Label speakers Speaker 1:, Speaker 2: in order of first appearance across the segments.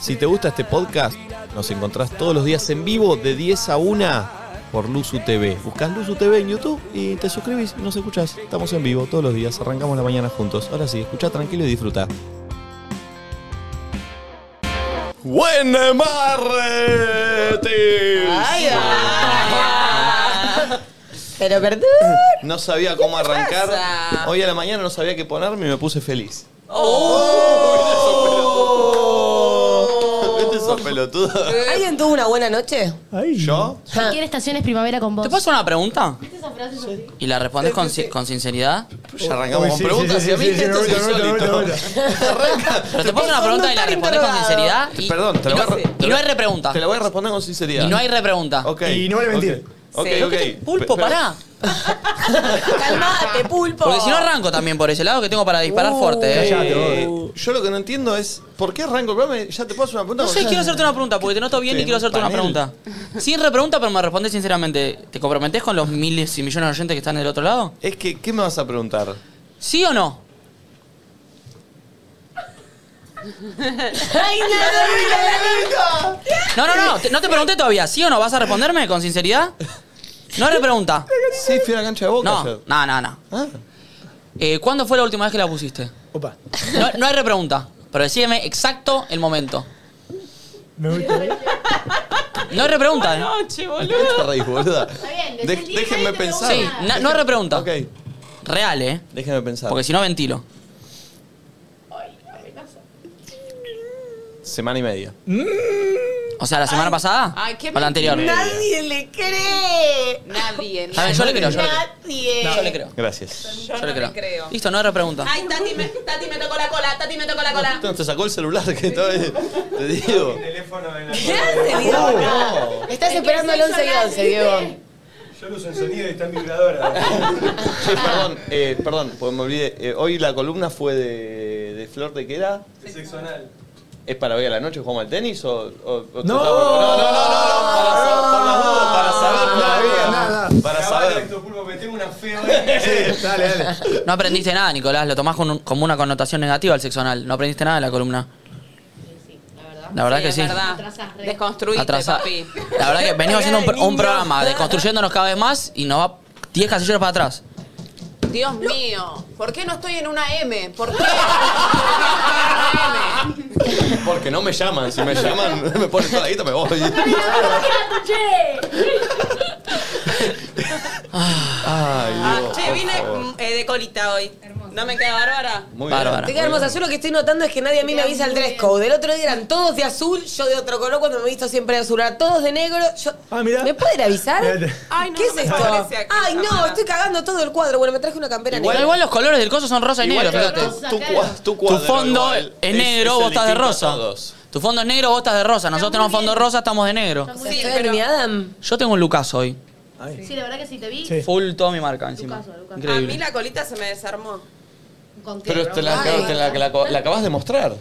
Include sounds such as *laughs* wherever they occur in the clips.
Speaker 1: Si te gusta este podcast, nos encontrás todos los días en vivo de 10 a 1 por Luzu TV. Buscás Luzu TV en YouTube y te suscribís y nos escuchás. Estamos en vivo todos los días, arrancamos la mañana juntos. Ahora sí, escucha tranquilo y disfruta. ¡Buen martes!
Speaker 2: Ay, ah. Pero perdón.
Speaker 1: No sabía cómo
Speaker 2: te
Speaker 1: arrancar.
Speaker 2: pasa?
Speaker 1: Hoy a la mañana no sabía qué ponerme y me puse feliz.
Speaker 3: Oh.
Speaker 1: ¿Viste esos pelotudos?
Speaker 2: ¿Alguien tuvo una buena noche?
Speaker 1: ¿Yo?
Speaker 4: Quiere estaciones primavera con vos.
Speaker 5: Ah. ¿Te puedo hacer una pregunta?
Speaker 4: Esa frase es así.
Speaker 5: ¿Y la respondes con, si- con sinceridad?
Speaker 1: Ya arrancamos
Speaker 3: Uy,
Speaker 1: con
Speaker 3: sí,
Speaker 1: preguntas
Speaker 3: sí, sí,
Speaker 1: y a mí
Speaker 3: sí, sí,
Speaker 1: esto
Speaker 3: no,
Speaker 1: es
Speaker 3: no, no,
Speaker 1: insólito.
Speaker 3: no, no, no.
Speaker 1: Arranca.
Speaker 5: Pero te puedo hacer una
Speaker 2: No
Speaker 5: pregunta y la
Speaker 2: estar
Speaker 5: respondes con
Speaker 2: interrogado.
Speaker 5: sinceridad. Y,
Speaker 1: Perdón, te
Speaker 5: y
Speaker 1: la
Speaker 5: no,
Speaker 1: voy a-
Speaker 5: y no hay repregunta.
Speaker 1: Te la voy a responder con sinceridad.
Speaker 5: Y no hay repregunta.
Speaker 1: Ok.
Speaker 3: Y no vale mentir.
Speaker 1: Ok,
Speaker 2: Sí.
Speaker 1: ok.
Speaker 5: Pulpo,
Speaker 1: Pe-
Speaker 5: pará.
Speaker 2: Calmate, pulpo.
Speaker 5: Porque si no arranco también por ese lado que tengo para disparar fuerte. ¿eh?
Speaker 3: Uh, Callate,
Speaker 1: Eh,
Speaker 3: vos.
Speaker 1: yo lo que no entiendo es por qué arranco el programa. y Ya te puedo hacer una pregunta.
Speaker 5: No sé,
Speaker 1: Ya-
Speaker 5: quiero hacerte una pregunta porque te noto bien y
Speaker 1: Ten-
Speaker 5: quiero hacerte una
Speaker 1: panel.
Speaker 5: pregunta.
Speaker 1: *laughs*
Speaker 5: Sin repregunta, pero me respondes sinceramente. ¿Te comprometés con los miles y millones de oyentes que están del otro lado?
Speaker 1: Es que, ¿qué me vas a preguntar?
Speaker 5: ¿Sí o no?
Speaker 2: Ay, no,
Speaker 5: No, no, no, te- no te pregunté todavía. ¿Sí o no? ¿Vas a responderme con sinceridad? No hay repregunta.
Speaker 1: Sí, fui a la cancha de boca.
Speaker 5: No,
Speaker 1: ayer.
Speaker 5: no, no, no.
Speaker 1: Ah,
Speaker 5: Eh, ¿Cuándo fue la última vez que la pusiste?
Speaker 3: Opa.
Speaker 5: No, no hay repregunta, pero decídeme exacto el momento.
Speaker 3: Me gusta.
Speaker 5: No hay repregunta, ¿eh?
Speaker 1: ¿Por qué te reís, boluda?
Speaker 4: Está bien,
Speaker 1: De-
Speaker 4: desde el día de
Speaker 1: déjenme
Speaker 4: hoy te
Speaker 1: pensar.
Speaker 5: Sí, na- no hay repregunta.
Speaker 1: Ok,
Speaker 5: Real, ¿eh?
Speaker 1: déjenme pensar.
Speaker 5: Porque si no, ventilo.
Speaker 1: Semana y media.
Speaker 5: O sea, la semana pasada
Speaker 6: ay, qué
Speaker 5: o la anterior.
Speaker 2: no, Nadie le cree.
Speaker 6: Nadie,
Speaker 5: Está bien, yo le creo, yo le creo.
Speaker 2: Nadie.
Speaker 5: Yo le creo.
Speaker 1: Gracias.
Speaker 6: Yo
Speaker 5: Yo le
Speaker 6: no
Speaker 5: creo.
Speaker 6: le creo.
Speaker 5: Listo, no hay repregunta.
Speaker 6: Ay, Tati me, Tati me tocó la cola, Tati me tocó la cola.
Speaker 1: Te sacó el celular que estaba. Te digo.
Speaker 2: ¿Qué hace, Diego?
Speaker 1: No.
Speaker 2: Estás esperando al 11 y 11, Diego.
Speaker 3: Yo lo uso en sonido y está en
Speaker 5: *laughs*
Speaker 3: vibradora.
Speaker 1: Che, perdón, eh, perdón, porque me olvidé. Eh, hoy la columna fue de, de Flor de qué era.
Speaker 3: Sexo anal.
Speaker 1: ¿Es para hoy a la noche jugamos al tenis o.? o- o-
Speaker 3: No.
Speaker 1: no, no, no, no, no, para sa-
Speaker 3: Ah,
Speaker 1: por las dudas, para saber todavía.
Speaker 3: No, no,
Speaker 1: Para saber.
Speaker 3: pulpo, me tengo una fea *laughs* Sí, dale, dale.
Speaker 5: No aprendiste nada, Nicolás. Lo tomás con un- como una connotación negativa al sexo anal. No aprendiste nada de la columna. La verdad
Speaker 6: Sí,
Speaker 5: que
Speaker 6: es
Speaker 5: sí.
Speaker 6: verdad.
Speaker 4: Atrasás, re.
Speaker 6: Desconstruiste,
Speaker 5: Atrasá-
Speaker 6: papi.
Speaker 5: La verdad que venimos haciendo un, pro-
Speaker 2: Cara de
Speaker 5: un
Speaker 2: niño.
Speaker 5: programa desconstruyéndonos cada vez más y nos va 10 casillos para atrás.
Speaker 6: Dios mío, ¿por qué no estoy en una M? ¿Por qué? ¿Por qué no estoy en una M?
Speaker 1: Porque no me llaman. Si me llaman, *laughs* me ponen toda la guita, me voy. Ay,
Speaker 6: Ah,
Speaker 1: Dios,
Speaker 6: che,
Speaker 1: por
Speaker 6: vine
Speaker 1: favor.
Speaker 6: mm, eh, de colita hoy. ¿No me queda bárbara?
Speaker 1: Muy
Speaker 5: Bárbara.
Speaker 2: Te queda hermosa. Yo lo que estoy notando es que nadie a mí me avisa el dress code. El otro día eran todos de azul, yo de otro color cuando me he visto siempre de azul. Ahora todos de negro. Yo...
Speaker 3: Ah, mirá.
Speaker 2: ¿Me pueden avisar?
Speaker 3: Mirá.
Speaker 6: Ay, no,
Speaker 2: ¿Qué es
Speaker 6: me
Speaker 2: esto?
Speaker 6: parece acá,
Speaker 2: Ay, no,
Speaker 6: cámara.
Speaker 2: estoy cagando todo el cuadro. Bueno, me traje una campera
Speaker 5: Igual,
Speaker 2: negra.
Speaker 5: igual los colores del coso son rosa y
Speaker 1: Igual,
Speaker 5: negro, fíjate.
Speaker 1: tu- tu cua- tu
Speaker 5: Tu
Speaker 1: cuadro
Speaker 5: fondo
Speaker 1: igual
Speaker 5: es negro,
Speaker 1: es
Speaker 5: vos estás de
Speaker 1: distinto a
Speaker 5: rosa.
Speaker 1: todos.
Speaker 5: Tu fondo es negro, vos estás de rosa. Nosotros tenemos fondo rosa, estamos de negro.
Speaker 4: Está muy
Speaker 2: ¿Estoy
Speaker 4: bien.
Speaker 6: Sí,
Speaker 2: en
Speaker 6: pero-
Speaker 2: mi Adam?
Speaker 5: Yo tengo un Lucas hoy.
Speaker 4: Sí, la verdad que sí, te vi.
Speaker 3: Sí.
Speaker 5: Full toda mi marca encima.
Speaker 4: Lucaso, Lucaso.
Speaker 6: A mí
Speaker 5: Increíble.
Speaker 6: la colita se me desarmó.
Speaker 4: ¿Con qué?
Speaker 1: Pero te la,
Speaker 4: Ay,
Speaker 1: te la- la- la acabas de mostrar.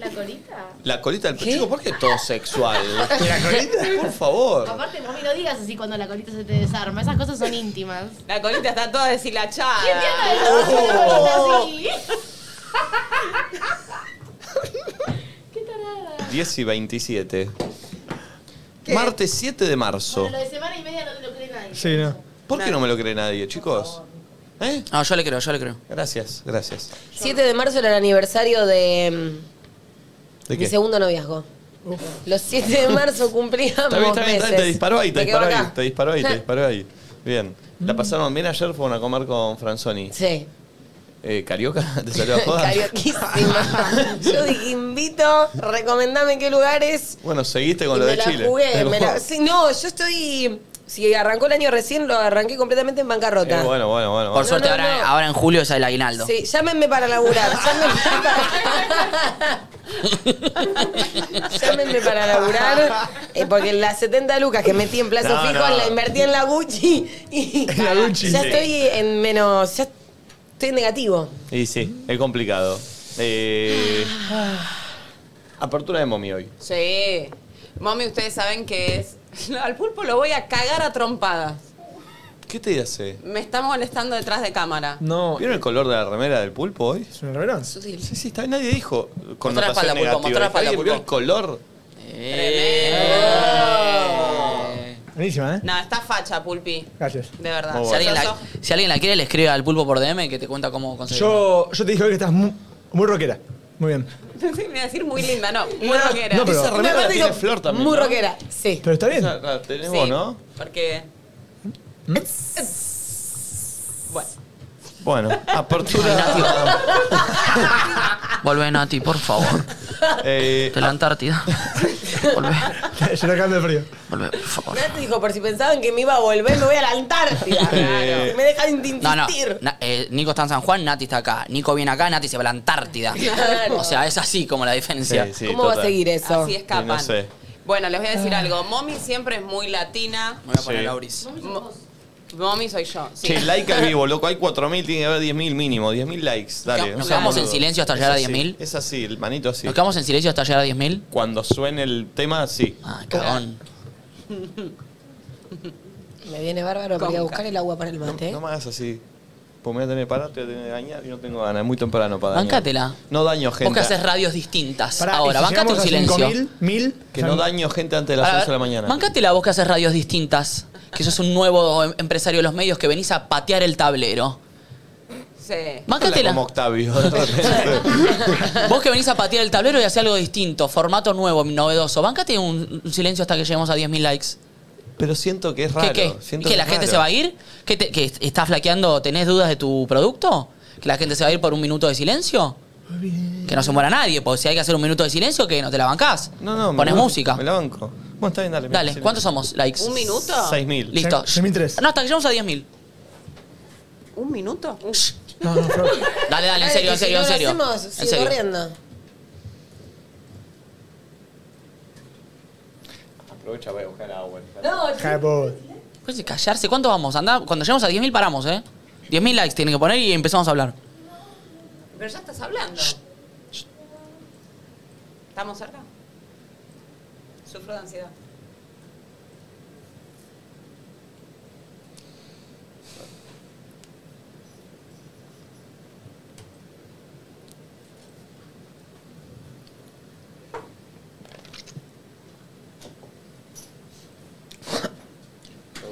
Speaker 4: ¿La colita?
Speaker 1: La colita del chico, ¿por qué todo sexual? *laughs* ¿La colita? Por favor.
Speaker 4: Aparte, no me lo digas así cuando la colita se te desarma. Esas cosas son íntimas.
Speaker 6: La colita está toda deshilachada.
Speaker 4: ¿Quién tiene
Speaker 1: Oh.
Speaker 5: Ah,
Speaker 4: la colita así?
Speaker 1: 10 y 27. Martes 7 de marzo.
Speaker 4: Bueno, lo de semana y media no te lo cree nadie.
Speaker 3: Sí, no.
Speaker 1: ¿Por qué no me lo cree nadie, chicos? ¿Eh?
Speaker 2: Ah,
Speaker 5: No, yo le creo, yo le creo.
Speaker 1: Gracias, gracias.
Speaker 2: 7 de marzo era el aniversario de
Speaker 1: ¿De
Speaker 2: mm, mi segundo noviazgo. Los 7 de marzo cumplíamos
Speaker 1: Está bien, está bien, está bien, te
Speaker 2: meses.
Speaker 1: disparó ahí, te
Speaker 2: Me quedo
Speaker 1: disparó ahí,
Speaker 2: acá.
Speaker 1: te disparó ahí, te
Speaker 2: Ja.
Speaker 1: disparó ahí. Bien. La pasaron bien ayer, fueron a comer con Franzoni.
Speaker 2: Sí.
Speaker 1: Eh, ¿Carioca? *laughs* ¿Te
Speaker 2: *laughs*
Speaker 1: salió a joda? *laughs*
Speaker 2: Carioquísima. Yo dije, invito, recomendame qué lugares.
Speaker 1: Bueno, seguiste con
Speaker 2: Y
Speaker 1: lo
Speaker 2: me
Speaker 1: de
Speaker 2: la
Speaker 1: Chile.
Speaker 2: Jugué,
Speaker 1: Eh,
Speaker 2: me la-
Speaker 1: *laughs*
Speaker 2: sí, no, yo estoy... Si arrancó el año recién, lo arranqué completamente en bancarrota.
Speaker 1: eh, bueno, bueno, bueno.
Speaker 5: Por
Speaker 1: bueno.
Speaker 5: suerte,
Speaker 2: no,
Speaker 5: ahora,
Speaker 2: no.
Speaker 5: ahora en julio es el aguinaldo.
Speaker 2: Sí, llámenme para laburar. Llámenme para,
Speaker 1: *laughs*
Speaker 2: Llámenme para laburar. eh, porque las 70 lucas que metí en plazo
Speaker 1: No,
Speaker 2: fijo
Speaker 1: no.
Speaker 2: la invertí en la Gucci. Y
Speaker 3: La Gucci.
Speaker 2: ya
Speaker 3: Sí.
Speaker 2: estoy en menos. Ya estoy en negativo.
Speaker 1: Y sí, es complicado. Eh, apertura de momi hoy.
Speaker 6: Sí. *laughs* Mami, ustedes saben que es. Al pulpo lo voy a cagar a trompadas.
Speaker 1: ¿Qué te hace?
Speaker 6: Me está molestando detrás de cámara.
Speaker 3: No, eh,
Speaker 1: ¿Vieron el color de la remera del pulpo hoy?
Speaker 3: ¿es una remera?
Speaker 6: Sutil.
Speaker 1: Sí, sí, está, nadie dijo
Speaker 5: Mostrá la
Speaker 1: connotación
Speaker 5: espalda, pulpo,
Speaker 1: negativa.
Speaker 5: mostrá la espalda,
Speaker 1: ¿Alguien vio el
Speaker 5: pulpo.
Speaker 1: color?
Speaker 5: Eh.
Speaker 3: Buenísima, ¿eh?
Speaker 6: No, está facha, Pulpi.
Speaker 3: Gracias.
Speaker 6: De verdad.
Speaker 1: Muy
Speaker 5: Si alguien,
Speaker 6: Sos- *laughs*
Speaker 5: la, si alguien la quiere, le escribe al pulpo por DM que te cuenta cómo conseguirlo.
Speaker 3: Yo, yo te dije hoy que estás muy, muy rockera. Muy bien.
Speaker 6: Me iba a decir muy linda, no. Muy
Speaker 2: No,
Speaker 6: rockera.
Speaker 3: no, pero-
Speaker 1: Esa remera
Speaker 2: Aparte
Speaker 1: tiene
Speaker 2: yo-
Speaker 1: flor también.
Speaker 2: Muy
Speaker 1: ¿no?
Speaker 2: rockera, sí.
Speaker 3: Pero está bien.
Speaker 1: Esa la tenés
Speaker 6: Sí,
Speaker 1: vos, ¿no?
Speaker 6: Porque.
Speaker 3: ¿Mm?
Speaker 6: Bueno.
Speaker 1: Bueno, apertura. *laughs*
Speaker 5: Volvé, Nati, por favor.
Speaker 1: eh,
Speaker 5: De la Antártida. Volvé,
Speaker 3: Yo la cambio de frío.
Speaker 5: volvé, por favor.
Speaker 2: Nat dijo, por si pensaban que me iba a volver, me voy a la Antártida.
Speaker 1: Eh.
Speaker 2: Claro. Me dejan de
Speaker 5: No, no.
Speaker 2: insistir.
Speaker 5: Na- eh, Nico está en San Juan, Nati está acá. Nico viene acá, Nati se va a la Antártida.
Speaker 2: Claro.
Speaker 5: O sea, es así como la diferencia.
Speaker 1: sí, sí,
Speaker 2: ¿Cómo va
Speaker 1: total.
Speaker 2: a seguir eso?
Speaker 6: Así escapan.
Speaker 1: no sé.
Speaker 6: Bueno, les voy a
Speaker 1: Ah.
Speaker 6: decir algo. Mommy siempre es muy latina.
Speaker 5: Me voy a poner
Speaker 1: Sí.
Speaker 5: la bris.
Speaker 6: Mo- Mommy soy yo. Sí.
Speaker 1: Che, like al vivo, loco. Hay 4.000, tiene que haber 10.000 mínimo. 10.000 likes, dale.
Speaker 5: Nos
Speaker 1: no seas
Speaker 5: quedamos
Speaker 1: boludo.
Speaker 5: en silencio hasta
Speaker 1: Es
Speaker 5: llegar a
Speaker 1: así,
Speaker 5: 10.000.
Speaker 1: Es así, el manito así.
Speaker 5: ¿Nos quedamos en silencio hasta llegar a 10.000?
Speaker 1: Cuando suene el tema, sí.
Speaker 5: Ah, cagón.
Speaker 2: Me viene bárbaro, me voy a
Speaker 6: Conca.
Speaker 2: buscar el agua para el
Speaker 1: No,
Speaker 2: mate.
Speaker 1: no me hagas así. Pues me voy a tener que parar, te voy a tener que dañar y no tengo ganas. Es muy temprano para dañar.
Speaker 5: Bancátela.
Speaker 1: No daño
Speaker 5: Vos que
Speaker 1: gente.
Speaker 5: haces radios distintas.
Speaker 3: Pará,
Speaker 5: Ahora,
Speaker 3: ¿y si
Speaker 5: bancate
Speaker 3: llegamos
Speaker 5: un
Speaker 3: a
Speaker 5: silencio.
Speaker 3: 5.000, 1000.
Speaker 1: Que no daño gente antes de las
Speaker 5: Pará,
Speaker 1: 11 de la mañana.
Speaker 5: Bancátela vos que haces radios distintas. Que sos un nuevo em- empresario de los medios que venís a patear el tablero.
Speaker 6: *laughs* Sí.
Speaker 1: Habla
Speaker 5: Bancátela. *laughs*
Speaker 1: Como Octavio. de repente.
Speaker 5: Vos que venís a patear el tablero y haces algo distinto, formato nuevo, novedoso. Bancate un, un silencio hasta que lleguemos a 10.000 likes.
Speaker 1: Pero siento que es
Speaker 5: ¿Qué,
Speaker 1: raro.
Speaker 5: qué?
Speaker 1: siento
Speaker 5: ¿Que
Speaker 1: es
Speaker 5: la gente
Speaker 1: raro.
Speaker 5: se va a ir? ¿Que, te- que estás flaqueando? ¿Tenés dudas de tu producto? ¿Que la gente se va a ir por un minuto de silencio? Que no se muera nadie, porque si hay que hacer un minuto de silencio, que no te la bancás.
Speaker 1: No, no. me
Speaker 5: Pones
Speaker 1: la-
Speaker 5: música.
Speaker 1: Me la banco. Bueno, está bien, dale. me
Speaker 5: Dale,
Speaker 1: la-
Speaker 5: ¿cuántos somos likes?
Speaker 6: ¿Un minuto?
Speaker 1: 6.000.
Speaker 5: Listo.
Speaker 3: 6.003.
Speaker 5: No, hasta que lleguemos a 10.000.
Speaker 6: ¿Un minuto?
Speaker 3: No, no, Flor.
Speaker 5: Dale, dale, en serio, en serio, en serio.
Speaker 2: Si no lo hacemos,
Speaker 5: En
Speaker 2: sigue
Speaker 5: serio.
Speaker 2: corriendo.
Speaker 1: Aprovecha, voy a buscar agua.
Speaker 3: Hija de puta.
Speaker 5: Pues de callarse, ¿cuánto vamos? Andá, cuando lleguemos a 10.000 paramos, ¿eh? 10.000 likes tienen que poner y empezamos a hablar.
Speaker 6: Pero ya estás hablando. ¿Estamos cerca? Sufro de ansiedad.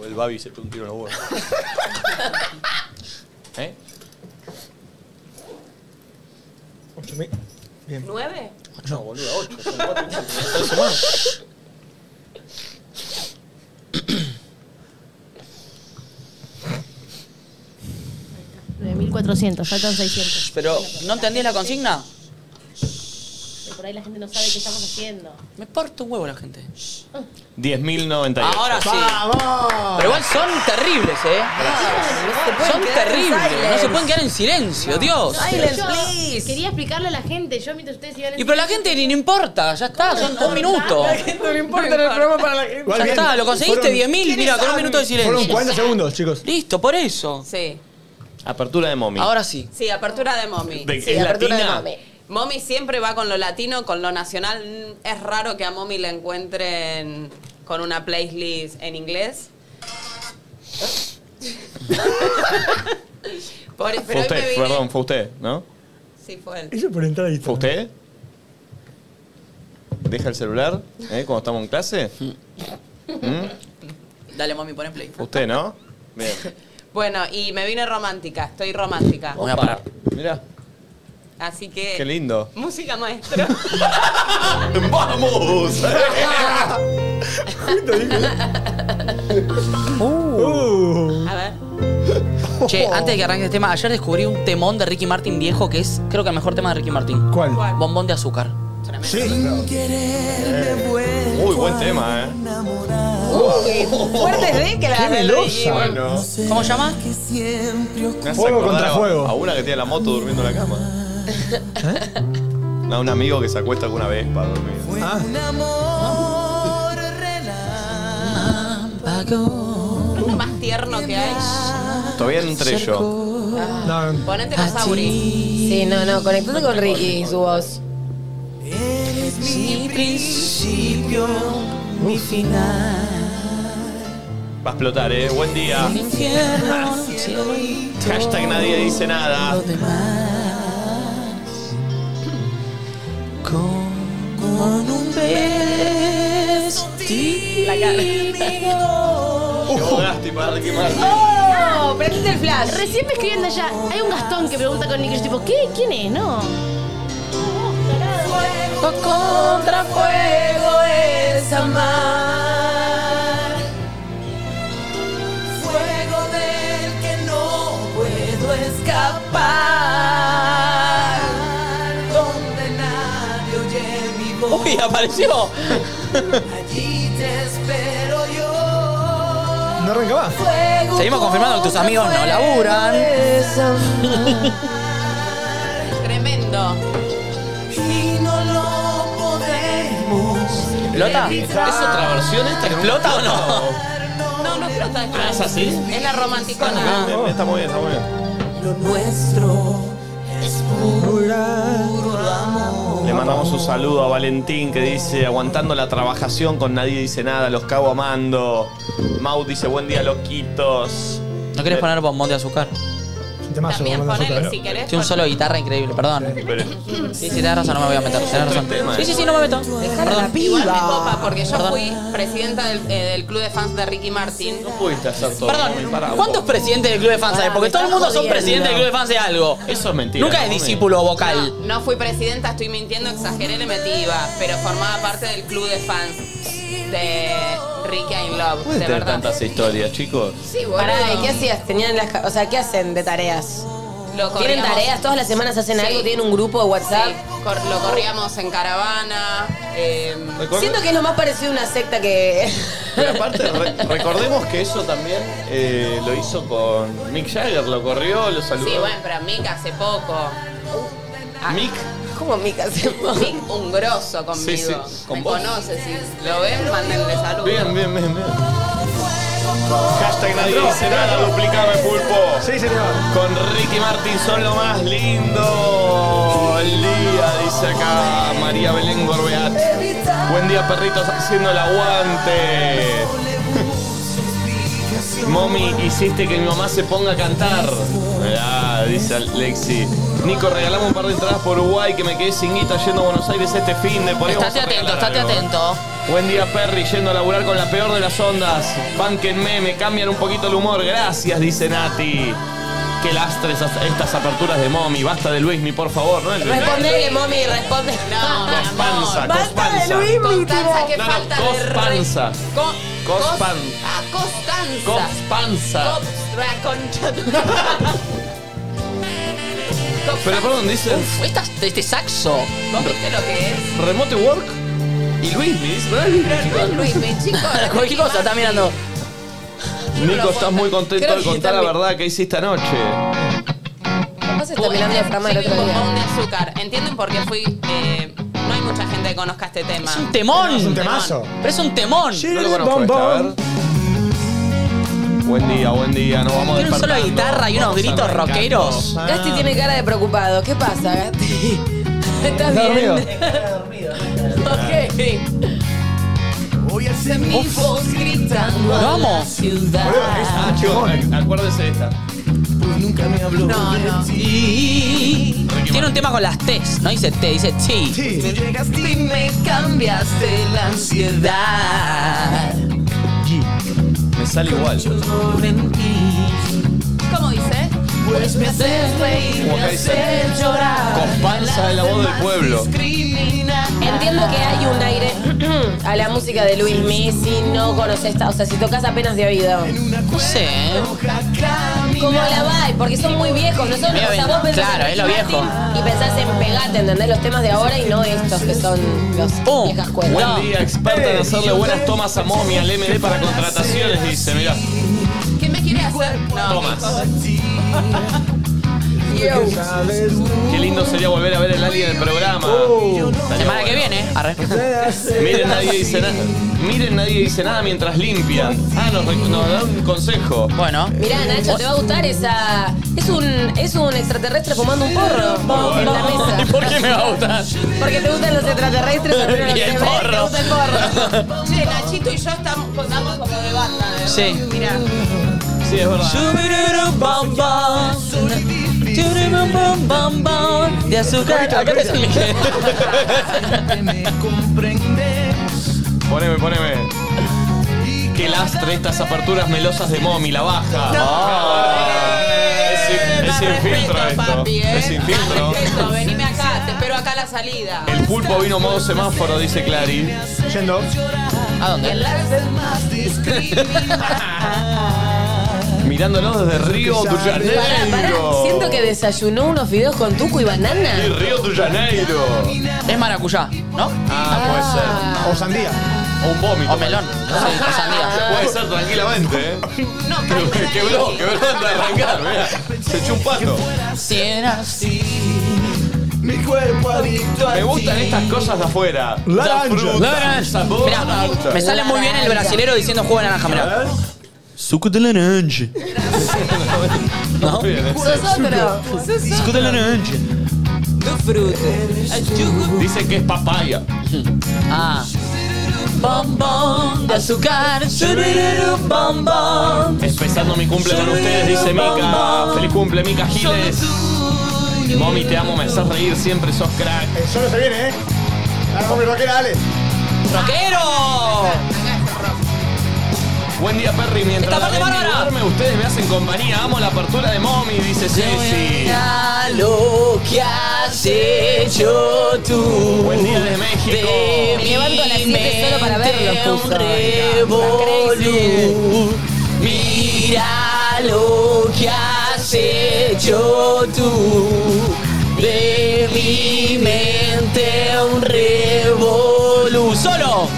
Speaker 1: El Babi se pegó un tiro en los huevos. ¿Eh?
Speaker 3: 8.000. Bien.
Speaker 6: ¿Nueve?
Speaker 1: No, boludo, 8.
Speaker 6: *laughs*
Speaker 4: De 1400, faltan 600.
Speaker 5: Pero, ¿no entendés la consigna?
Speaker 4: Que Por ahí la gente no sabe qué estamos haciendo.
Speaker 5: Me porto un huevo la gente.
Speaker 1: 10.098.
Speaker 5: Ahora sí.
Speaker 4: Ah.
Speaker 3: ¡Vamos!
Speaker 5: Pero igual son terribles, ¿eh?
Speaker 1: Ah,
Speaker 5: Son terribles. No se pueden quedar en silencio, Dios.
Speaker 2: Silence,
Speaker 4: Yo
Speaker 2: please.
Speaker 4: Quería explicarle a la gente, yo mientras ustedes iban en
Speaker 5: Y pero la gente ni le importa, ya está, son un minuto.
Speaker 2: No le importa el programa para la gente.
Speaker 3: Igual
Speaker 5: Ya
Speaker 3: bien.
Speaker 5: está, lo conseguiste,
Speaker 3: Fueron-
Speaker 5: 10.000, mira, con un minuto de
Speaker 3: Fueron
Speaker 5: silencio.
Speaker 3: 40 segundos, chicos.
Speaker 5: Listo, por eso.
Speaker 6: Sí.
Speaker 1: Apertura de mommy.
Speaker 5: Ahora sí.
Speaker 6: Sí, apertura de mommy.
Speaker 1: De-
Speaker 2: Sí,
Speaker 1: ¿Es
Speaker 2: apertura de
Speaker 1: latina?
Speaker 2: mame.
Speaker 6: Mommy siempre va con lo latino, con lo nacional. Mm, Es raro que a Mommy la encuentren con una playlist en
Speaker 1: *laughs*
Speaker 6: inglés. Pobre, pero
Speaker 1: Fue
Speaker 6: hoy me
Speaker 1: usted,
Speaker 6: vine-
Speaker 1: perdón, fue usted, ¿no?
Speaker 6: Sí, fue él.
Speaker 3: Eso por entrar ahí.
Speaker 1: ¿Fue usted? ¿Deja el celular ¿eh? cuando estamos
Speaker 5: *laughs*
Speaker 1: en clase? ¿Mm?
Speaker 5: Dale, mami, poné play.
Speaker 1: ¿Fue usted, no? Bien.
Speaker 6: Bueno, y me vine romántica, estoy romántica.
Speaker 5: Voy a parar.
Speaker 1: Mirá,
Speaker 6: Así que.
Speaker 1: qué lindo.
Speaker 6: Música
Speaker 2: *laughs*
Speaker 1: *laughs*
Speaker 6: maestro.
Speaker 5: *laughs*
Speaker 1: ¡Vamos! ¿eh?
Speaker 3: Uh.
Speaker 6: A ver.
Speaker 5: Che, antes de que arranque el tema, ayer descubrí un temón de Ricky Martin viejo que es, creo que el mejor tema de Ricky Martin.
Speaker 3: ¿Cuál?
Speaker 6: ¿Cuál?
Speaker 5: Bombón de azúcar.
Speaker 3: Sí.
Speaker 1: Uy, Eh, buen tema, ¿eh?
Speaker 2: Fuertes de que la
Speaker 3: ¡Qué
Speaker 2: de
Speaker 3: melosa!
Speaker 1: Bueno.
Speaker 5: ¿Cómo se llama?
Speaker 1: Me hace
Speaker 3: Fuego
Speaker 1: acordar
Speaker 3: contra
Speaker 1: a-
Speaker 3: fuego. ¿Eh?
Speaker 1: A una que tiene la moto durmiendo en la cama. A un amigo que se acuesta con una vespa a dormir.
Speaker 3: Ah,
Speaker 6: Uno más tierno que hay.
Speaker 1: Todavía no entré yo.
Speaker 3: no.
Speaker 6: Ponete los auris.
Speaker 2: Ah, Sí, no, no, conectate con Ricky y su voz.
Speaker 1: Va a explotar, ¿eh? Buen día. Ah, Hashtag nadie dice nada.
Speaker 5: Con un vestido.
Speaker 1: Ahogaste para requemar.
Speaker 2: ¡Oh! ¡Prendete el flash!
Speaker 4: Recién me escribiendo allá, hay un Gastón que pregunta con Nick, yo tipo, ¿qué? ¿Quién es? No.
Speaker 2: Contra fuego es amar. Fuego del que no puedo escapar. Donde nadie oye mi voz.
Speaker 5: Uy, apareció.
Speaker 2: Allí te espero yo.
Speaker 3: No arranca más.
Speaker 2: Fuego
Speaker 5: Seguimos confirmando que tus
Speaker 2: contra
Speaker 5: amigos no
Speaker 2: fuego
Speaker 3: *laughs*
Speaker 5: laburan.
Speaker 2: es amar.
Speaker 6: Tremendo.
Speaker 2: Y no lo podemos.
Speaker 5: ¿Explota?
Speaker 1: ¿Es otra versión esta?
Speaker 5: ¿Explota o
Speaker 3: Ah.
Speaker 5: no?
Speaker 6: No, no explota esto.
Speaker 1: Ah, ¿es así? Ah.
Speaker 6: Es la romanticona.
Speaker 1: Bien, bien, Está muy bien, está muy bien.
Speaker 2: Lo nuestro es puro
Speaker 1: Le
Speaker 2: amor.
Speaker 1: mandamos un saludo a Valentín que dice, aguantando la trabajación con nadie dice nada, los cago amando. Mau dice, buen día, loquitos. Eh,
Speaker 5: ¿No quieres poner bombón de azúcar?
Speaker 3: Un temazo,
Speaker 6: También
Speaker 3: como nosotros.
Speaker 6: ponele si querés.
Speaker 5: Tiene un solo de guitarra increíble, perdón.
Speaker 1: Pero,
Speaker 5: Sí, sí, tenés razón, no me voy a meter. Tenés razón. Sí, sí, sí, no me meto. Perdón.
Speaker 6: Igual me copa porque yo
Speaker 5: Perdón.
Speaker 6: fui presidenta del, eh, del club de fans de Ricky Martin.
Speaker 1: no pudiste hacer todo. muy
Speaker 5: Perdón,
Speaker 1: parado.
Speaker 5: ¿cuántos presidentes del club de fans hay?
Speaker 2: Ah,
Speaker 5: Porque
Speaker 2: me
Speaker 5: todo el
Speaker 2: estás
Speaker 5: mundo son
Speaker 2: jodiendo.
Speaker 5: presidentes del club de fans de algo.
Speaker 1: Eso es mentira.
Speaker 5: Nunca es
Speaker 1: Mami.
Speaker 5: discípulo vocal.
Speaker 6: No, no fui presidenta, estoy mintiendo, exageré, le metí IVA, pero formaba parte del club de fans de Ricky in Love,
Speaker 1: Pueden
Speaker 6: de
Speaker 1: tener
Speaker 6: verdad.
Speaker 1: tantas historias, chicos.
Speaker 6: Sí, boludo.
Speaker 2: Pará, ¿y qué hacías? Tenían las, ca- o sea, ¿qué hacen de tareas?
Speaker 6: Lo
Speaker 2: ¿Tienen
Speaker 6: corríamos-
Speaker 2: tareas? ¿Todas las semanas hacen
Speaker 6: Sí.
Speaker 2: algo? ¿Tienen un grupo de
Speaker 6: Sí,
Speaker 2: WhatsApp?
Speaker 6: cor- lo corríamos en caravana. em,
Speaker 1: Recuerda-
Speaker 2: Siento que es lo más parecido a una secta que...
Speaker 1: Pero aparte, re- recordemos que eso también eh, lo hizo con Mick Jagger, lo corrió, lo saludó.
Speaker 6: sí, bueno, pero a Mick hace poco. Ah.
Speaker 1: Mick,
Speaker 2: ¿Cómo Mica se
Speaker 6: Mick, un grosso conmigo.
Speaker 1: Sí, sí, con
Speaker 6: Me
Speaker 1: vos.
Speaker 6: conoce, si lo ven, mándenle saludos.
Speaker 1: bien, bien, bien, bien. Hashtag nadie dice nada, duplicame pulpo.
Speaker 3: Sí, señor.
Speaker 1: Con Ricky Martin son lo más lindo. El día, dice acá María Belén Gorbeat. Buen día, perritos, haciendo el aguante. *laughs* Mommy, hiciste que mi mamá se ponga a cantar. Mirá, dice Alexi. Nico, regalame un par de entradas por Uruguay que me quedé sin guita yendo a Buenos Aires este fin de por ahí vamos
Speaker 5: Estate
Speaker 1: a
Speaker 5: atento,
Speaker 1: regalar
Speaker 5: estate
Speaker 1: algo.
Speaker 5: atento.
Speaker 1: Buen día, Perry, yendo a laburar con la peor de las ondas. Bánquenme, me cambian un poquito el humor. Gracias, dice Nati. Qué lastre esas- estas aperturas de mommy. Basta de Luismi, por favor.
Speaker 6: Pues
Speaker 1: ¿no?
Speaker 2: Respondele, mami, responde.
Speaker 6: No, mi
Speaker 1: Cos panza,
Speaker 6: amor.
Speaker 1: cos panza.
Speaker 6: Constanza, qué
Speaker 1: No, no,
Speaker 6: falta
Speaker 1: cos
Speaker 6: de re-
Speaker 1: panza.
Speaker 6: Co-
Speaker 1: Cos
Speaker 6: cos-
Speaker 1: pan.
Speaker 6: Ah, Costanza.
Speaker 1: Cos panza.
Speaker 6: Cos- la concha
Speaker 5: *laughs*
Speaker 6: de- Cos-
Speaker 1: Pero perdón, dice
Speaker 5: Uf, esta- este saxo.
Speaker 6: ¿Vos viste lo que es?
Speaker 1: remote work y Luismi. dice, ¿no?
Speaker 6: No es Luis, mi
Speaker 5: *laughs*
Speaker 6: chico.
Speaker 5: Cualquier cosa, está mirando.
Speaker 1: Nico, estás muy contento
Speaker 2: Creo
Speaker 1: de
Speaker 2: que
Speaker 1: contar la
Speaker 2: también-
Speaker 1: verdad que hiciste anoche.
Speaker 2: ¿Cómo se está mirando el programa del
Speaker 6: Soy
Speaker 2: otro
Speaker 6: un
Speaker 2: día?
Speaker 6: bombón de azúcar. Entienden por qué fui. eh, no hay mucha gente que conozca este tema.
Speaker 5: Es un temón.
Speaker 3: Es un temazo.
Speaker 5: Pero es un temón.
Speaker 1: No lo conozco este, a ver. Buen día, buen día. Nos vamos
Speaker 5: Tiene un solo de
Speaker 1: despertando.
Speaker 5: guitarra y unos
Speaker 1: Vamos
Speaker 5: gritos
Speaker 1: arrancando.
Speaker 5: rockeros.
Speaker 2: Gasti tiene cara de preocupado. ¿Qué pasa, Gasti? *laughs* ¿Estás bien?
Speaker 3: dormido.
Speaker 2: Ok.
Speaker 6: Uf.
Speaker 5: Vamos.
Speaker 1: Ah, chicos, ac- acuérdese de esta.
Speaker 6: Pues No, no.
Speaker 5: Tiene un tema con las T's. No dice T, dice T.
Speaker 6: Pues
Speaker 3: Sí.
Speaker 1: Me sale igual.
Speaker 6: ¿Cómo dice?
Speaker 1: Como acá dice. Cospanza es la voz del pueblo.
Speaker 2: Entiendo que hay un aire a la música de Luis Messi, no conoces, o sea, si tocas apenas de oído.
Speaker 5: No sé.
Speaker 2: Como la vibe, porque son muy viejos. Nosotros,
Speaker 5: Medio
Speaker 2: o sea,
Speaker 5: ven-
Speaker 2: vos pensás
Speaker 5: claro,
Speaker 2: en
Speaker 5: es lo
Speaker 2: Ricky
Speaker 5: viejo.
Speaker 2: Martin Y pensás en pegate, ¿entendés? Los temas de ahora y no estos que son los
Speaker 5: Oh,
Speaker 2: viejas
Speaker 5: bueno.
Speaker 2: cuerdas.
Speaker 1: Uh, Buen día, experta en hacerle buenas tomas a Momi al MD para contrataciones, dice, mirá.
Speaker 6: ¿Qué me quiere hacer? No,
Speaker 1: Tomas.
Speaker 6: Nico.
Speaker 1: Qué lindo sería volver a ver el alien del programa. Estaría
Speaker 5: Semana que
Speaker 1: bueno.
Speaker 5: viene, arre.
Speaker 1: Miren, nadie dice nada. Miren, nadie dice nada mientras limpian. Ah, nos, re- nos dan un consejo.
Speaker 5: Bueno.
Speaker 2: Mirá, Nacho, te va a gustar esa. Es un, es un extraterrestre fumando un porro en
Speaker 5: *laughs*
Speaker 2: la
Speaker 5: ¿Y
Speaker 2: mesa.
Speaker 5: por qué me va a gustar?
Speaker 2: Porque te gustan los
Speaker 1: *laughs*
Speaker 2: extraterrestres, a mí no lo
Speaker 5: *laughs* Y el
Speaker 2: querés ver, te
Speaker 5: porro.
Speaker 2: gusta el porro.
Speaker 6: Che, Nachito y yo estamos, contamos como de banda, ¿verdad?
Speaker 5: Sí.
Speaker 6: Mirá.
Speaker 1: Sí, es verdad.
Speaker 5: De azúcar. Acá te *laughs* expliqué.
Speaker 1: Poneme, poneme. Qué lastre estas aperturas melosas de Momi, la baja. Ah, es sin, es
Speaker 6: Te
Speaker 1: sin
Speaker 6: respeto,
Speaker 1: filtro esto.
Speaker 6: papi, ¿eh?
Speaker 1: Es sin
Speaker 6: Te
Speaker 1: filtro.
Speaker 6: respeto, venime acá, te espero acá a la salida.
Speaker 1: El pulpo vino modo semáforo, dice Clary.
Speaker 3: Yendo.
Speaker 5: ¿A dónde?
Speaker 1: Mirándonos
Speaker 5: *laughs*
Speaker 1: desde Río de
Speaker 2: Pará, pará,
Speaker 1: Janeiro.
Speaker 2: siento que desayunó unos fideos con tuco y banana.
Speaker 1: Sí, Río de Janeiro.
Speaker 5: Es maracuyá, ¿no?
Speaker 1: Ah,
Speaker 3: O sandía.
Speaker 1: puede ser. O un vómito.
Speaker 5: O melón. Sí, o sandía.
Speaker 1: Puede ser tranquilamente, ¿eh? Que- Quebró, quebró antes de arrancar, mirá. Se echó un pato.
Speaker 5: *laughs* Sí, era así.
Speaker 1: Me gustan estas cosas de afuera.
Speaker 3: Laranja.
Speaker 1: La fruta,
Speaker 5: Laranja.
Speaker 1: sabor,
Speaker 5: Mirá,
Speaker 1: naranja.
Speaker 5: me sale muy bien el brasilero diciendo jugo de naranja, mirá.
Speaker 7: Suco de laranja.
Speaker 1: Muy bien, ¿eh?
Speaker 2: Nosotros.
Speaker 7: Suco de laranja.
Speaker 1: Dicen que es papaya.
Speaker 5: Ah. Bombón de azúcar. Bombón.
Speaker 1: Empezando mi cumple con ustedes, dice Mica. Feliz cumple, Mica Giles. Mami, te amo, me haces reír siempre, sos crack.
Speaker 3: El solo se viene, ¿eh? Dale, hombre, vaquera, dale.
Speaker 5: ¡Rockero!
Speaker 1: Buen día, Perry. Mientras
Speaker 5: Esta
Speaker 1: la
Speaker 5: parte
Speaker 1: Bendy
Speaker 5: bárbara.
Speaker 1: duerme, ustedes me hacen compañía. Amo la apertura de Mommy, dice Ceci.
Speaker 5: Mira lo que has hecho tú.
Speaker 1: Buen día desde México.
Speaker 5: De
Speaker 2: Me levanto a las
Speaker 5: mi
Speaker 2: siete solo para
Speaker 5: mente
Speaker 2: verlo,
Speaker 5: un
Speaker 2: puso.
Speaker 5: revolú. Mira lo que has hecho tú. De mi mente un revolú. Solo.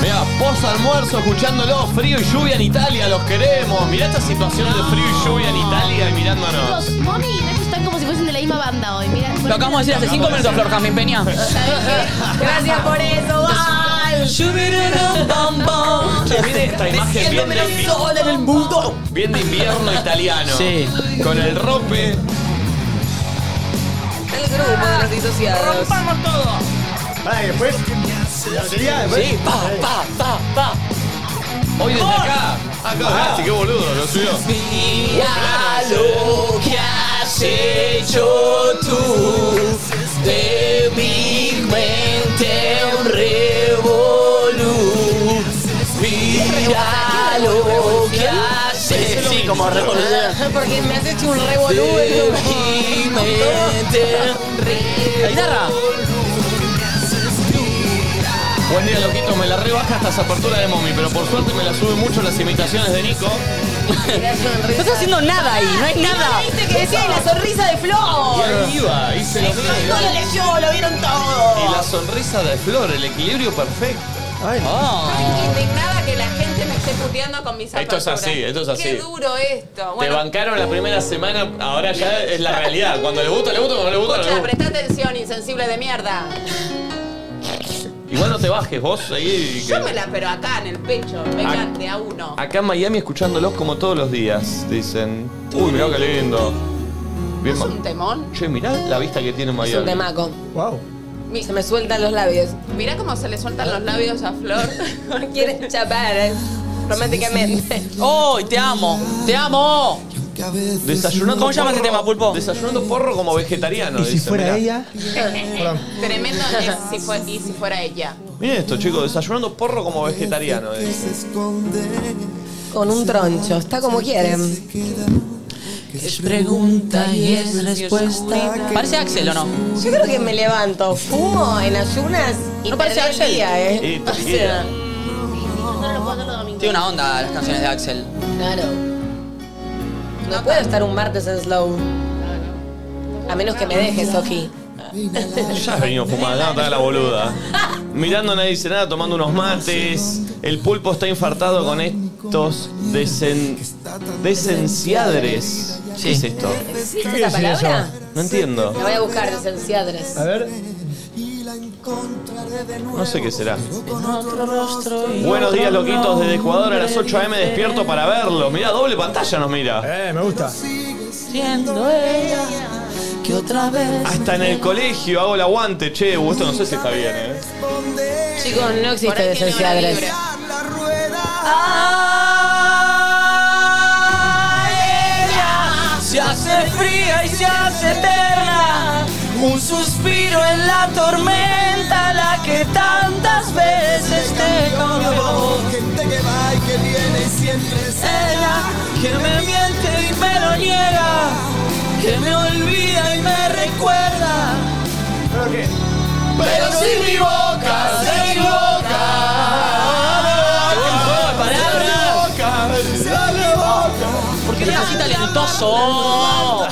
Speaker 1: Mira, post almuerzo escuchándolo, frío y lluvia en Italia, los queremos. Mirá esta situación de frío y lluvia en Italia y mirándonos.
Speaker 4: Chicos, Moni y Nacho están como si fuesen de la misma banda hoy. Mira,
Speaker 5: Lo acabamos de decir hace cinco minutos, Flor Jamín Peña.
Speaker 2: Gracias por eso. Bye.
Speaker 1: Che, Miren esta imagen bien de, invi-
Speaker 5: en el mundo.
Speaker 1: bien de invierno italiano.
Speaker 5: Sí.
Speaker 1: Con el rope.
Speaker 6: El grupo de los disociados.
Speaker 3: Pará, y después. La batería, después.
Speaker 5: Sí, pa, pa, pa, pa.
Speaker 1: Hoy desde acá. Acá, ah, sí, qué boludo, lo subió.
Speaker 5: Mira lo que has hecho tú de mi mente un revolú. Mira lo que has hecho. Sí, como revolú.
Speaker 2: Porque me has hecho un
Speaker 5: De
Speaker 2: revolú.
Speaker 5: mi mente un revolú. Guitarra.
Speaker 1: Buen día, loquito. Me la rebaja hasta esa apertura de Mommy, pero por suerte me la sube mucho las imitaciones de Nico.
Speaker 5: No estás haciendo nada ahí, no hay nada.
Speaker 2: ¿Viste que decía y la sonrisa de
Speaker 1: Y
Speaker 2: Flor?
Speaker 1: ahí iba, hice lo mío.
Speaker 2: lo leyó, lo vieron
Speaker 1: Y
Speaker 2: todo.
Speaker 1: la sonrisa de Flor, el equilibrio perfecto.
Speaker 6: Indignada que la gente me esté puteando con mis
Speaker 1: Esto es
Speaker 6: aperturas.
Speaker 1: así, esto es así.
Speaker 6: Qué duro esto.
Speaker 1: Te
Speaker 6: Bueno,
Speaker 1: bancaron la primera semana, ahora ya es la realidad. Cuando le gusta, le gusta, cuando no le gusta, no le
Speaker 6: escucha,
Speaker 1: gusta.
Speaker 6: presta atención, insensible de mierda.
Speaker 1: Igual no te bajes, vos seguí. que-
Speaker 6: Yo me la pero acá en el pecho,
Speaker 1: Ah.
Speaker 6: vengan de a uno.
Speaker 1: Acá en Miami escuchándolos como todos los días, dicen. Uy, mirá qué lindo. Bien,
Speaker 6: ¿Es
Speaker 1: ma-
Speaker 6: un temón?
Speaker 1: che, mirá la vista que tiene Miami.
Speaker 2: Es un temaco.
Speaker 3: Wow.
Speaker 6: Mi-
Speaker 2: Se me sueltan los labios.
Speaker 6: Mirá cómo se le sueltan los labios a
Speaker 1: *laughs*
Speaker 6: Flor. *laughs*
Speaker 2: Quieren chapar, eh, románticamente.
Speaker 5: ¡Oh, te amo! ¡Te amo!
Speaker 1: Desayunando
Speaker 5: ¿Cómo llama ese
Speaker 1: porro-
Speaker 5: tema, Pulpo?
Speaker 1: Desayunando porro como vegetariano.
Speaker 3: Y si
Speaker 1: dicen,
Speaker 3: fuera
Speaker 1: mirá.
Speaker 3: ella. Perdón.
Speaker 6: Tremendo es si fue- y si fuera ella.
Speaker 1: Miren esto, chicos, desayunando porro como vegetariano. dicen.
Speaker 2: Con un troncho, está como quieren.
Speaker 5: Es pregunta y es respuesta. Parece Axel o no?
Speaker 2: Yo creo que me levanto, fumo en ayunas y
Speaker 5: No parece
Speaker 2: perder el
Speaker 5: Axel.
Speaker 2: día, ¿eh? *laughs*
Speaker 1: Y te liquida.
Speaker 4: No lo puedo hacer los domingos.
Speaker 5: Tiene una onda las canciones de Axel.
Speaker 2: Claro. No puedo estar un martes en slow. A menos que me dejes,
Speaker 6: *laughs*
Speaker 2: Sofi.
Speaker 1: Ya has venido fumada, no te hagas la boluda. Mirando nadie dice nada, tomando unos mates. El pulpo está infartado con, es- Estos desen, desenciadres.
Speaker 5: Sí.
Speaker 1: ¿Qué es esto?
Speaker 2: ¿Existe
Speaker 3: quiere
Speaker 2: esa
Speaker 3: decir
Speaker 2: palabra?
Speaker 1: No entiendo.
Speaker 2: La voy a buscar, desenciadres.
Speaker 3: A ver.
Speaker 1: No sé qué será. Buenos días, loquitos. Desde Ecuador a las 8 a.m. despierto para verlos. Mirá, doble pantalla nos mira.
Speaker 3: Eh, me gusta.
Speaker 5: Siendo ella que otra vez.
Speaker 1: Hasta en el colegio hago el aguante, che. uh, Esto no sé si está bien, ¿eh?
Speaker 2: Chicos, no
Speaker 6: Por
Speaker 2: existe
Speaker 6: ahí tiene hora
Speaker 2: desenciadres.
Speaker 6: libre.
Speaker 5: Se hace fría y se hace eterna. Un suspiro en la tormenta, la que tantas veces te comió. Ella que me miente y me lo niega, que me olvida y me recuerda. Pero si mi boca se equivoca. Palabras. ¿Por qué eres así talentoso?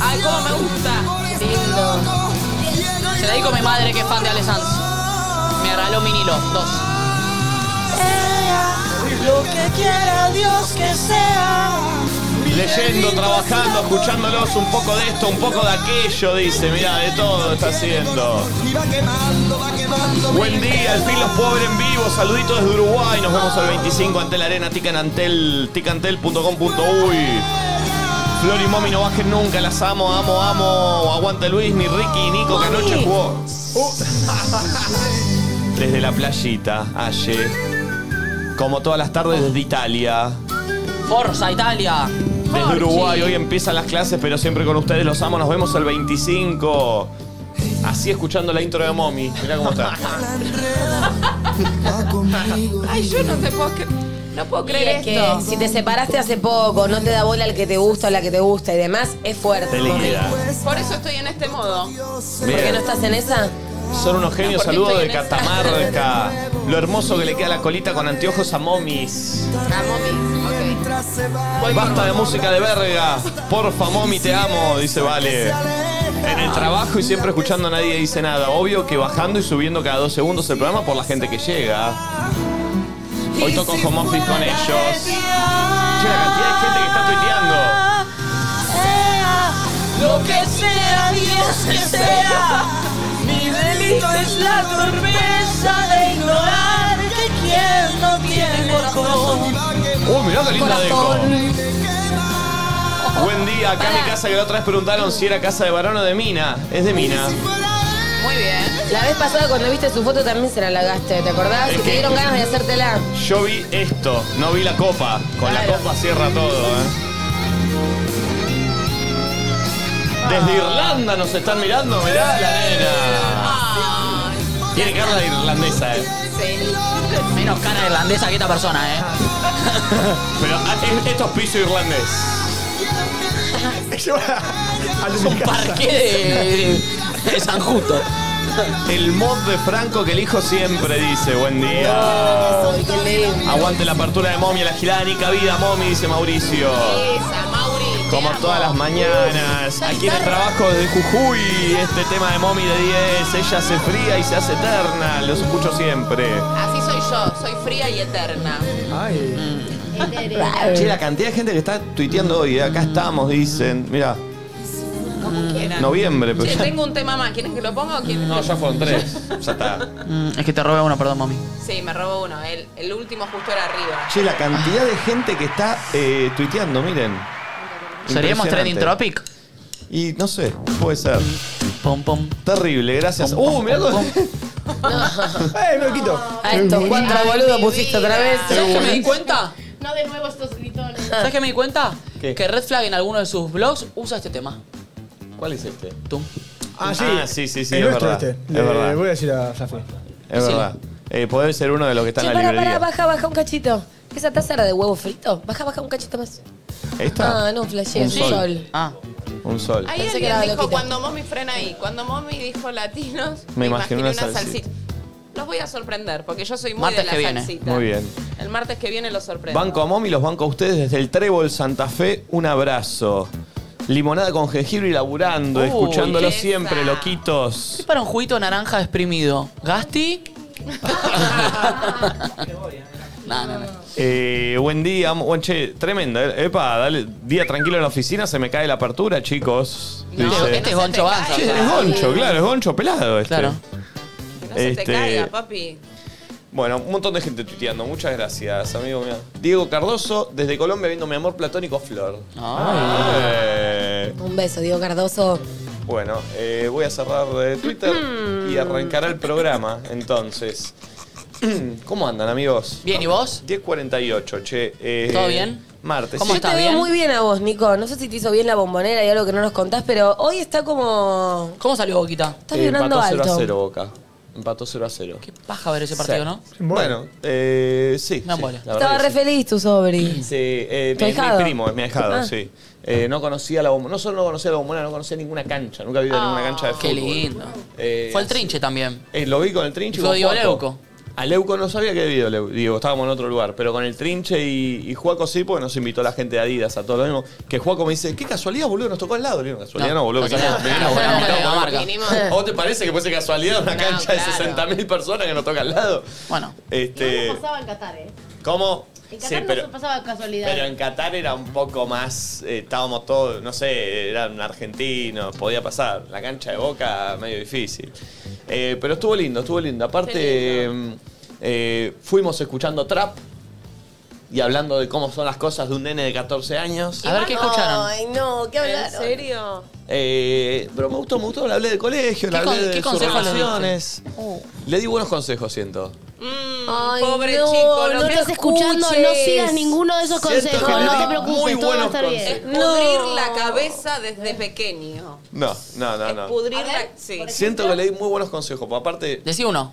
Speaker 6: Ay, cómo me gusta.
Speaker 5: Se la digo a mi madre que es fan de Ale Sanz. Me regaló un vinilo, dos. Lo que quiera Dios que sea.
Speaker 1: Leyendo, trabajando, escuchándolos un poco de esto, un poco de aquello, dice. Mirá, de todo está haciendo. Buen día, al fin los pobres en vivo. Saluditos desde Uruguay. Nos vemos el 25 ante la arena, ticanantel, ticantel.com.uy. Flor y Momi no bajen nunca, las amo, amo, amo. Aguante Luis, ni Ricky, Nico, que anoche jugó. *laughs* Desde la playita, Aye. Como todas las tardes desde Italia.
Speaker 5: Forza Italia.
Speaker 1: Desde Uruguay, hoy empiezan las clases, pero siempre con ustedes los amo. Nos vemos el 25. Así escuchando la intro de Momi. Mirá cómo está.
Speaker 6: *laughs* Ay, yo no te puedo cre- No puedo
Speaker 2: Y es
Speaker 6: creer
Speaker 2: que
Speaker 6: esto.
Speaker 2: si te separaste hace poco, no te da bola al que te gusta o la que te gusta y demás, es fuerte.
Speaker 1: Te liquida.
Speaker 6: Por eso estoy en este modo.
Speaker 2: ¿Por qué
Speaker 1: Bien.
Speaker 2: no estás en esa?
Speaker 1: Son unos genios.
Speaker 6: Porque
Speaker 1: Saludos
Speaker 6: estoy
Speaker 1: de
Speaker 6: en esa. *laughs*
Speaker 1: Catamarca. Lo hermoso que le queda la colita con anteojos a Momis.
Speaker 6: Amo mis. ok.
Speaker 1: Basta de música de verga. Porfa, Momi, te amo, dice Vale. En el trabajo y siempre escuchando a nadie dice nada. Obvio que bajando y subiendo cada dos segundos el programa por la gente que llega. Hoy toco home office con ellos. Che, la cantidad de gente que está tuiteando.
Speaker 5: Lo que sea Dios que sea. Mi delito es la torpeza de ignorar que quien no tiene corazón.
Speaker 1: Uy, Oh, mirá qué linda deco. Buen día, acá en mi
Speaker 6: Pará.
Speaker 1: casa que la otra vez preguntaron si era casa de varón o de mina. Es de mina.
Speaker 6: Muy bien.
Speaker 2: La vez pasada cuando viste su foto también se la halagaste, ¿te acordás?
Speaker 1: Es
Speaker 2: Y
Speaker 1: que-
Speaker 2: te dieron ganas de hacértela.
Speaker 1: Yo vi esto, no vi la copa. Con la
Speaker 2: Claro.
Speaker 1: copa cierra todo, ¿eh? Desde Irlanda nos están mirando, mirá la nena.
Speaker 5: Ah,
Speaker 6: Ay,
Speaker 1: Tiene cara de irlandesa, eh.
Speaker 6: sí.
Speaker 5: Menos cara irlandesa que esta persona, ¿eh?
Speaker 1: Pero ah, es- esto es piso irlandés.
Speaker 3: Antes
Speaker 5: Es un parque de, de- de San Justo.
Speaker 1: El mod de Franco que elijo siempre dice, buen día.
Speaker 2: Ay, qué lindo.
Speaker 1: Aguante la apertura de Momi, la gilada ni cabida, Momi, dice Mauricio.
Speaker 6: Esa, Mauri. te
Speaker 1: Como
Speaker 6: amo.
Speaker 1: todas las mañanas, aquí en el trabajo de Jujuy, este tema de Momi de 10, ella se fría y se hace eterna, los escucho siempre.
Speaker 6: Así soy yo, soy fría y eterna. Mm.
Speaker 3: Ay.
Speaker 1: Che, la cantidad de gente que está tuiteando hoy, eh, acá estamos, dicen, mira,
Speaker 6: Como quieran.
Speaker 1: noviembre, pero
Speaker 6: Che,
Speaker 1: ya,
Speaker 6: tengo un tema más. ¿Quieren que lo ponga o quieren?
Speaker 1: no, ya fueron tres, ya está.
Speaker 5: Mm, es que te robé uno, perdón, mami.
Speaker 6: Sí, me robó uno. El, el último justo era arriba.
Speaker 1: Che, la cantidad de gente que está eh, tuiteando, miren.
Speaker 5: Ah. ¿Seríamos
Speaker 1: Impresionante.
Speaker 5: trending topic?
Speaker 1: Y no sé, puede ser.
Speaker 5: Pom, pom.
Speaker 1: Terrible, gracias.
Speaker 5: Oh,
Speaker 1: Uh, mirá *laughs* todo.
Speaker 3: ¡Ey, me lo quito!
Speaker 2: A estos cuatro
Speaker 6: Ay,
Speaker 2: boludos
Speaker 6: mi
Speaker 2: pusiste otra vez.
Speaker 6: vida.
Speaker 5: ¿Sabes qué me di cuenta?
Speaker 4: No de nuevo estos gritones.
Speaker 5: ¿Sabes qué me di cuenta?
Speaker 1: ¿Qué?
Speaker 5: Que Red Flag en alguno de sus blogs usa este tema.
Speaker 1: ¿Cuál es este?
Speaker 5: Tú.
Speaker 3: Ah, sí.
Speaker 1: Ah, sí, sí, sí,
Speaker 3: El
Speaker 1: es
Speaker 3: nuestro,
Speaker 1: verdad,
Speaker 3: este.
Speaker 1: es
Speaker 3: Le
Speaker 1: verdad.
Speaker 3: voy a decir a Safi.
Speaker 1: Es
Speaker 5: Sí.
Speaker 1: verdad. Eh, puede ser uno de los que está
Speaker 2: Che,
Speaker 1: en la
Speaker 2: pará,
Speaker 1: librería.
Speaker 2: pará, baja, baja un cachito. ¿Esa taza era de huevo frito? Baja, baja un cachito más.
Speaker 1: ¿Esta?
Speaker 2: Ah, no, flashé,
Speaker 1: Un
Speaker 2: un
Speaker 1: sol.
Speaker 2: sol.
Speaker 5: Ah.
Speaker 1: Un sol.
Speaker 6: Ahí
Speaker 2: Pensé que
Speaker 6: alguien
Speaker 2: era
Speaker 6: dijo
Speaker 2: loquita.
Speaker 6: cuando Mommy frena ahí. Cuando Mommy dijo latinos,
Speaker 1: Me imaginé una salsita.
Speaker 6: Los voy a sorprender porque yo soy muy
Speaker 5: Martes
Speaker 6: de la
Speaker 5: que viene.
Speaker 6: salsita.
Speaker 1: Muy bien.
Speaker 6: El martes que viene los sorprendo.
Speaker 1: Banco a Momi, los banco a ustedes desde el Trébol Santa Fe. Un abrazo. Limonada con jengibre y laburando,
Speaker 5: Uy,
Speaker 1: escuchándolo
Speaker 6: esa.
Speaker 1: siempre, loquitos. *laughs*
Speaker 5: Es para un juguito de naranja exprimido. ¿Gasti?
Speaker 6: No, no, no.
Speaker 1: Eh, buen día, mo- buen che, tremenda. eh. Epa, dale, día tranquilo en la oficina, se me cae la apertura, chicos.
Speaker 6: No,
Speaker 5: este
Speaker 1: Dice.
Speaker 5: es
Speaker 6: no se
Speaker 5: Goncho
Speaker 6: te
Speaker 5: Banza,
Speaker 6: caiga.
Speaker 5: o
Speaker 1: Che, es goncho, claro, es goncho pelado este.
Speaker 5: Claro.
Speaker 6: Que No se
Speaker 1: Este-
Speaker 6: te caiga, papi.
Speaker 1: Bueno, un montón de gente tuiteando. Muchas gracias, amigo mío. Diego Cardoso, desde Colombia, viendo mi amor platónico Flor. Eh,
Speaker 2: Un beso, Diego Cardoso.
Speaker 1: bueno, eh, voy a cerrar eh, Twitter
Speaker 2: Hmm.
Speaker 1: y arrancará el programa, entonces. *clears throat* ¿Cómo andan, amigos?
Speaker 5: Bien, ¿y vos?
Speaker 1: 10.48, che. eh,
Speaker 5: ¿Todo bien?
Speaker 1: Martes.
Speaker 5: ¿Cómo
Speaker 1: Sí,
Speaker 2: Yo
Speaker 5: estás?
Speaker 2: te veo
Speaker 5: bien?
Speaker 2: muy bien a vos, Nico. No sé si te hizo bien la bombonera y algo que no nos contás, pero hoy está como.
Speaker 5: ¿Cómo salió Boquita?
Speaker 2: Estás
Speaker 1: eh,
Speaker 2: vibrando
Speaker 1: empató 0 a
Speaker 2: alto.
Speaker 1: 0 Boca. Empató 0 a 0.
Speaker 5: Qué paja ver ese partido, ¿no?
Speaker 1: Bueno, eh, sí.
Speaker 5: Una
Speaker 1: sí,
Speaker 5: bola.
Speaker 1: la verdad
Speaker 2: Estaba
Speaker 1: que
Speaker 2: re
Speaker 1: sí.
Speaker 2: feliz tu sobri.
Speaker 1: Sí, eh,
Speaker 2: ¿Tu
Speaker 1: es mi
Speaker 2: ahijado?
Speaker 1: primo, es mi ahijado,
Speaker 2: Ah.
Speaker 1: sí. Eh, no conocía la bombonera, no solo no conocía la bombonera, no conocía ninguna cancha, nunca había ido a ninguna cancha de
Speaker 5: Ah, Qué
Speaker 1: fútbol.
Speaker 5: lindo.
Speaker 1: Eh,
Speaker 5: Fue el
Speaker 1: así-
Speaker 5: trinche también.
Speaker 1: Eh, lo vi con el trinche. y
Speaker 5: Yo
Speaker 1: con
Speaker 5: digo
Speaker 1: Juaco.
Speaker 5: Leuco.
Speaker 1: A Leuco no sabía que había ido, Leu- digo, estábamos en otro lugar, pero con el trinche y, y Juaco sí, porque nos invitó la gente de Adidas a todo lo mismo. Que Juaco me dice, qué casualidad, boludo, nos tocó al lado. Le digo, casualidad no, boludo,
Speaker 5: casualidad.
Speaker 1: vinimos- vinimos a
Speaker 5: Casualidad,
Speaker 1: la mitad,
Speaker 5: no,
Speaker 1: boludo".
Speaker 5: marca.
Speaker 1: *laughs*
Speaker 6: Vinimos.
Speaker 1: ¿A ¿Vos te parece que fuese casualidad una
Speaker 6: No,
Speaker 1: cancha
Speaker 6: claro.
Speaker 1: de 60.000 personas que nos toca al lado?
Speaker 5: Bueno.
Speaker 1: Este,
Speaker 4: Igual no pasaba en Qatar, ¿eh?
Speaker 1: ¿Cómo?
Speaker 4: En
Speaker 1: Sí,
Speaker 4: Qatar no
Speaker 1: pero-
Speaker 4: se pasaba casualidad.
Speaker 1: Pero en Qatar era un poco más. eh, estábamos todos, no sé, eran argentinos, podía pasar. La cancha de boca, medio difícil. Eh, pero estuvo lindo, estuvo lindo. Aparte,
Speaker 6: Qué
Speaker 1: eh, fuimos escuchando trap y hablando de cómo son las cosas de un nene de 14 años.
Speaker 5: A ver qué escucharon.
Speaker 2: Ay, no, ¿qué
Speaker 6: ¿En
Speaker 2: hablaron?
Speaker 6: serio?
Speaker 1: Eh, pero me gustó, me gustó. Le hablé del colegio, le
Speaker 5: ¿Qué
Speaker 1: hablé
Speaker 5: con-
Speaker 1: de
Speaker 5: qué
Speaker 1: sus
Speaker 5: consejos le diste?
Speaker 1: relaciones. Le di buenos consejos, siento.
Speaker 6: Mm,
Speaker 2: Ay,
Speaker 6: pobre
Speaker 2: no,
Speaker 6: chico, lo
Speaker 2: no
Speaker 6: que
Speaker 2: te
Speaker 6: es
Speaker 4: estás escuchando, no
Speaker 2: escuches.
Speaker 4: sigas ninguno de esos
Speaker 1: Siento que
Speaker 4: consejos,
Speaker 1: le
Speaker 4: no
Speaker 1: di
Speaker 4: te
Speaker 1: muy
Speaker 4: preocupes, todo va a
Speaker 1: buenos
Speaker 4: estar
Speaker 6: es
Speaker 4: bien.
Speaker 6: pudrir
Speaker 2: No.
Speaker 6: la cabeza desde pequeño.
Speaker 1: No, no, no, no.
Speaker 6: Es pudrir
Speaker 4: A ver,
Speaker 6: la... Sí.
Speaker 4: por ejemplo.
Speaker 1: Ah. Siento que le di muy buenos consejos. porque Aparte,
Speaker 5: Decí uno.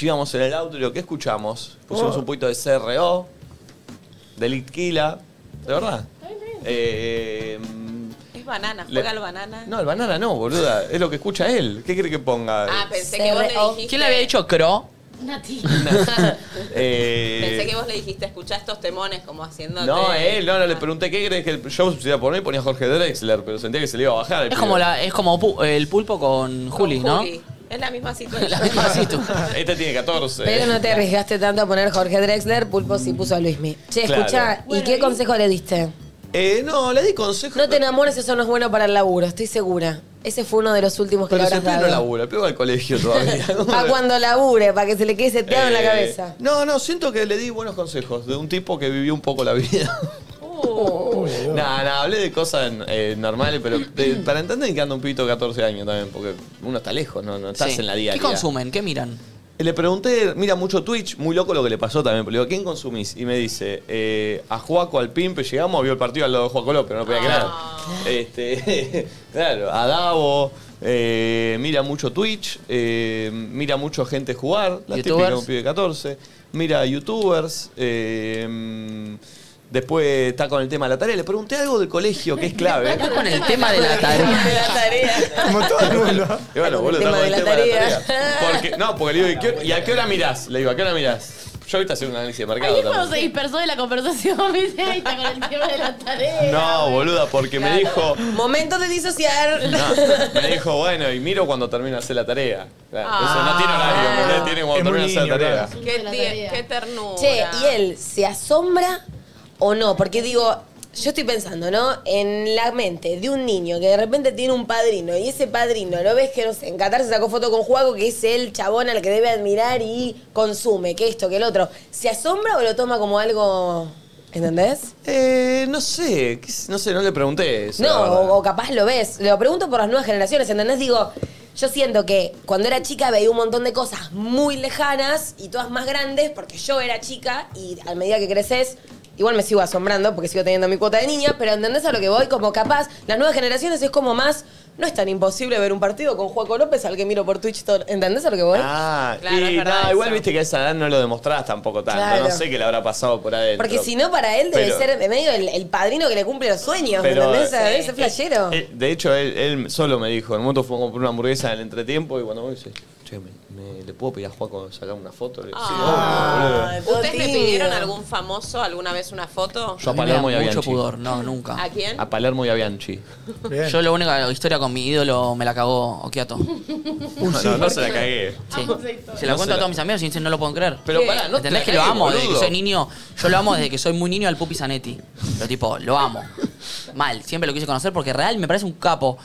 Speaker 1: Llegamos en el auto y lo que escuchamos, pusimos un poquito de CRO, de Litquila, de verdad. Eh,
Speaker 6: Es banana,
Speaker 1: Le-
Speaker 6: juega al banana.
Speaker 1: no, el banana no, boluda, es lo que escucha él. ¿Qué cree que ponga?
Speaker 6: Ah, pensé que vos le
Speaker 2: CRO.
Speaker 6: dijiste...
Speaker 5: ¿Quién le había dicho Cro?
Speaker 1: *laughs*
Speaker 4: Nati.
Speaker 1: Eh,
Speaker 6: Pensé que vos le dijiste, escuchá estos temones como haciendo.
Speaker 1: No, él, no, no, le pregunté qué crees que el show se iba a poner y ponía Jorge Drexler, pero sentía que se le iba a bajar. el
Speaker 5: Es como,
Speaker 1: pibe.
Speaker 5: la, es como pu- el pulpo con Juli, ¿no? *laughs*
Speaker 6: Es la misma situación.
Speaker 5: La misma situación.
Speaker 1: Este tiene 14.
Speaker 2: Pero no te arriesgaste tanto a poner Jorge Drexler, Pulpo sí puso a Luismi. Che,
Speaker 1: Claro.
Speaker 2: escucha, ¿y qué consejo le diste?
Speaker 1: Eh, no, le di consejos.
Speaker 2: No te enamores, eso no es bueno para el laburo, estoy segura. Ese fue uno de los últimos que
Speaker 1: Pero
Speaker 2: le
Speaker 1: se
Speaker 2: habrás
Speaker 1: no
Speaker 2: dado.
Speaker 1: labura, el pibe va al colegio todavía. *laughs*
Speaker 2: Para cuando labure, para que se le quede seteado en la
Speaker 1: Eh,
Speaker 2: cabeza.
Speaker 1: No, no, siento que le di buenos consejos de un tipo que vivió un poco la vida.
Speaker 5: *laughs*
Speaker 2: Oh.
Speaker 1: No, no, hablé de cosas eh, normales, pero de- para entender que anda un pibito de 14 años también, porque uno está lejos, no, no estás
Speaker 5: Sí.
Speaker 1: en la diaria.
Speaker 5: ¿Qué consumen? ¿Qué
Speaker 1: *laughs*
Speaker 5: miran?
Speaker 1: Y Le pregunté, mira mucho Twitch, muy loco lo que le pasó también, pero le digo, ¿quién consumís? Y me dice, eh, a Juaco, al Pimpe, llegamos, vio el partido al lado de Juaco López, no lo podía
Speaker 5: Ah. *laughs*
Speaker 1: creer. Este, claro, a Davo, eh, mira mucho Twitch, eh, mira mucho gente jugar, la
Speaker 5: Youtubers.
Speaker 1: típica de un pibe de 14, mira youtubers, eh, después está con el tema de la tarea, le pregunté algo del colegio que
Speaker 2: *laughs*
Speaker 1: es clave.
Speaker 5: Está con el tema de la tarea.
Speaker 2: La tarea.
Speaker 8: Como todo el mundo.
Speaker 1: Y bueno,
Speaker 2: Con
Speaker 1: boludo,
Speaker 2: el tema
Speaker 1: estamos en
Speaker 2: de
Speaker 1: el
Speaker 2: la
Speaker 1: tema de la
Speaker 2: tarea.
Speaker 1: tarea. Porque, no, porque le digo, ¿y, qué- y a qué hora mirás? Le digo, ¿a qué hora mirás? Yo ahorita hacer un análisis de mercado
Speaker 4: Ahí cuando se
Speaker 1: también.
Speaker 4: dispersó de la conversación, viste, ahí está con el tema de la tarea.
Speaker 1: No,
Speaker 4: güey.
Speaker 1: boluda, porque
Speaker 2: *laughs*
Speaker 1: me dijo.
Speaker 2: Momento de disociar.
Speaker 1: no, me dijo, bueno, y miro cuando termina de hacer la tarea. Claro, eso no tiene horario,
Speaker 2: Ah.
Speaker 1: no tiene cuando
Speaker 8: Es muy
Speaker 1: termina de hacer la
Speaker 8: niño,
Speaker 1: tarea.
Speaker 8: claro.
Speaker 6: Qué,
Speaker 4: De la
Speaker 6: tie-
Speaker 4: tarea.
Speaker 6: qué ternura.
Speaker 2: *laughs* Che, ¿y él se asombra o no? Porque digo, yo estoy pensando, ¿no? En la mente de un niño que de repente tiene un padrino y ese padrino lo ves que, no sé, en Qatar se sacó foto con Juaco, que es el chabón al que debe admirar y consume, que esto, que el otro. ¿Se asombra o lo toma como algo. ¿Entendés?
Speaker 1: Eh, no sé, qué sé- no sé, no le pregunté eso. la
Speaker 2: no,
Speaker 1: verdad.
Speaker 2: o, o capaz lo ves. Lo pregunto por las nuevas generaciones, ¿entendés? Digo. Yo siento que cuando era chica veía un montón de cosas muy lejanas y todas más grandes porque yo era chica y a medida que creces, igual me sigo asombrando porque sigo teniendo mi cuota de niña, pero ¿entendés a lo que voy? Como capaz, las nuevas generaciones es como más, no es tan imposible ver un partido con Juaco López al que miro por Twitch, todo- ¿entendés a lo que voy?
Speaker 1: Ah,
Speaker 6: Claro,
Speaker 1: y
Speaker 6: es verdad
Speaker 1: no,
Speaker 6: eso.
Speaker 1: igual viste que a esa edad no lo demostrás tampoco tanto.
Speaker 2: Claro.
Speaker 1: No sé qué le habrá pasado por adentro.
Speaker 2: porque si no, para él debe
Speaker 1: Pero-
Speaker 2: ser de medio el, el padrino que le cumple los sueños,
Speaker 1: Pero,
Speaker 2: ¿entendés?
Speaker 6: eh,
Speaker 2: Ese flashero.
Speaker 1: Eh, de hecho, él, él solo me dijo, en un momento fue a comprar una hamburguesa en el entretiempo y cuando me dice, che, me, me- ¿le puedo pedir a Juaco sacar una foto? Le digo, sí,
Speaker 5: Ah,
Speaker 1: obvio, boludo.
Speaker 2: Ay, todo
Speaker 6: ¿Ustedes le
Speaker 2: tímido.
Speaker 6: pidieron a algún famoso alguna vez una foto?
Speaker 1: Yo a
Speaker 5: mí me da
Speaker 1: Palermo y a
Speaker 5: mucho
Speaker 1: Bianchi.
Speaker 5: pudor, no,
Speaker 6: ¿A
Speaker 5: nunca.
Speaker 6: quién?
Speaker 1: A Palermo y a Bianchi.
Speaker 8: Bien.
Speaker 5: Yo la única historia con mi ídolo me la cagó Okiato.
Speaker 1: No, no, no se la cagué.
Speaker 5: Sí.
Speaker 4: Vamos a esto.
Speaker 5: Se la
Speaker 1: No
Speaker 5: cuento
Speaker 1: se la-
Speaker 5: a todos mis amigos y dicen, no lo puedo creer.
Speaker 1: Pero pará, no te
Speaker 5: ¿Entendés
Speaker 1: la
Speaker 5: que lo
Speaker 1: cagues,
Speaker 5: amo desde que
Speaker 1: boludo.
Speaker 5: soy niño? Yo lo amo desde que soy muy niño al Pupi Zanetti. Pero tipo, lo amo. Mal, siempre lo quise conocer porque real me parece un capo.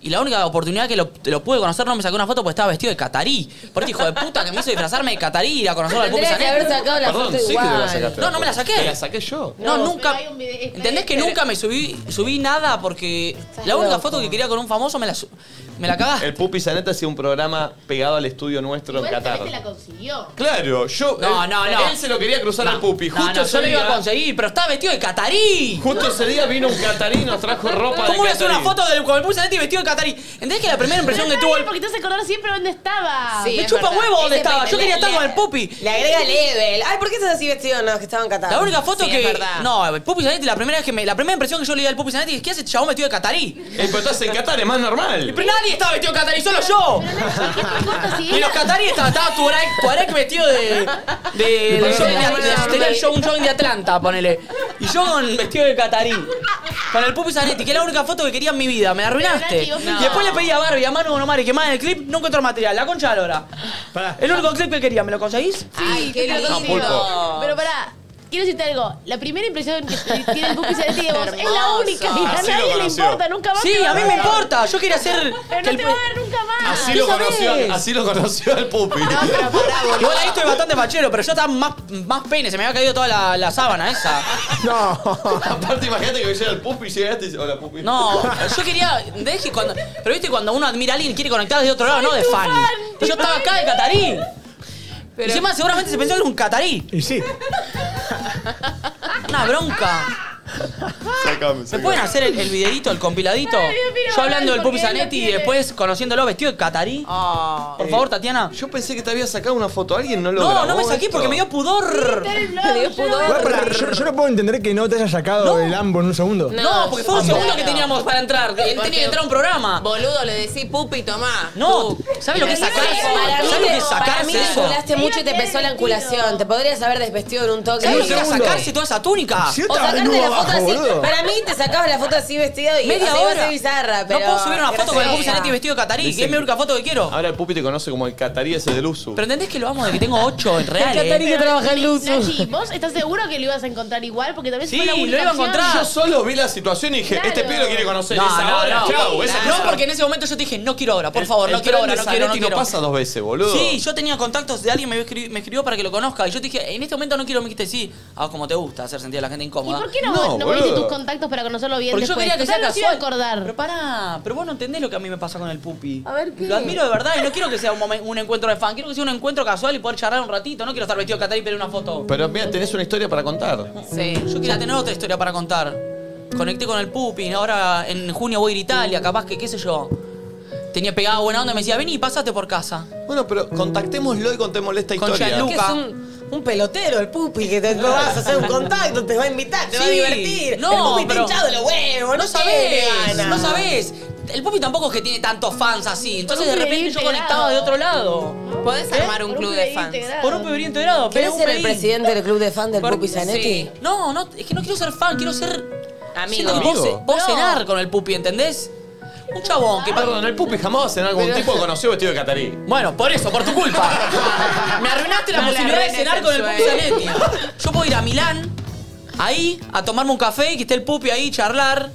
Speaker 5: Y la única oportunidad que lo, lo pude conocer no me sacó una foto porque estaba vestido de catarí. Por este hijo de puta que me hizo disfrazarme de catarí y ir a conocerlo al Pupi
Speaker 2: Tendría que haber
Speaker 5: Zanetti.
Speaker 2: sacado la
Speaker 1: Perdón,
Speaker 2: foto
Speaker 1: sí que te la
Speaker 2: igual.
Speaker 1: sacaste.
Speaker 5: No, no me la saqué.
Speaker 1: Te la saqué yo.
Speaker 5: No,
Speaker 4: No,
Speaker 5: nunca.
Speaker 4: pero hay un video- está
Speaker 5: ¿Entendés que
Speaker 4: este-
Speaker 5: nunca me subí subí nada porque la única
Speaker 2: loco.
Speaker 5: foto que quería con un famoso me la, su- me la cagaste?
Speaker 1: El Pupi Zaneta hacía un programa pegado al estudio nuestro en
Speaker 4: Igual
Speaker 1: Qatar.
Speaker 4: la consiguió.
Speaker 1: Claro, yo.
Speaker 5: No,
Speaker 1: él-
Speaker 5: no, no.
Speaker 1: Él se lo quería cruzar al
Speaker 5: No,
Speaker 1: Pupi.
Speaker 5: no,
Speaker 1: Justo
Speaker 5: no,
Speaker 1: ese
Speaker 5: yo lo iba
Speaker 1: día-
Speaker 5: a conseguir, pero estaba vestido de catarí.
Speaker 1: Justo ese día vino un catarí, nos trajo ropa de
Speaker 5: ¿Cómo voy a hacer una
Speaker 1: catarí.
Speaker 5: foto del, con el Pupi Zanetti vestido de catarí? ¿Entendés que la primera impresión que
Speaker 4: Pero
Speaker 5: tuvo el...
Speaker 4: está *laughs* bien, Porque te hace acordar siempre dónde estaba.
Speaker 6: Sí.
Speaker 5: Me
Speaker 6: es
Speaker 5: chupa
Speaker 6: verdad.
Speaker 5: huevo dónde
Speaker 2: Ese
Speaker 5: estaba.
Speaker 2: pe-
Speaker 5: Yo quería
Speaker 2: le-
Speaker 5: estar con el
Speaker 2: le-
Speaker 5: Pupi.
Speaker 2: Le agrega ah, level. Ay, ¿por qué estás así vestido? No, que estaban catados.
Speaker 5: La única foto
Speaker 6: Sí, es
Speaker 5: que...
Speaker 6: verdad.
Speaker 5: No, el Pupi Zanetti, la primera, vez que me, la primera impresión que yo le di al Pupi Zanetti es ¿qué hace este chabón vestido de catarí?
Speaker 1: Eh, pero estás en Qatar, es más normal.
Speaker 5: Pero nadie estaba vestido de catarí, solo yo.
Speaker 4: Pero no, ¿por qué te importa si
Speaker 5: Y los
Speaker 4: era-
Speaker 5: cataríes estaba, estaba Tuareg, Tuareg vestido de. de. de. de- de- tenía el show, un show de Atlanta, ponele. Y yo con vestido de catarí. Con el Pupi Zanetti, que es la única foto que quería en mi vida, me la arruinaste.
Speaker 4: Pero, Nati, vos
Speaker 5: Y después le pedí a Barbie, a Manu Bonomari que más en el clip, no encontró material, la concha de la lora.
Speaker 9: Pará.
Speaker 5: El único clip que quería, ¿me lo conseguís?
Speaker 6: Ay, qué
Speaker 4: pero
Speaker 6: lindo.
Speaker 4: no,
Speaker 6: Pulpo.
Speaker 4: Pero pará, quiero decirte algo. La primera impresión que tiene el Pupi Zanetti de vos es la
Speaker 6: Hermoso.
Speaker 4: única. Y a
Speaker 1: Así lo
Speaker 4: nadie le
Speaker 1: conoció.
Speaker 4: importa, nunca más.
Speaker 5: Sí,
Speaker 4: te va
Speaker 5: a mí
Speaker 4: ver.
Speaker 5: me importa, yo quería hacer.
Speaker 4: Pero
Speaker 5: que
Speaker 4: no
Speaker 5: el
Speaker 4: te
Speaker 5: pe-
Speaker 4: va a ver nunca más.
Speaker 1: Así lo,
Speaker 5: ¿Qué sabés?
Speaker 1: conoció, así lo conoció al Pupi. *laughs*
Speaker 5: Igual ahí estoy bastante fachero, pero ya está más, más pene, se me había caído toda la, la sábana esa.
Speaker 9: No.
Speaker 1: Aparte, imagínate que llega el Pupi y llegaste y dice: Hola, Pupi. *laughs*
Speaker 5: No, yo quería. Deje cuando. Pero viste, cuando uno admira a alguien, quiere conectar desde otro lado, no de fan. Yo estaba acá de catarí. Pero... Encima, seguramente se pensó que era un catarí.
Speaker 9: Y sí.
Speaker 5: Ah, Una bronca.
Speaker 1: Sacame,
Speaker 5: ¿Se
Speaker 1: sacame.
Speaker 5: pueden hacer el, el videito, el compiladito?
Speaker 4: Ay, Dios mío,
Speaker 5: Yo hablando del
Speaker 4: porque
Speaker 5: Pupi
Speaker 4: él lo
Speaker 5: Zanetti y
Speaker 4: tiene. Ah.
Speaker 5: después conociéndolo vestido de catarí.
Speaker 6: Oh.
Speaker 5: Por favor, Tatiana.
Speaker 1: Eh, Yo pensé que te había sacado una foto. ¿Alguien no lo
Speaker 5: No,
Speaker 1: grabó
Speaker 5: no me saqué
Speaker 1: esto?
Speaker 5: porque me dio pudor.
Speaker 4: Está el blog,
Speaker 2: Le dio
Speaker 4: yo
Speaker 2: pudor.
Speaker 4: no-
Speaker 9: Igual, pará, yo, yo no puedo entender que no te hayas sacado
Speaker 5: No.
Speaker 9: el ambo en un segundo.
Speaker 5: No, porque fue un segundo que teníamos para entrar. Él tenía que entrar a un programa.
Speaker 6: Boludo, le decís pupi, tomá.
Speaker 5: No, ¿sabes lo que es sacarse?
Speaker 2: Para mí,
Speaker 5: ¿Sabes lo que es
Speaker 2: para
Speaker 5: sacarse
Speaker 2: mí te
Speaker 5: eso?
Speaker 2: enculaste mucho y te pesó la enculación. Te podrías haber desvestido en un toque.
Speaker 5: ¿Sabes lo que
Speaker 9: Un
Speaker 5: era
Speaker 9: segundo.
Speaker 5: sacarse toda esa túnica?
Speaker 9: Sí,
Speaker 2: O sacarte
Speaker 9: desnudo
Speaker 2: la foto
Speaker 9: abajo,
Speaker 2: así.
Speaker 9: boludo.
Speaker 2: Para mí te sacabas la foto así vestido y
Speaker 5: Media
Speaker 2: o sea, iba a
Speaker 5: hora.
Speaker 2: ser bizarra, pero.
Speaker 5: no puedo subir una foto con el Pupi
Speaker 2: graciosa.
Speaker 5: Zanetti vestido de catarí, que es mi única foto que quiero.
Speaker 1: Ahora el Pupi te conoce como el catarí ese del uso.
Speaker 5: Pero entendés que lo amo de que tengo ocho en real.
Speaker 2: El catarí
Speaker 5: eh.
Speaker 2: que trabaja en Luz.
Speaker 4: Nachi, ¿vos estás seguro que lo ibas a encontrar igual? Porque también
Speaker 5: Sí,
Speaker 4: fue la
Speaker 5: lo
Speaker 4: única
Speaker 5: iba a
Speaker 4: opción.
Speaker 5: encontrar.
Speaker 1: Yo solo vi la situación y dije:
Speaker 4: Claro.
Speaker 1: Este pibe lo quiere conocer.
Speaker 5: No,
Speaker 1: es
Speaker 5: no,
Speaker 1: ahora,
Speaker 5: no.
Speaker 1: chau. es
Speaker 5: No,
Speaker 1: ahora.
Speaker 5: porque en ese momento yo te dije, no quiero ahora, por favor,
Speaker 1: El
Speaker 5: no quiero
Speaker 1: tren
Speaker 5: ahora,
Speaker 1: de
Speaker 5: no quiero, no
Speaker 1: Zanetti
Speaker 5: quiero.
Speaker 1: pasa dos veces, boludo.
Speaker 5: Sí, yo tenía contactos de alguien me había escribi- me escribió para que lo conozca. Y yo te dije, en este momento no quiero, me dijiste, sí, a vos como te gusta hacer sentir a la gente
Speaker 4: ¿Y
Speaker 5: incómoda.
Speaker 4: por qué no, no,
Speaker 1: No,
Speaker 4: me diste
Speaker 1: boludo.
Speaker 4: tus contactos para conocerlo bien
Speaker 5: Porque yo
Speaker 4: después?
Speaker 5: quería que sea
Speaker 4: Total, no se iba a
Speaker 5: casual. Pero
Speaker 4: acordar.
Speaker 5: pará, pero vos no entendés lo que a mí me pasa con el pupi.
Speaker 2: A ver, ¿qué?
Speaker 5: Lo admiro de verdad y no quiero que sea un, momen- un encuentro de fan. Quiero que sea un encuentro casual y poder charlar un ratito. No quiero estar vestido de catarí y pedir una foto.
Speaker 1: Pero mira, tenés una historia para contar.
Speaker 6: Sí.
Speaker 5: Yo quería tener otra historia para contar. Conecté con el Pupi, ahora en junio voy a ir a Italia, capaz que, qué sé yo. Tenía pegada buena onda y me decía, vení, pasate por casa.
Speaker 1: Bueno, pero contactémoslo y contémosle esta
Speaker 5: Con
Speaker 1: historia.
Speaker 5: Gianluca.
Speaker 2: Que es un, un pelotero el pupi que te
Speaker 5: *laughs*
Speaker 2: no vas a hacer un contacto, te va a invitar, Ah, te va a
Speaker 5: Sí.
Speaker 2: divertir.
Speaker 5: No,
Speaker 2: el pupi
Speaker 5: pero-
Speaker 2: está hinchado los huevos,
Speaker 5: No
Speaker 2: no sabés,
Speaker 5: sabés, no sabés. El Pupi tampoco es que tiene tantos fans así. Entonces de
Speaker 4: Por un
Speaker 5: repente yo
Speaker 4: pibito
Speaker 5: conectaba de
Speaker 4: integrado.
Speaker 5: otro lado. ¿Eh?
Speaker 6: Podés armar un
Speaker 4: Por
Speaker 6: club
Speaker 4: PBI
Speaker 6: de fans.
Speaker 4: integrado.
Speaker 5: Por un peberío integrado, pero
Speaker 2: ¿Querés
Speaker 5: un
Speaker 2: ser el
Speaker 5: PBI.
Speaker 2: presidente del club de fan del
Speaker 6: Por-
Speaker 2: pupi Zanetti?
Speaker 6: sí.
Speaker 5: No, no, es que no quiero ser fan, quiero ser
Speaker 6: Amigo.
Speaker 5: Siento que vos,
Speaker 1: Amigo.
Speaker 5: vos
Speaker 6: No.
Speaker 5: cenar con el pupi, ¿entendés? Un chabón que.
Speaker 1: Perdón, el Pupi jamás va a cenar con un tipo que conoció vestido de catarí.
Speaker 5: Bueno, por eso, por tu culpa. Me arruinaste la
Speaker 6: No le
Speaker 5: posibilidad de
Speaker 6: arruines
Speaker 5: cenar
Speaker 6: el
Speaker 5: con el pupi
Speaker 6: sueño.
Speaker 5: Zanetti. Yo puedo ir a Milán, ahí, a tomarme un café y que esté el pupi ahí, charlar.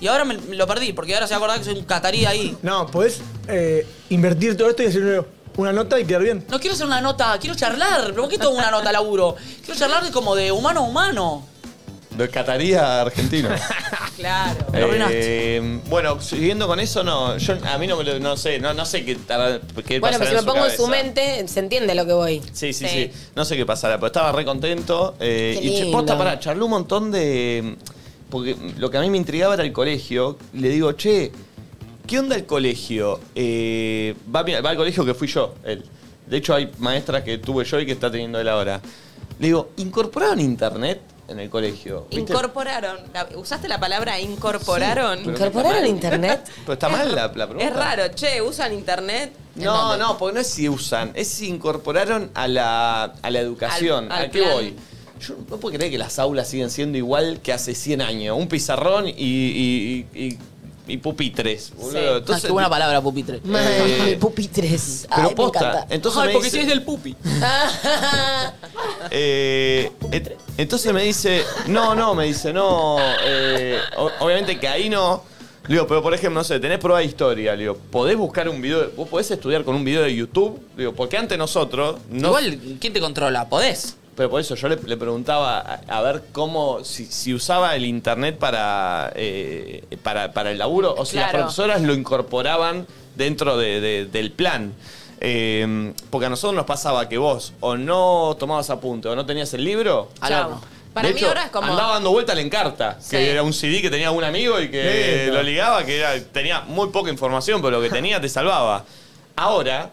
Speaker 5: Y ahora me me lo perdí, porque ahora se va a acordar que soy un catarí ahí.
Speaker 9: No, podés eh, invertir todo esto y hacer una nota y quedar bien.
Speaker 5: No quiero hacer una nota, quiero charlar. ¿Pero por qué toda una nota laburo? Quiero charlar de como de humano a *laughs* humano.
Speaker 1: De catarí a argentino.
Speaker 6: Claro.
Speaker 5: *laughs* Lo arruinaste.
Speaker 1: Eh, bueno, siguiendo con eso, no, yo a mí no me lo, no sé, no, no sé qué, tar- qué
Speaker 2: Bueno,
Speaker 1: pasará
Speaker 2: pero si me
Speaker 1: su
Speaker 2: pongo en su
Speaker 1: cabeza.
Speaker 2: mente, se entiende lo que voy.
Speaker 1: Sí, sí,
Speaker 6: Sí.
Speaker 1: sí, No sé qué pasará, pero estaba re contento. eh,
Speaker 2: Qué
Speaker 1: y che,
Speaker 2: lindo.
Speaker 1: posta, pará, charló un montón de. Porque lo que a mí me intrigaba era el colegio. y Le digo, che, ¿qué onda el colegio? Eh, va, a mi- va al colegio que fui yo, él. De hecho, hay maestras que tuve yo y que está teniendo él ahora. Le digo, ¿incorporaron internet en el colegio? ¿Viste?
Speaker 6: Incorporaron. La- ¿Usaste la palabra incorporaron?
Speaker 1: Sí, pero-
Speaker 2: ¿Incorporar al internet?
Speaker 1: *laughs* Pero está mal la, la pregunta.
Speaker 6: es raro, che, ¿usan internet?
Speaker 1: No, no, porque no es si usan, es si incorporaron a la, a la educación.
Speaker 6: Al- al
Speaker 1: ¿A qué
Speaker 6: plan.
Speaker 1: voy? Yo no puedo creer que las aulas siguen siendo igual que hace 100 años. Un pizarrón y, y- y- y y pupitres, boludo.
Speaker 2: Sí.
Speaker 1: Entonces,
Speaker 5: Ah, qué buena palabra, pupitre.
Speaker 2: Mal,
Speaker 5: *laughs*
Speaker 1: Eh,
Speaker 2: pupitres. Ay,
Speaker 1: Pero
Speaker 2: me
Speaker 1: posta.
Speaker 2: encanta.
Speaker 1: Entonces
Speaker 5: Ay,
Speaker 1: me
Speaker 5: porque
Speaker 1: dice-
Speaker 5: si es del pupi.
Speaker 1: Eh, et- entonces me dice, no, no, me dice, no. eh, o- obviamente que ahí no. Le digo, pero por ejemplo, no sé, tenés prueba de historia. Le digo, podés buscar un video, vos podés estudiar con un video de YouTube. Le digo, porque antes nosotros. No,
Speaker 5: Igual, ¿quién te controla? ¿Podés?
Speaker 1: Pero por eso yo le, le preguntaba a, a ver cómo, si, si usaba el internet para, eh, para, para el laburo o si las
Speaker 6: Claro.
Speaker 1: profesoras lo incorporaban dentro de- de- del plan. Eh, porque a nosotros nos pasaba que vos o no tomabas apunte o no tenías el libro.
Speaker 5: Al
Speaker 6: Chau.
Speaker 5: horno.
Speaker 6: Para
Speaker 1: de
Speaker 6: mí
Speaker 1: hecho,
Speaker 6: ahora es como.
Speaker 1: Andaba dando vuelta a la encarta,
Speaker 6: Sí.
Speaker 1: que era un CD que tenía un amigo y que
Speaker 9: Lindo.
Speaker 1: lo ligaba, que era- tenía muy poca información, pero lo que tenía te salvaba. Ahora,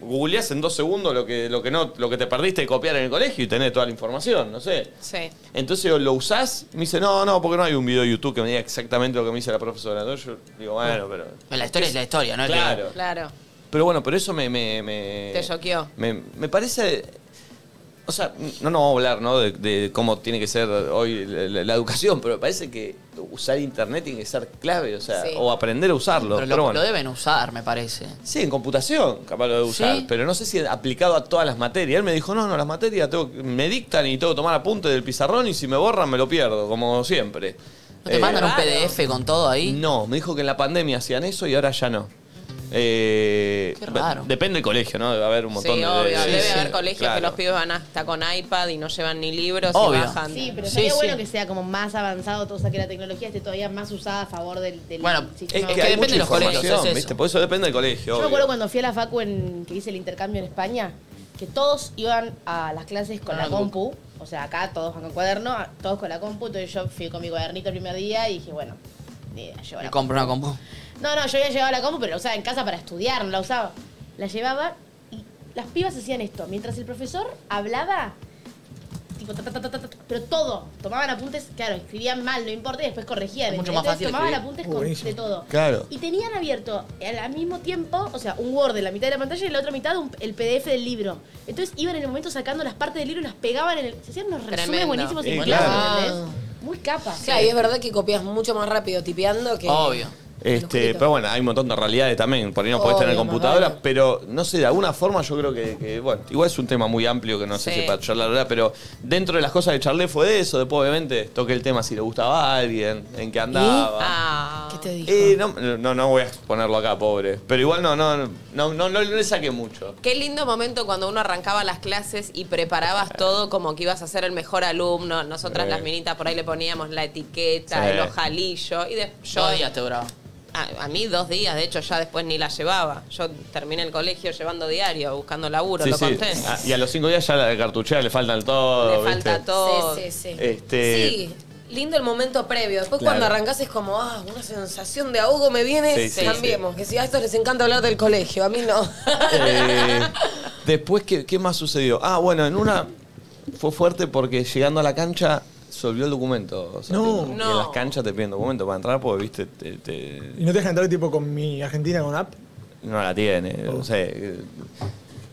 Speaker 1: googleás en dos segundos lo que, lo que, no, lo que te perdiste de copiar en el colegio y tenés toda la información, no sé.
Speaker 6: Sí.
Speaker 1: Entonces digo, lo usás, me dice, no, no, porque no hay un video de YouTube que me diga exactamente lo que me dice la profesora. Entonces yo digo, bueno, pero.
Speaker 5: La historia es la historia, ¿no?
Speaker 1: Claro.
Speaker 6: Claro.
Speaker 1: Pero bueno, pero eso me. me, me-
Speaker 6: Te choqueó.
Speaker 1: Me, me parece. O sea, no nos vamos a hablar, ¿no? De, de cómo tiene que ser hoy la, la- la educación, pero me parece que usar internet tiene que ser clave, o sea,
Speaker 6: Sí.
Speaker 1: o aprender a usarlo.
Speaker 5: Pero,
Speaker 1: Pero,
Speaker 5: lo,
Speaker 1: bueno.
Speaker 5: lo deben usar, me parece.
Speaker 1: Sí, en computación, capaz lo de usar,
Speaker 5: Sí.
Speaker 1: pero no sé si aplicado a todas las materias. Él me dijo, no, no, las materias tengo que- me dictan y tengo que tomar apunte del pizarrón y si me borran me lo pierdo, como siempre.
Speaker 5: ¿No te
Speaker 1: Eh,
Speaker 5: mandan un
Speaker 6: raro.
Speaker 5: PDF con todo ahí?
Speaker 1: no, me dijo que en la pandemia hacían eso y ahora ya no. Eh,
Speaker 5: Qué raro.
Speaker 1: be- Depende del colegio, ¿no? Debe haber un montón
Speaker 6: sí,
Speaker 1: de...
Speaker 6: obvio.
Speaker 1: de-
Speaker 6: Debe
Speaker 1: sí,
Speaker 6: haber colegios que
Speaker 1: claro.
Speaker 6: los pibes van hasta con iPad y no llevan ni libros
Speaker 5: Obvio.
Speaker 6: y bajan.
Speaker 4: Sí, pero
Speaker 5: Sí,
Speaker 4: sería
Speaker 5: sí.
Speaker 4: bueno que sea como más avanzado todo, o sea, que la tecnología esté todavía más usada a favor del, del
Speaker 5: Bueno,
Speaker 1: Es
Speaker 4: sistema.
Speaker 1: que,
Speaker 5: que
Speaker 1: hay
Speaker 5: depende
Speaker 1: mucha
Speaker 5: de los colegios,
Speaker 1: información,
Speaker 5: es eso.
Speaker 1: ¿viste? Por eso depende del colegio.
Speaker 4: Yo me
Speaker 1: obvio.
Speaker 4: acuerdo cuando fui a la facu en, que hice el intercambio en España, que todos iban a las clases
Speaker 5: Ah,
Speaker 4: con la compu. O sea, acá todos van con cuaderno, a- todos con la compu. Entonces yo fui con mi cuadernito el primer día y dije, bueno, ni idea, llevo la
Speaker 5: Me compro una compu.
Speaker 4: compu. No, no, yo había llevado la compu, pero la usaba en casa para estudiar, no la usaba. La llevaba y las pibas hacían esto. Mientras el profesor hablaba, tipo, ta, ta, ta, ta, ta, ta, pero todo. Tomaban apuntes, claro, escribían mal, no importa, y después corregían.
Speaker 5: Es mucho
Speaker 4: ¿entendés?
Speaker 5: más fácil
Speaker 4: Tomaban
Speaker 5: escribir.
Speaker 4: apuntes con- de todo.
Speaker 1: Claro.
Speaker 4: Y tenían abierto al al mismo tiempo, o sea, un Word en la mitad de la pantalla y en la otra mitad un- el PDF del libro. Entonces iban en el momento sacando las partes del libro y las pegaban en el. Se hacían unos resúmenes
Speaker 6: Tremendo.
Speaker 4: buenísimos
Speaker 1: Sí,
Speaker 4: en
Speaker 1: claro.
Speaker 4: clase, ¿entendés? Muy capas.
Speaker 2: Ah. Claro, y es verdad que copias mucho más rápido tipeando que.
Speaker 5: Obvio.
Speaker 1: Este, pero bueno, hay un montón de realidades también, por ahí no podés
Speaker 2: Obvio,
Speaker 1: tener
Speaker 2: más
Speaker 1: computadoras,
Speaker 2: vale.
Speaker 1: pero no sé, de alguna forma yo creo que, que, bueno, igual es un tema muy amplio que no sé
Speaker 6: Sí.
Speaker 1: si para charlar ahora, pero dentro de las cosas que charlé fue de eso, después obviamente toqué el tema si le gustaba a alguien, en qué andaba.
Speaker 6: Ah.
Speaker 2: ¿Qué te dijo?
Speaker 1: Eh, no, no, no voy a exponerlo acá, pobre. Pero igual no, no, no, no, no, no le saqué mucho.
Speaker 6: Qué lindo momento cuando uno arrancaba las clases y preparabas todo como que ibas a ser el mejor alumno. Nosotras
Speaker 1: Eh. Sí.
Speaker 6: las minitas por ahí le poníamos la etiqueta,
Speaker 1: Sí.
Speaker 6: el ojalillo. Y de- yo
Speaker 5: Yo días te duraba.
Speaker 6: a, a mí dos días, de hecho ya después ni la llevaba. Yo terminé el colegio llevando diario, buscando laburo,
Speaker 1: Sí,
Speaker 6: lo
Speaker 1: sí.
Speaker 6: conté.
Speaker 1: Ah, y a los cinco días ya la cartuchera le faltan todo.
Speaker 6: Le falta
Speaker 1: ¿viste?
Speaker 6: todo.
Speaker 2: Sí, sí, sí.
Speaker 1: Este-
Speaker 2: Sí, lindo el momento previo. Después
Speaker 1: Claro.
Speaker 2: cuando arrancás es como, ah, una sensación de ahogo me viene,
Speaker 1: Sí, sí,
Speaker 2: cambiemos. Que si a estos les encanta hablar del colegio, a mí no. *laughs*
Speaker 1: Eh, después, ¿qué, qué más sucedió? Ah, bueno, en una fue fuerte porque llegando a la cancha se olvidó el documento. o sea,
Speaker 9: No.
Speaker 1: tipo, y en
Speaker 6: No.
Speaker 1: las canchas te piden documento para entrar porque, viste, te- te-
Speaker 9: ¿Y no te dejan entrar tipo con mi Argentina con app?
Speaker 1: no la tiene, no sé.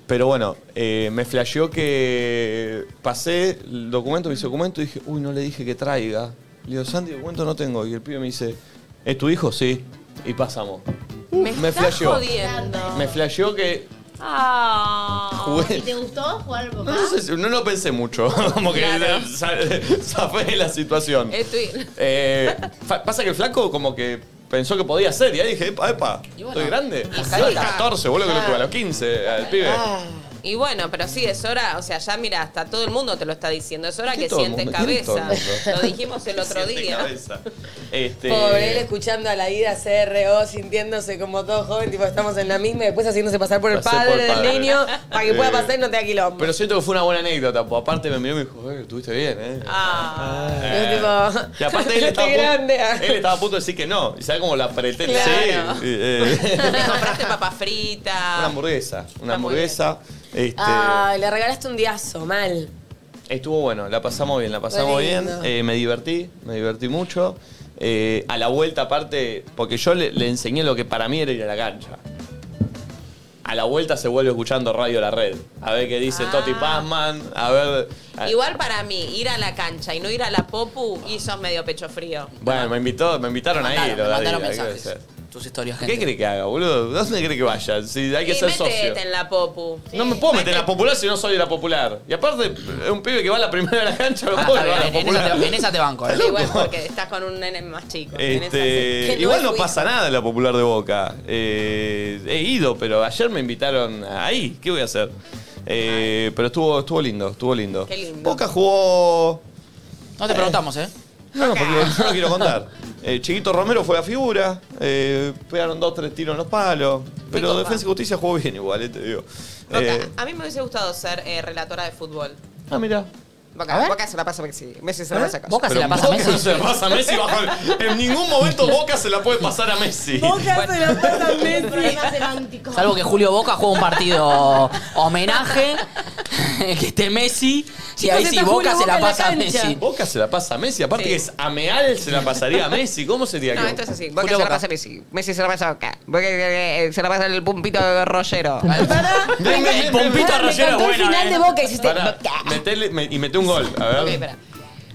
Speaker 1: Pero bueno, eh, me flasheó que pasé el documento, mis documentos, y dije, uy, no le dije que traiga. Le digo, Santi, documento no tengo. Y el pibe me dice, ¿es tu hijo? Sí. Y pasamos.
Speaker 6: me
Speaker 1: me
Speaker 6: estás
Speaker 1: flasheó.
Speaker 6: jodiendo.
Speaker 1: Me flasheó que
Speaker 6: Ah.
Speaker 1: jugué.
Speaker 4: ¿Y te gustó jugar algo
Speaker 1: No,
Speaker 4: más?
Speaker 1: sé si- no lo pensé mucho, *laughs* como que
Speaker 6: Claro.
Speaker 1: sa- zafé de la situación.
Speaker 6: Es tu-
Speaker 1: Eh, fa- pasa que el flaco como que pensó que podía ser y ahí dije, epa, epa, estoy grande. Yo a los 14, boludo, que lo tuve a los 15, al pibe.
Speaker 6: Ah, Y bueno, pero sí, es hora, o sea, ya mira, hasta todo el mundo te lo está diciendo, es hora
Speaker 1: ¿Qué
Speaker 6: que
Speaker 1: todo el
Speaker 6: sientes
Speaker 1: mundo? ¿Quién todo el
Speaker 6: cabeza.
Speaker 1: mundo?
Speaker 6: Lo
Speaker 1: *laughs*
Speaker 6: dijimos el otro
Speaker 1: Siente
Speaker 6: día.
Speaker 1: cabeza. Este,
Speaker 2: Pobre él escuchando a la ida CRO, sintiéndose como todo joven, tipo estamos en la misma y después haciéndose pasar por el
Speaker 1: Pasé por
Speaker 2: padre del
Speaker 1: padre.
Speaker 2: niño para que pueda
Speaker 1: Sí.
Speaker 2: pasar y no te da quilombo.
Speaker 1: Pero siento que fue una buena anécdota, pues aparte me miró y me dijo, eh, estuviste bien, eh.
Speaker 6: Ah,
Speaker 1: Eh,
Speaker 2: Yo tipo,
Speaker 1: y aparte
Speaker 6: *laughs*
Speaker 1: él
Speaker 2: estoy
Speaker 1: estaba, a punto-
Speaker 2: grande.
Speaker 1: él estaba a punto de decir que no. Y sabe cómo la apreté.
Speaker 6: Claro.
Speaker 1: Sí. eh,
Speaker 6: te compraste papas fritas.
Speaker 1: Una hamburguesa.
Speaker 6: Está
Speaker 1: Una
Speaker 6: muy bien. Ah.
Speaker 1: hamburguesa. Este,
Speaker 2: Ay, le regalaste un diazo, mal.
Speaker 1: Estuvo bueno, la pasamos bien, la pasamos
Speaker 2: Fue
Speaker 1: bien.
Speaker 2: lindo.
Speaker 1: Eh, me divertí, me divertí mucho. Eh, a la vuelta, aparte, porque yo le, le enseñé lo que para mí era ir a la cancha. a la vuelta se vuelve escuchando Radio La Red. A ver qué dice
Speaker 5: Ah.
Speaker 1: Toti Pazman, a ver... a-
Speaker 6: Igual para mí, ir a la cancha y no ir a la popu, y sos medio pecho frío.
Speaker 1: Bueno, me, invitó, me invitaron
Speaker 5: Me
Speaker 1: ahí.
Speaker 5: mandaron,
Speaker 1: lo
Speaker 5: me
Speaker 1: de ahí,
Speaker 5: mandaron
Speaker 1: hay que
Speaker 5: mensajes.
Speaker 1: ser.
Speaker 5: Tus historias, gente.
Speaker 1: ¿Qué cree que haga, boludo? ¿Dónde cree que vaya? Si hay que
Speaker 6: y
Speaker 1: ser
Speaker 6: metete
Speaker 1: socio.
Speaker 6: en la popu.
Speaker 1: No me puedo meter en la popular si no soy de la popular. Y aparte, es un pibe que va a la primera de la cancha, me
Speaker 5: Ah,
Speaker 1: puedo
Speaker 5: está
Speaker 1: llevar a
Speaker 5: bien,
Speaker 1: la
Speaker 5: en, esa te,
Speaker 1: popular.
Speaker 5: en esa te banco. ¿eh?
Speaker 6: Sí, *laughs* Igual porque estás con un nene más chico. en esa sí.
Speaker 1: Este,
Speaker 2: Que no
Speaker 1: igual
Speaker 2: es
Speaker 1: no
Speaker 2: tu
Speaker 1: pasa nada en la popular de Boca. Eh, he ido, pero ayer me invitaron ahí. ¿Qué voy a hacer? Eh, pero estuvo, estuvo lindo, estuvo lindo.
Speaker 6: Qué lindo.
Speaker 1: Boca jugó.
Speaker 5: No te preguntamos, ¿eh?
Speaker 1: No, no, porque no lo quiero contar. Eh, Chiquito Romero fue la figura. eh, pegaron dos, tres tiros en los palos. Pero
Speaker 6: copa.
Speaker 1: Defensa y Justicia jugó bien igual, eh, te digo.
Speaker 6: Boca,
Speaker 1: Eh,
Speaker 6: a mí me hubiese gustado ser eh, relatora de fútbol.
Speaker 1: ah, mira.
Speaker 6: Boca, Boca se la pasa Messi. Messi se la pasa
Speaker 5: ¿Eh? Boca se la pasa a
Speaker 1: Boca
Speaker 5: Messi.
Speaker 1: no se la pasa a Messi bajo el- En ningún momento Boca se la puede pasar a Messi.
Speaker 6: se la pasa
Speaker 4: Un problema semántico.
Speaker 5: Salvo
Speaker 2: *laughs*
Speaker 5: que Julio Boca juega un partido homenaje, *laughs* que esté Messi, y ahí sí
Speaker 2: está
Speaker 5: Boca
Speaker 2: Julio
Speaker 5: se la
Speaker 2: Boca en la
Speaker 5: pasa a
Speaker 2: cancha.
Speaker 5: Messi.
Speaker 1: Boca se la pasa a Messi, aparte
Speaker 6: Sí.
Speaker 1: que es Ameal se la pasaría a Messi. ¿Cómo sería
Speaker 6: No,
Speaker 1: que-
Speaker 6: esto es así. Boca
Speaker 5: Julio
Speaker 6: se la
Speaker 5: Boca.
Speaker 6: pasa Messi. Messi se la pasa Boca. Boca eh, eh, se la pasa el pumpito rollero.
Speaker 1: Ven, ven,
Speaker 5: El
Speaker 1: ven, ven.
Speaker 5: pompito
Speaker 2: Me
Speaker 5: rayero es
Speaker 2: encantó el
Speaker 5: bueno,
Speaker 2: final
Speaker 5: ¿eh?
Speaker 2: de Boca. Hiciste...
Speaker 1: Pará,
Speaker 2: Boca.
Speaker 1: metele- me- y mete un gol. A ver.
Speaker 6: Ok, espera.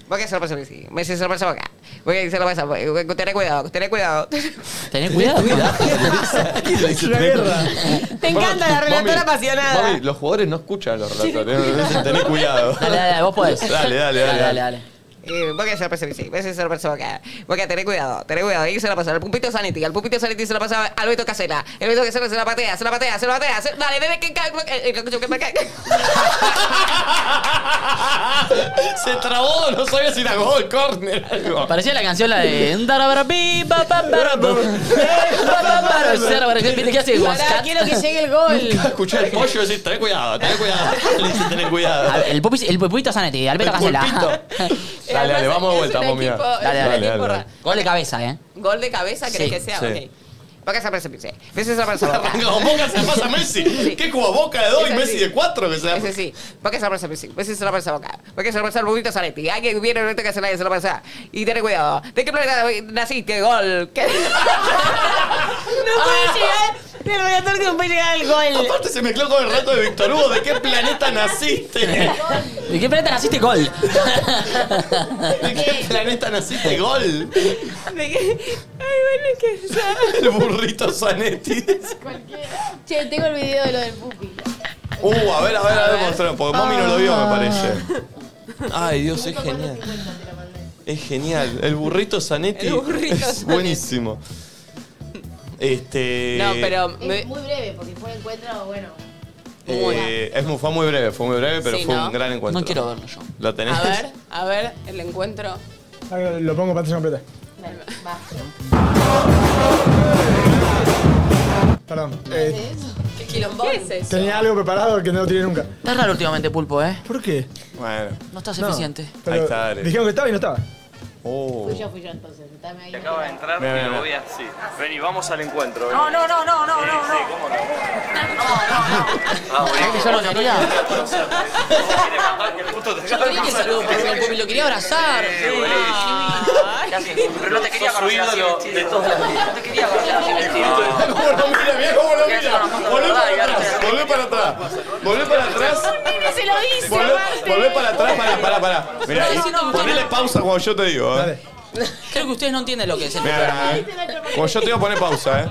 Speaker 6: Boca se la pasa Messi. Messi se la pasa Boca. Boca se la pasa. Boca. Tené cuidado, tené cuidado.
Speaker 5: Tenés cuidado.
Speaker 1: *laughs*
Speaker 6: Te encanta la relatora
Speaker 1: Mami,
Speaker 6: apasionada.
Speaker 1: Mami, los jugadores no escuchan a los relatores. Tenés cuidado.
Speaker 5: Dale, dale, dale, vos podés.
Speaker 1: *laughs* Dale, dale, dale.
Speaker 5: dale, dale.
Speaker 6: Eh, Boca se la pasa Messi. Messi se la pasa Boca. Boca, tené cuidado, tené cuidado. Y se la pasa al pumpito Zanetti. Al pumpito Zanetti se la pasa a Alberto Casela. Alberto Casela se la patea, se la patea, se la patea. se- Dale, bebé, que cae. eh, eh, que cae.
Speaker 1: Se trabó, no sabía si era gol, corner, algo.
Speaker 5: Parecía la canción la de. ¿Viste qué hace?
Speaker 2: Pará, quiero que llegue el gol.
Speaker 1: Escuché el pollo decir, tené cuidado, tené
Speaker 5: *laughs*
Speaker 1: cuidado. Le dice, tené cuidado.
Speaker 5: Ah, El pupis- el pupito Zanetti, Alberto *laughs* Cancela.
Speaker 1: Pulpito. Dale, dale, vamos de vuelta, vamos a mirar.
Speaker 5: Dale, dale,
Speaker 1: dale, dale.
Speaker 5: Gol de cabeza, ¿eh?
Speaker 6: Gol de cabeza, ¿crees
Speaker 5: Sí,
Speaker 6: que sea?
Speaker 1: sí.
Speaker 6: Ok. Boca se la pasa Messi. Messi se
Speaker 5: *laughs*
Speaker 6: la
Speaker 1: Se
Speaker 6: pasa
Speaker 1: arranca con Boca, se la pasa a Messi. ¿Qué cubo Boca de 2 y
Speaker 6: Ese
Speaker 1: Messi
Speaker 6: sí.
Speaker 1: de 4? Que se la...
Speaker 6: Ese sí. Boca se la pasa Messi. Messi se la pasa Boca. Boca se la pasa al Bubito Zanetti. Alguien viene Alberto Casela y se la pasa. Y ten cuidado. ¿De qué planeta naciste? Gol.
Speaker 1: *laughs*
Speaker 6: ¿Qué?
Speaker 2: No
Speaker 1: Ah.
Speaker 2: puede llegar. El relator no puede llegar al gol.
Speaker 1: Aparte se mezcló con el rato de Víctor Hugo. ¿De qué planeta naciste? ¿De
Speaker 5: ¿De qué planeta naciste gol?
Speaker 1: qué planeta naciste? Gol.
Speaker 6: ¿De qué? Ay, bueno, que
Speaker 1: El burrito Zanetti.
Speaker 4: Che, tengo el video de lo del pupi.
Speaker 1: Uh, a ver, a ver, a ver, mostralo. Porque Mami no lo vio, me parece. Ah. Ay, Dios, es genial. Es genial. El burrito Zanetti
Speaker 6: El burrito
Speaker 1: es
Speaker 6: Zanetti.
Speaker 1: buenísimo. Este.
Speaker 6: No, pero. me-
Speaker 4: Es muy breve porque fue el encuentro, bueno.
Speaker 1: eh, es muy- fue muy breve, fue muy breve, pero
Speaker 6: Sí,
Speaker 1: fue
Speaker 6: ¿no?
Speaker 1: un gran encuentro.
Speaker 5: No quiero verlo yo.
Speaker 1: ¿Lo tenés?
Speaker 6: A ver, a ver, el encuentro.
Speaker 3: Ahí Lo pongo pantalla completa.
Speaker 4: Bueno, va.
Speaker 3: Perdón. Eh,
Speaker 6: ¿Qué es eso?
Speaker 3: tenía algo preparado que no lo tiré nunca.
Speaker 5: Está raro últimamente, Pulpo, ¿eh?
Speaker 3: ¿Por qué?
Speaker 1: Bueno.
Speaker 5: No estás
Speaker 3: No.
Speaker 5: eficiente.
Speaker 3: Pero
Speaker 1: está, dale.
Speaker 3: Dijeron que estaba y no estaba.
Speaker 1: Oh.
Speaker 4: Fui yo, fui yo entonces. Dame ahí.
Speaker 10: Acaba de entrar,
Speaker 1: Mira,
Speaker 10: me
Speaker 1: mira,
Speaker 10: voy
Speaker 1: mira.
Speaker 10: así. Vení, vamos al encuentro.
Speaker 2: No, no, no, no, no, no. no.
Speaker 10: Ah,
Speaker 5: que yo lo quería.
Speaker 1: *laughs*
Speaker 5: Yo quería que saludó, porque el Pupi lo quería abrazar.
Speaker 10: Pero no te quería conocer así de todos los días. No te quería conocer así
Speaker 1: Mirá cómo lo mira, mirá cómo lo mira. Volvé para atrás, volvé para atrás. Volvé para atrás.
Speaker 4: se lo hice,
Speaker 1: Volvé, volvé para atrás, pará, pará, pará. Mirá, y ponele pausa cuando yo te digo, eh.
Speaker 3: Dale.
Speaker 5: Creo que ustedes no entienden lo que es el
Speaker 1: Mirá, mirá, eh. Cuando yo *laughs* te digo, poné pausa, eh.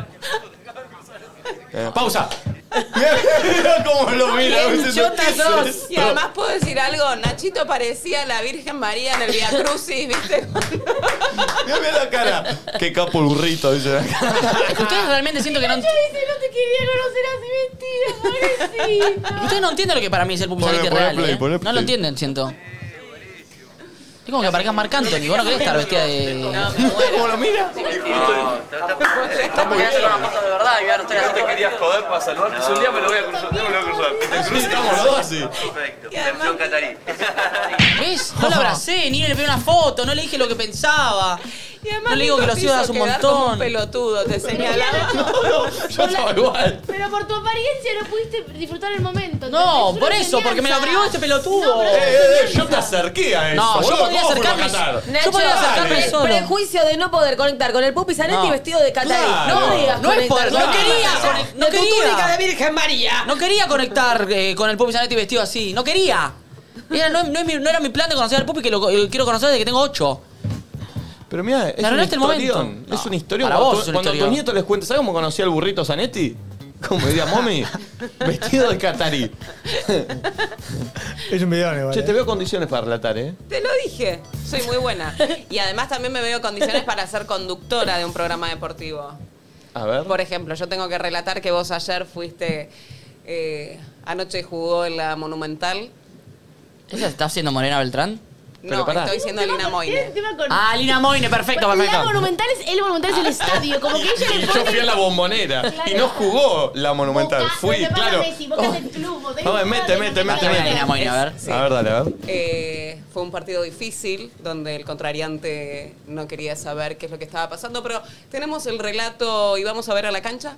Speaker 1: Eh, pausa. Mirá, mirá cómo lo mira. me dice,
Speaker 6: Chota
Speaker 1: ¿qué es
Speaker 6: dos.
Speaker 1: esto?
Speaker 6: Y además puedo decir algo, Nachito parecía la Virgen María en el Via Crucis, *laughs* ¿viste?
Speaker 1: Mirá, mirá la cara. Qué capo el burrito, dice.
Speaker 5: Es que ustedes realmente siento que no,
Speaker 4: Yo dice, no te quería conocer así, mentira, pobrecito.
Speaker 5: ustedes no entienden lo que para mí es el Pupi
Speaker 1: Poné,
Speaker 5: Zanetti
Speaker 1: poné
Speaker 5: real.
Speaker 1: play,
Speaker 5: ¿eh?
Speaker 1: poné
Speaker 5: No
Speaker 1: play.
Speaker 5: lo entienden, siento. Es como que aparezcas Marc Anthony. Vos no querés estar vestida de... *laughs*
Speaker 1: Mirá cómo lo mira.
Speaker 10: Estamos haciendo una foto de verdad y ahora estoy haciendo. No te querías joder para saludarte. Si un día me lo voy a cruzar, me lo voy a cruzar.
Speaker 1: Sí, estamos los dos así.
Speaker 10: Perfecto. Versión catarí.
Speaker 5: ¿Ves? No lo abracé, ni le pedí una foto, no le dije lo que pensaba.
Speaker 6: No le digo que los
Speaker 5: hijos
Speaker 6: ibas
Speaker 5: das
Speaker 6: un montón.
Speaker 5: un pelotudo, te señalaba.
Speaker 1: Yo estaba igual.
Speaker 4: Pero por tu apariencia no pudiste disfrutar el momento.
Speaker 5: No,
Speaker 4: ¿entendés?
Speaker 5: por
Speaker 4: Es
Speaker 5: eso,
Speaker 4: una
Speaker 5: porque me lo
Speaker 4: enseñanza.
Speaker 5: abrigó este pelotudo.
Speaker 1: *laughs* Eh, eh, eh, yo te acerqué a eso.
Speaker 5: No, yo
Speaker 1: boludo,
Speaker 5: podía
Speaker 1: ¿cómo fuimos a
Speaker 5: acercarme.
Speaker 1: catar?
Speaker 2: Nacho,
Speaker 5: podía acercarme
Speaker 2: el
Speaker 5: solo.
Speaker 2: prejuicio de no poder conectar con el Pupi Zanetti
Speaker 5: No.
Speaker 2: vestido de Catarí.
Speaker 1: Claro.
Speaker 2: No,
Speaker 1: No,
Speaker 2: digas
Speaker 5: no es
Speaker 2: conectar
Speaker 5: poder,
Speaker 2: con
Speaker 5: no
Speaker 2: el-
Speaker 5: quería,
Speaker 2: O sea,
Speaker 5: con el-
Speaker 6: No
Speaker 5: No
Speaker 6: tu
Speaker 5: quería.
Speaker 6: túnica de Virgen María.
Speaker 5: No quería conectar eh, con el Pupi Zanetti vestido así. No quería. Era- no, no es mi- no era mi plan de conocer al Pupi, que lo eh, quiero conocer desde que tengo 8.
Speaker 1: Pero mira, es,
Speaker 5: Te
Speaker 1: un
Speaker 5: arruinaste el
Speaker 1: historión.
Speaker 5: momento.
Speaker 1: Es un
Speaker 5: No,
Speaker 1: historión.
Speaker 5: para
Speaker 1: Cuando,
Speaker 5: vos
Speaker 1: tu-
Speaker 5: es un
Speaker 1: cuando tus
Speaker 5: historión.
Speaker 1: nietos les cuentes, ¿sabes cómo conocí al burrito
Speaker 5: *laughs*
Speaker 1: Zanetti? Como diría mami, vestido de catarí.
Speaker 3: Es un video, igual.
Speaker 1: Che, te
Speaker 3: eh.
Speaker 1: veo condiciones para relatar, ¿eh?
Speaker 6: Te lo dije. Soy muy buena. Y además también me veo en condiciones para ser conductora de un programa deportivo.
Speaker 1: A ver.
Speaker 6: Por ejemplo, yo tengo que relatar que vos ayer fuiste. eh, anoche jugó en la Monumental.
Speaker 5: ¿Esa está haciendo Morena Beltrán?
Speaker 1: Pero
Speaker 6: no,
Speaker 1: pará.
Speaker 6: estoy siendo
Speaker 4: Tema
Speaker 6: Lina
Speaker 4: con-
Speaker 6: Moine.
Speaker 4: tema con-
Speaker 5: Ah, Lina Moine, perfecto,
Speaker 4: Bueno, La
Speaker 5: perfecto.
Speaker 4: monumental es el monumental
Speaker 5: Ah.
Speaker 4: es el estadio, como que ella
Speaker 1: Y
Speaker 4: le
Speaker 1: yo
Speaker 4: pone
Speaker 1: fui a la bombonera. Y no jugó la monumental.
Speaker 4: Boca,
Speaker 1: fui,
Speaker 4: pero le pasa
Speaker 1: claro. Oh,
Speaker 4: a Messi, Boca es el club, vos tenés
Speaker 1: No,
Speaker 4: que jugar
Speaker 1: mete, mete,
Speaker 4: la
Speaker 1: mete,
Speaker 5: Dale,
Speaker 1: mete.
Speaker 5: Lina Moine, a ver.
Speaker 6: Sí.
Speaker 1: A ver, dale, a ver.
Speaker 6: Eh, fue un partido difícil donde el contrariante no quería saber qué es lo que estaba pasando, pero tenemos el relato y vamos a ver a la cancha.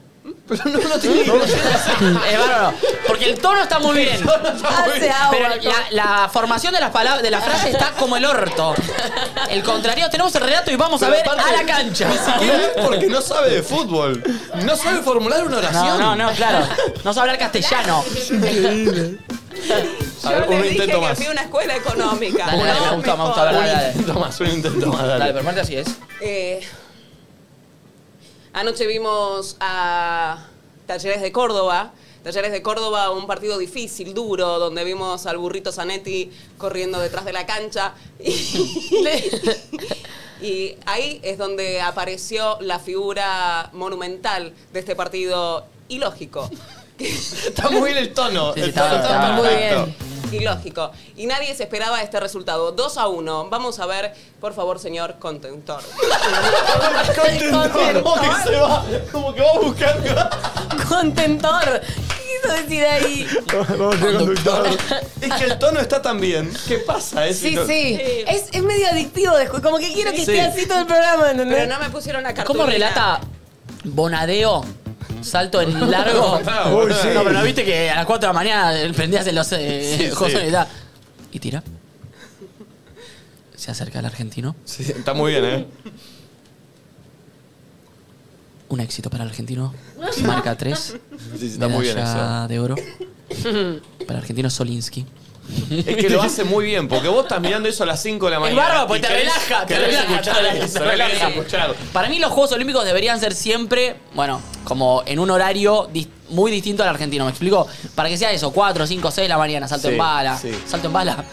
Speaker 1: Pero no, no
Speaker 5: *laughs*
Speaker 1: tiene
Speaker 5: Es bárbaro. Porque el tono está muy bien.
Speaker 2: Hace agua.
Speaker 5: Pero la, la formación de las palabras de la frase está como el orto. El contrario, tenemos el relato y vamos a
Speaker 1: Pero
Speaker 5: ver
Speaker 1: aparte-
Speaker 5: a la cancha.
Speaker 1: Porque no sabe de fútbol. No sabe formular una
Speaker 5: No,
Speaker 1: oración.
Speaker 5: no, no, claro. No sabe hablar castellano.
Speaker 1: A ver,
Speaker 6: Yo les
Speaker 1: un
Speaker 6: dije
Speaker 1: intento
Speaker 6: que
Speaker 1: más.
Speaker 6: fui a una escuela económica.
Speaker 5: Dale, dale, me
Speaker 6: No
Speaker 5: gusta, me gusta.
Speaker 6: jodas.
Speaker 5: Dale, dale,
Speaker 1: Un
Speaker 5: dale.
Speaker 1: intento más, un intento más, dale.
Speaker 5: Dale, pero Marta así es.
Speaker 6: Eh, anoche vimos a Talleres de Córdoba. Talleres de Córdoba, un partido difícil, duro, donde vimos al burrito Zanetti corriendo detrás de la cancha. *laughs* Y, y ahí es donde apareció la figura monumental de este partido ilógico.
Speaker 1: *laughs* Está muy bien el tono.
Speaker 5: Sí,
Speaker 1: el
Speaker 5: sí, está-
Speaker 1: tono
Speaker 5: está muy
Speaker 1: perfecto.
Speaker 6: Ilógico. Y nadie se esperaba este resultado. 2 a 1. Vamos a ver, por favor, señor contentor.
Speaker 1: Contentor. Como que se va, como que va a buscar.
Speaker 2: Contentor. ¿Qué quiso decir ahí?
Speaker 3: Vamos a ser conductor.
Speaker 1: Es que el tono está tan bien. ¿Qué pasa? eh? Es
Speaker 2: Sí,
Speaker 1: no-
Speaker 2: sí. Es, es medio adictivo. después, Como que quiero que esté así todo el programa, ¿entendés?
Speaker 6: Pero no me pusieron la cartulina.
Speaker 5: ¿Cómo relata Bonadeo? Salto
Speaker 1: *laughs*
Speaker 5: en largo.
Speaker 1: Ah,
Speaker 3: Uy,
Speaker 1: bueno.
Speaker 3: sí.
Speaker 5: No, pero no viste que a las 4 de la mañana prendías en los eh,
Speaker 1: Sí,
Speaker 5: cosos
Speaker 1: sí.
Speaker 5: y tal. Y tira. Se acerca al argentino.
Speaker 1: Sí, está muy bien, ¿eh?
Speaker 5: Un éxito para el *laughs* argentino. Marca 3.
Speaker 1: Sí, sí, está muy bien eso.
Speaker 5: de *laughs* oro. Para el argentino Solinsky.
Speaker 1: Es que lo hace muy bien, porque vos estás mirando eso a las 5 de la mañana.
Speaker 5: bárbaro, porque
Speaker 1: y
Speaker 5: pues te
Speaker 1: querés-
Speaker 5: relaja, te
Speaker 1: querés
Speaker 5: relaja,
Speaker 1: escuchar
Speaker 5: te relaja,
Speaker 1: eso,
Speaker 5: te
Speaker 1: querés
Speaker 5: relaja.
Speaker 1: escuchar.
Speaker 5: Para mí los Juegos Olímpicos deberían ser siempre, bueno, como en un horario dis- muy distinto al argentino, ¿me explico? Para que sea eso, 4, 5, 6 de la mañana, salto
Speaker 1: Sí,
Speaker 5: en bala,
Speaker 1: sí.
Speaker 5: salto en bala.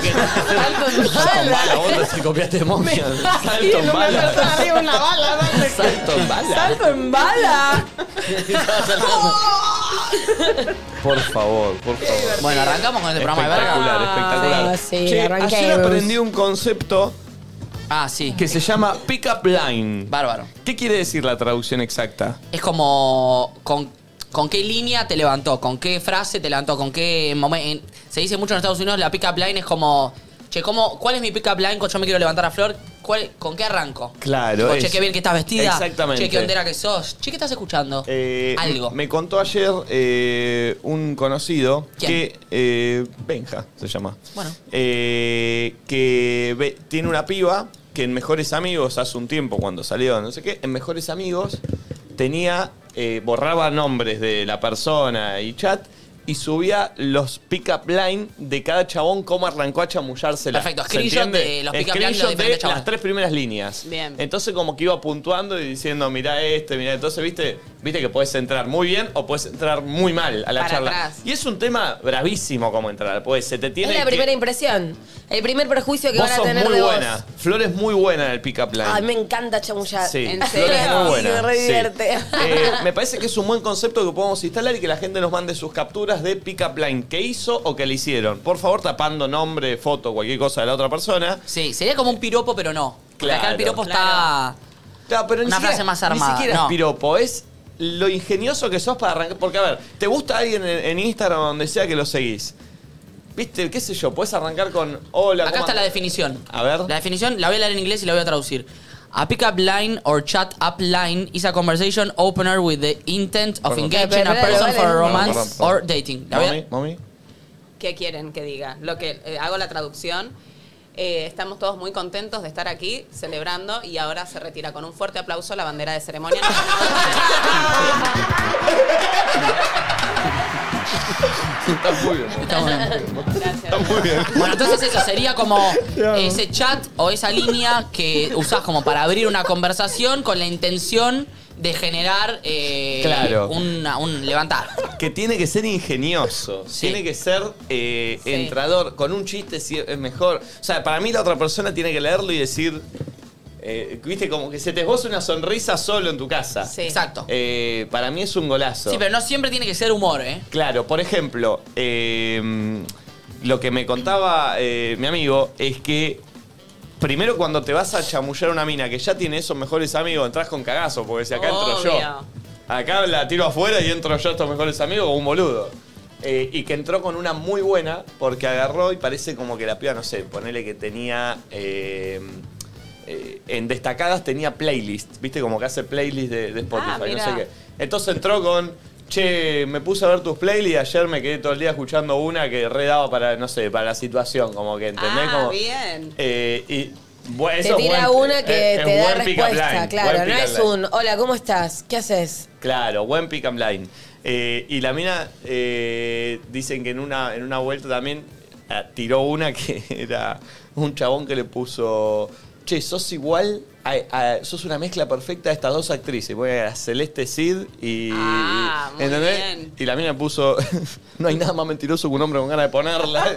Speaker 5: *laughs*
Speaker 1: que. Salto en bala. Vos no te copiaste de momia. Salto en bala.
Speaker 2: Arriba una bala,
Speaker 5: *laughs*
Speaker 2: dale.
Speaker 1: Salto en bala.
Speaker 2: Salto en bala.
Speaker 1: Por favor, por favor.
Speaker 5: Bueno, arrancamos con este programa de verga.
Speaker 1: Espectacular, espectacular.
Speaker 2: Ah, sí,
Speaker 1: Che, ayer
Speaker 2: arranquemos.
Speaker 1: aprendí un concepto
Speaker 5: Ah, sí,
Speaker 1: que se llama pick-up line.
Speaker 5: bárbaro.
Speaker 1: ¿Qué quiere decir la traducción exacta?
Speaker 5: *laughs* Es como con, con qué línea te levantó, con qué frase te levantó, con qué momento. Se dice mucho en Estados Unidos, la pick-up line es como, che, ¿cómo, ¿cuál es mi pick-up line cuando yo me quiero levantar a flor? ¿Cuál- ¿Con qué arranco?
Speaker 1: Claro,
Speaker 5: O,
Speaker 1: es-
Speaker 5: che, qué bien que estás vestida.
Speaker 1: Exactamente.
Speaker 5: Che, qué hondera que sos. Che, ¿qué estás escuchando?
Speaker 1: Eh,
Speaker 5: Algo.
Speaker 1: Me contó ayer eh, un conocido
Speaker 5: ¿Quién?
Speaker 1: que. eh, Benja se llama.
Speaker 5: Bueno.
Speaker 1: Eh, que ve- tiene una piba que en Mejores Amigos, hace un tiempo cuando salió, no sé qué, en Mejores Amigos tenía. eh, borraba nombres de la persona y chat y subía los pick-up line de cada chabón cómo arrancó a chamullársela.
Speaker 5: Perfecto,
Speaker 1: ¿Se
Speaker 5: screenshot
Speaker 1: entiende?
Speaker 5: de los pick-up line de los
Speaker 1: Screenshot
Speaker 5: diferentes
Speaker 1: de las
Speaker 5: chabones.
Speaker 1: tres primeras líneas.
Speaker 6: Bien.
Speaker 1: Entonces como que iba puntuando y diciendo, mirá este, mirá. Entonces, viste, viste que puedes entrar muy bien o puedes entrar muy mal a la
Speaker 6: Para
Speaker 1: charla.
Speaker 6: atrás.
Speaker 1: Y es un tema bravísimo como entrar, pues se te tiene
Speaker 2: Es la
Speaker 1: que-
Speaker 2: primera impresión. El primer prejuicio que
Speaker 1: Vos
Speaker 2: van a
Speaker 1: sos
Speaker 2: tener
Speaker 1: muy
Speaker 2: de vos. Ah,
Speaker 1: buena. Flor es muy buena en el pick-up line.
Speaker 2: Ay, me encanta chamullar.
Speaker 1: Sí,
Speaker 6: ¿En
Speaker 1: Flor
Speaker 6: serio?
Speaker 1: es muy buena.
Speaker 2: Sí, me re
Speaker 1: sí.
Speaker 2: divierte.
Speaker 1: Eh, me parece que es un buen concepto que podemos instalar y que la gente nos mande sus capturas de pick-up line que hizo o que le hicieron. Por favor, tapando nombre, foto, cualquier cosa de la otra persona.
Speaker 5: Sí, sería como un piropo, pero no. Porque Acá
Speaker 1: Claro.
Speaker 5: el piropo está.
Speaker 1: Claro, pero ni
Speaker 5: Una
Speaker 1: siquiera-
Speaker 5: frase más armada,
Speaker 1: Ni siquiera es
Speaker 5: no.
Speaker 1: piropo, es lo ingenioso que sos para arrancar. Porque, a ver, ¿te gusta alguien en, en Instagram o donde sea que lo seguís? ¿Viste? ¿Qué sé yo? Puedes arrancar con hola.
Speaker 5: Acá
Speaker 1: ¿cómo
Speaker 5: está la
Speaker 1: andás?
Speaker 5: definición.
Speaker 1: A ver.
Speaker 5: La definición la voy a leer en inglés y la voy a traducir. a pickup line or chat up line is a conversation opener with the intent of
Speaker 1: Perdón.
Speaker 5: engaging a
Speaker 6: Espera, espera,
Speaker 5: person
Speaker 6: espera,
Speaker 5: for
Speaker 6: espera.
Speaker 1: Perdón,
Speaker 5: romance
Speaker 1: perdón.
Speaker 5: or dating. La voy a-
Speaker 1: Mami, mami.
Speaker 6: ¿Qué quieren que diga? Lo que eh, hago la traducción. Eh, estamos todos muy contentos de estar aquí celebrando y ahora se retira con un fuerte aplauso la bandera de ceremonia.
Speaker 1: Está muy bien.
Speaker 5: Está muy bien.
Speaker 1: Está muy bien.
Speaker 5: Bueno, entonces eso sería como ese chat o esa línea que usás como para abrir una conversación con la intención de generar eh,
Speaker 1: Claro.
Speaker 5: una- un levantar.
Speaker 1: Que tiene que ser ingenioso. Tiene que ser eh, entrador. Con un chiste sí es mejor. O sea, para mí la otra persona tiene que leerlo y decir. eh, Viste, como que se te esboza una sonrisa solo en tu casa.
Speaker 5: Sí. Exacto.
Speaker 1: Eh, para mí es un golazo.
Speaker 5: Sí, pero no siempre tiene que ser humor, ¿eh?
Speaker 1: Claro, por ejemplo, eh, lo que me contaba eh, mi amigo es que primero cuando te vas a chamullar a una mina que ya tiene esos mejores amigos, entras con cagazo, porque si acá entro yo. Acá la tiro afuera y entro yo a estos mejores amigos como un boludo. Eh, y que entró con una muy buena porque agarró y parece como que la piba, no sé, ponele que tenía. eh, eh, en destacadas tenía playlist, ¿viste? Como que hace playlist de, de
Speaker 6: Ah,
Speaker 1: Spotify, no
Speaker 6: mirá.
Speaker 1: sé qué. Entonces entró con. Che, me puse a ver tus playlists y ayer me quedé todo el día escuchando una que redaba para, no sé, para la situación, como que, ¿entendés?
Speaker 6: Ah,
Speaker 1: como,
Speaker 6: bien.
Speaker 1: eh, y, bueno,
Speaker 2: Te
Speaker 1: eso es
Speaker 2: tira
Speaker 1: buen- eh,
Speaker 2: una que
Speaker 1: es- es
Speaker 2: te da
Speaker 1: buen pick up
Speaker 2: respuesta,
Speaker 1: line,
Speaker 2: claro.
Speaker 1: buen
Speaker 2: No
Speaker 1: pick up
Speaker 2: es
Speaker 1: line.
Speaker 2: un, hola, ¿cómo estás? ¿Qué haces?
Speaker 1: Claro, buen pick and line. Eh, y la mina, eh, dicen que en una, en una vuelta también eh, tiró una que *laughs* era un chabón que le puso, che, sos igual, a- a- sos una mezcla perfecta de estas dos actrices. Voy a Celeste Cid y...
Speaker 6: Ah, muy
Speaker 1: ¿entendés?
Speaker 6: bien.
Speaker 1: Y la mina puso, *laughs* no hay nada más mentiroso que un hombre con ganas de
Speaker 6: *laughs*
Speaker 1: ponerla.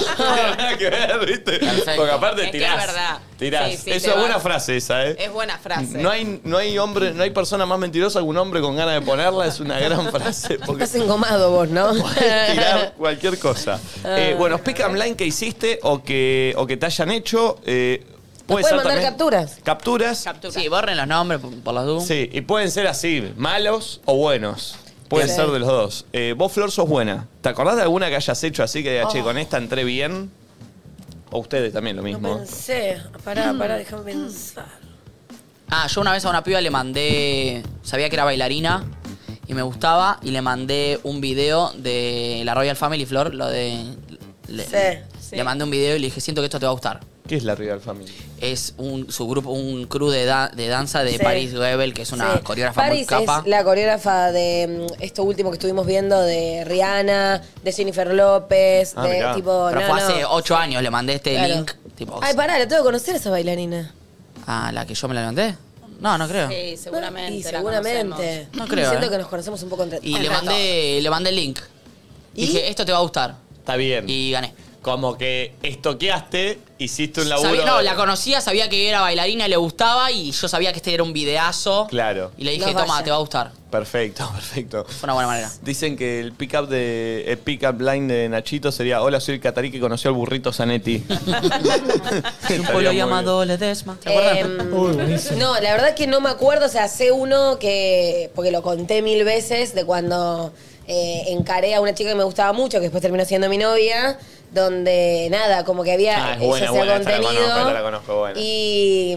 Speaker 1: *laughs* Nada que ver, ¿viste? Porque aparte
Speaker 6: Es que
Speaker 1: tirás.
Speaker 6: es verdad.
Speaker 1: Tirás.
Speaker 6: Sí, sí, te
Speaker 1: Eso es
Speaker 6: vas.
Speaker 1: buena frase esa, ¿eh?
Speaker 6: Es buena frase.
Speaker 1: No hay, no hay hombre, no hay persona más mentirosa que un hombre con ganas de ponerla, es una gran frase. Porque *laughs*
Speaker 2: Estás engomado vos, ¿no? *laughs*
Speaker 1: tirar cualquier cosa. Eh,
Speaker 2: Ah.
Speaker 1: bueno, pick and line que hiciste o que, o que te hayan hecho. eh, puede
Speaker 2: Puedes
Speaker 1: ser
Speaker 2: mandar
Speaker 1: también-
Speaker 2: capturas.
Speaker 1: capturas.
Speaker 5: Sí, borren los nombres por, por las dudas.
Speaker 1: Sí, y pueden ser así, malos o buenos. Pueden
Speaker 5: Bien.
Speaker 1: ser de los dos. Eh, vos, Flor, sos buena. ¿Te acordás de alguna que hayas hecho así que digas, che,
Speaker 2: Oh.
Speaker 1: con esta entré bien? O ustedes también lo mismo.
Speaker 2: Pensé, pará, pará, déjame pensar.
Speaker 5: Ah, yo una vez a una piba le mandé. Sabía que era bailarina y me gustaba y le mandé un video de la Royal Family Flor, lo de. Le,
Speaker 2: sí.
Speaker 5: le mandé un video y le dije, siento que esto te va a gustar.
Speaker 1: ¿Qué es la Real Family?
Speaker 5: Es un, su grupo, un crew de, da- de danza de
Speaker 2: Sí.
Speaker 5: Paris Goebel, que es una
Speaker 2: Sí.
Speaker 5: coreógrafa muy
Speaker 2: Paris
Speaker 5: capa.
Speaker 2: es la coreógrafa de mm, esto último que estuvimos viendo de Rihanna, de Jennifer López,
Speaker 5: Ah,
Speaker 2: de
Speaker 5: mirá.
Speaker 2: tipo.
Speaker 5: Pero
Speaker 2: no,
Speaker 5: fue
Speaker 2: no.
Speaker 5: hace ocho años, le mandé este
Speaker 2: Claro.
Speaker 5: link. Tipo,
Speaker 2: Ay, pará, la tengo que conocer a esa bailarina.
Speaker 5: ah, la que yo me la mandé. No, no creo.
Speaker 6: Sí, seguramente.
Speaker 2: Y
Speaker 6: la
Speaker 2: seguramente.
Speaker 6: conocemos.
Speaker 5: No creo,
Speaker 2: Siento
Speaker 5: eh.
Speaker 2: que nos conocemos un poco entre
Speaker 5: Y
Speaker 2: un
Speaker 5: le
Speaker 2: rato.
Speaker 5: mandé, le mandé el link. Dije, esto te va a gustar.
Speaker 1: Está bien.
Speaker 5: Y gané.
Speaker 1: Como que estoqueaste, hiciste un laburo.
Speaker 5: Sabía- no, la conocía, sabía que era bailarina, le gustaba y yo sabía que este era un
Speaker 1: *laughs*
Speaker 5: videazo.
Speaker 1: Claro.
Speaker 5: Y le dije, toma, te va a gustar.
Speaker 1: Perfecto, *laughs* perfecto. Fue
Speaker 5: una buena manera.
Speaker 1: Dicen que el pick-up de el pick up line de Nachito sería Hola, soy el catarí que conoció al
Speaker 2: *laughs*
Speaker 1: burrito Zanetti.
Speaker 5: Hay un pueblo llamado Ledesma. ¿Te
Speaker 2: acuerdas? No, la verdad que no me acuerdo, o sea, sé uno que, porque lo conté mil veces, de cuando eh, encaré a una chica que me gustaba mucho, que después terminó siendo mi novia, donde nada, como que había,
Speaker 1: Ah, es
Speaker 2: ella
Speaker 1: buena,
Speaker 2: hacía
Speaker 1: buena, esta la
Speaker 2: contenido.
Speaker 1: conozco, esta la conozco, buena.
Speaker 2: Y,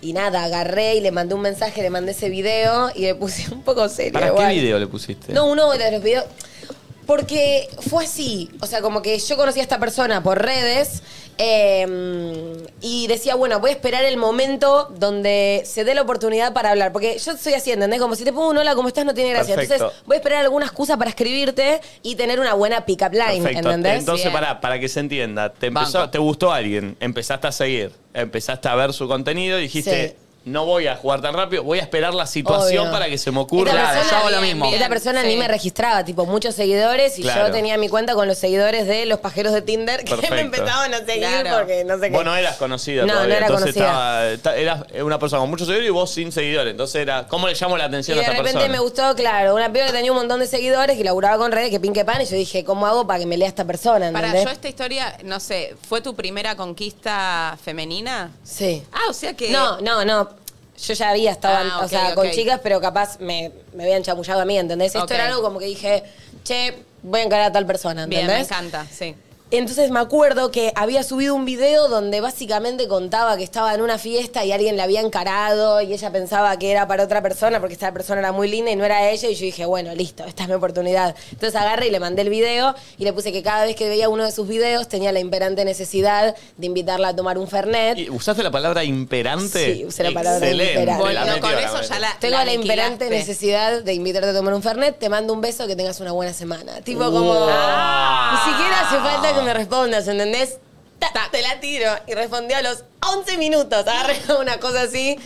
Speaker 2: y nada, agarré y le mandé un mensaje, le mandé ese video y le puse un poco serio.
Speaker 1: ¿Para qué
Speaker 2: igual.
Speaker 1: video le pusiste?
Speaker 2: No, uno de los videos. Porque fue así. O sea, como que yo conocí a esta persona por redes. eh, y decía, bueno, voy a esperar el momento donde se dé la oportunidad para hablar. Porque yo soy así, ¿entendés? Como si te pongo un hola, como estás, no tiene gracia. Entonces,
Speaker 1: Perfecto.
Speaker 2: voy a esperar alguna excusa para escribirte y tener una buena pick-up line,
Speaker 1: Perfecto.
Speaker 2: ¿entendés?
Speaker 1: Entonces, pará, para que se entienda, te, empezó-
Speaker 2: Banco.
Speaker 1: te gustó alguien, empezaste a seguir, empezaste a ver su contenido y dijiste.
Speaker 2: Sí.
Speaker 1: No voy a jugar tan rápido, voy a esperar la situación
Speaker 2: Obvio.
Speaker 1: para que se me ocurra.
Speaker 2: Esta persona- Esta persona ni me registraba, tipo, muchos seguidores y yo
Speaker 1: Claro.
Speaker 2: tenía mi cuenta con los seguidores de los pajeros de Tinder que *laughs*
Speaker 1: Perfecto.
Speaker 2: me empezaban a seguir porque no sé qué.
Speaker 1: Vos no eras conocida
Speaker 2: No,
Speaker 1: todavía.
Speaker 2: no era
Speaker 1: entonces
Speaker 2: conocida.
Speaker 1: estaba- ta- eras una persona con muchos seguidores y vos sin seguidores. Entonces era, ¿cómo le llamo la
Speaker 2: Y
Speaker 1: atención
Speaker 2: de
Speaker 1: a esta
Speaker 2: repente
Speaker 1: persona?
Speaker 2: me gustó, claro, una piba que tenía un montón de seguidores, que laburaba con redes, que pinque pan, y yo dije, ¿cómo hago para que me lea esta persona?
Speaker 6: Para
Speaker 2: ¿entendés?
Speaker 6: yo esta historia, no sé, ¿fue tu primera conquista femenina?
Speaker 2: Sí.
Speaker 6: Ah, o sea que...
Speaker 2: No, no, no. Yo ya había estado,
Speaker 6: Ah,
Speaker 2: o
Speaker 6: ok,
Speaker 2: sea,
Speaker 6: ok.
Speaker 2: con chicas, pero capaz me, me habían chamullado a mí, ¿entendés? Esto
Speaker 6: Ok.
Speaker 2: era algo como que dije, che, voy a encarar a tal persona,
Speaker 6: Bien,
Speaker 2: ¿entendés?
Speaker 6: me encanta, sí.
Speaker 2: Entonces me acuerdo que había subido un video donde básicamente contaba que estaba en una fiesta y alguien la había encarado y ella pensaba que era para otra persona porque esta persona era muy linda y no era ella y yo dije, bueno, listo, esta es mi oportunidad. Entonces agarré y le mandé el video y le puse que cada vez que veía uno de sus videos tenía la imperante necesidad de invitarla a tomar un fernet.
Speaker 1: Y- ¿Usaste la palabra imperante?
Speaker 2: Sí, usé la palabra imperante.
Speaker 1: la metió, la metió.
Speaker 2: Tengo la, imperante necesidad de invitarte a tomar un fernet, te mando un beso, que tengas una buena semana. Tipo como... "Ah,
Speaker 11: Wow.
Speaker 2: Ni siquiera hace falta que me respondas, ¿entendés? Ta, Te la tiro. Y respondió a los 11 minutos. Agarré *laughs* una cosa así.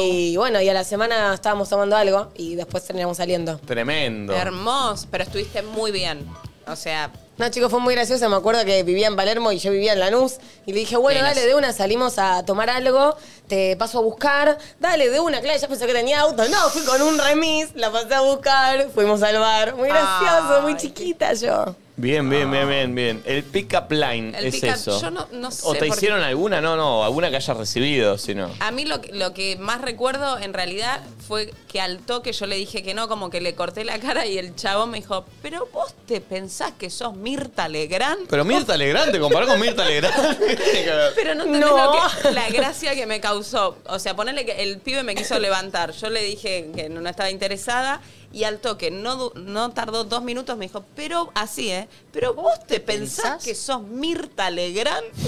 Speaker 2: Y bueno, y a la semana estábamos tomando algo y después terminamos saliendo.
Speaker 1: Tremendo.
Speaker 6: Hermoso, pero estuviste muy bien. O sea,
Speaker 2: No, chicos, fue muy gracioso. Me acuerdo que vivía en Palermo y yo vivía en Lanús. Y le dije, bueno,
Speaker 6: Nenas.
Speaker 2: dale, de una salimos a tomar algo, te paso a buscar. *laughs* Dale, de una, claro, ya pensé que tenía auto. No, fui con un remis, la pasé a buscar, fuimos al bar. Muy gracioso, muy chiquita yo.
Speaker 1: Bien, bien, bien, bien, bien. El pick-up line
Speaker 6: Ah. El
Speaker 1: es
Speaker 6: pick-up,
Speaker 1: eso.
Speaker 6: yo no- no sé
Speaker 1: ¿O te
Speaker 6: por qué.
Speaker 1: hicieron alguna? No, no, alguna que hayas recibido, si no.
Speaker 6: a mí lo, que- lo que más recuerdo en realidad fue que al toque yo le dije que no, como que le corté la cara y el chavo me dijo, pero vos te pensás que sos Mirta Legrand.
Speaker 1: Pero Mirta Legrand, te comparó con Mirta *laughs* Legrand.
Speaker 6: Pero no entendés
Speaker 11: No.
Speaker 6: lo que- la gracia que me causó. O sea, ponele que el pibe me quiso levantar. Yo le dije que no no estaba interesada y al toque, no, du- no tardó dos minutos, me dijo, pero así, ¿eh? Pero vos te pensás, que sos Mirta Legrand. *laughs*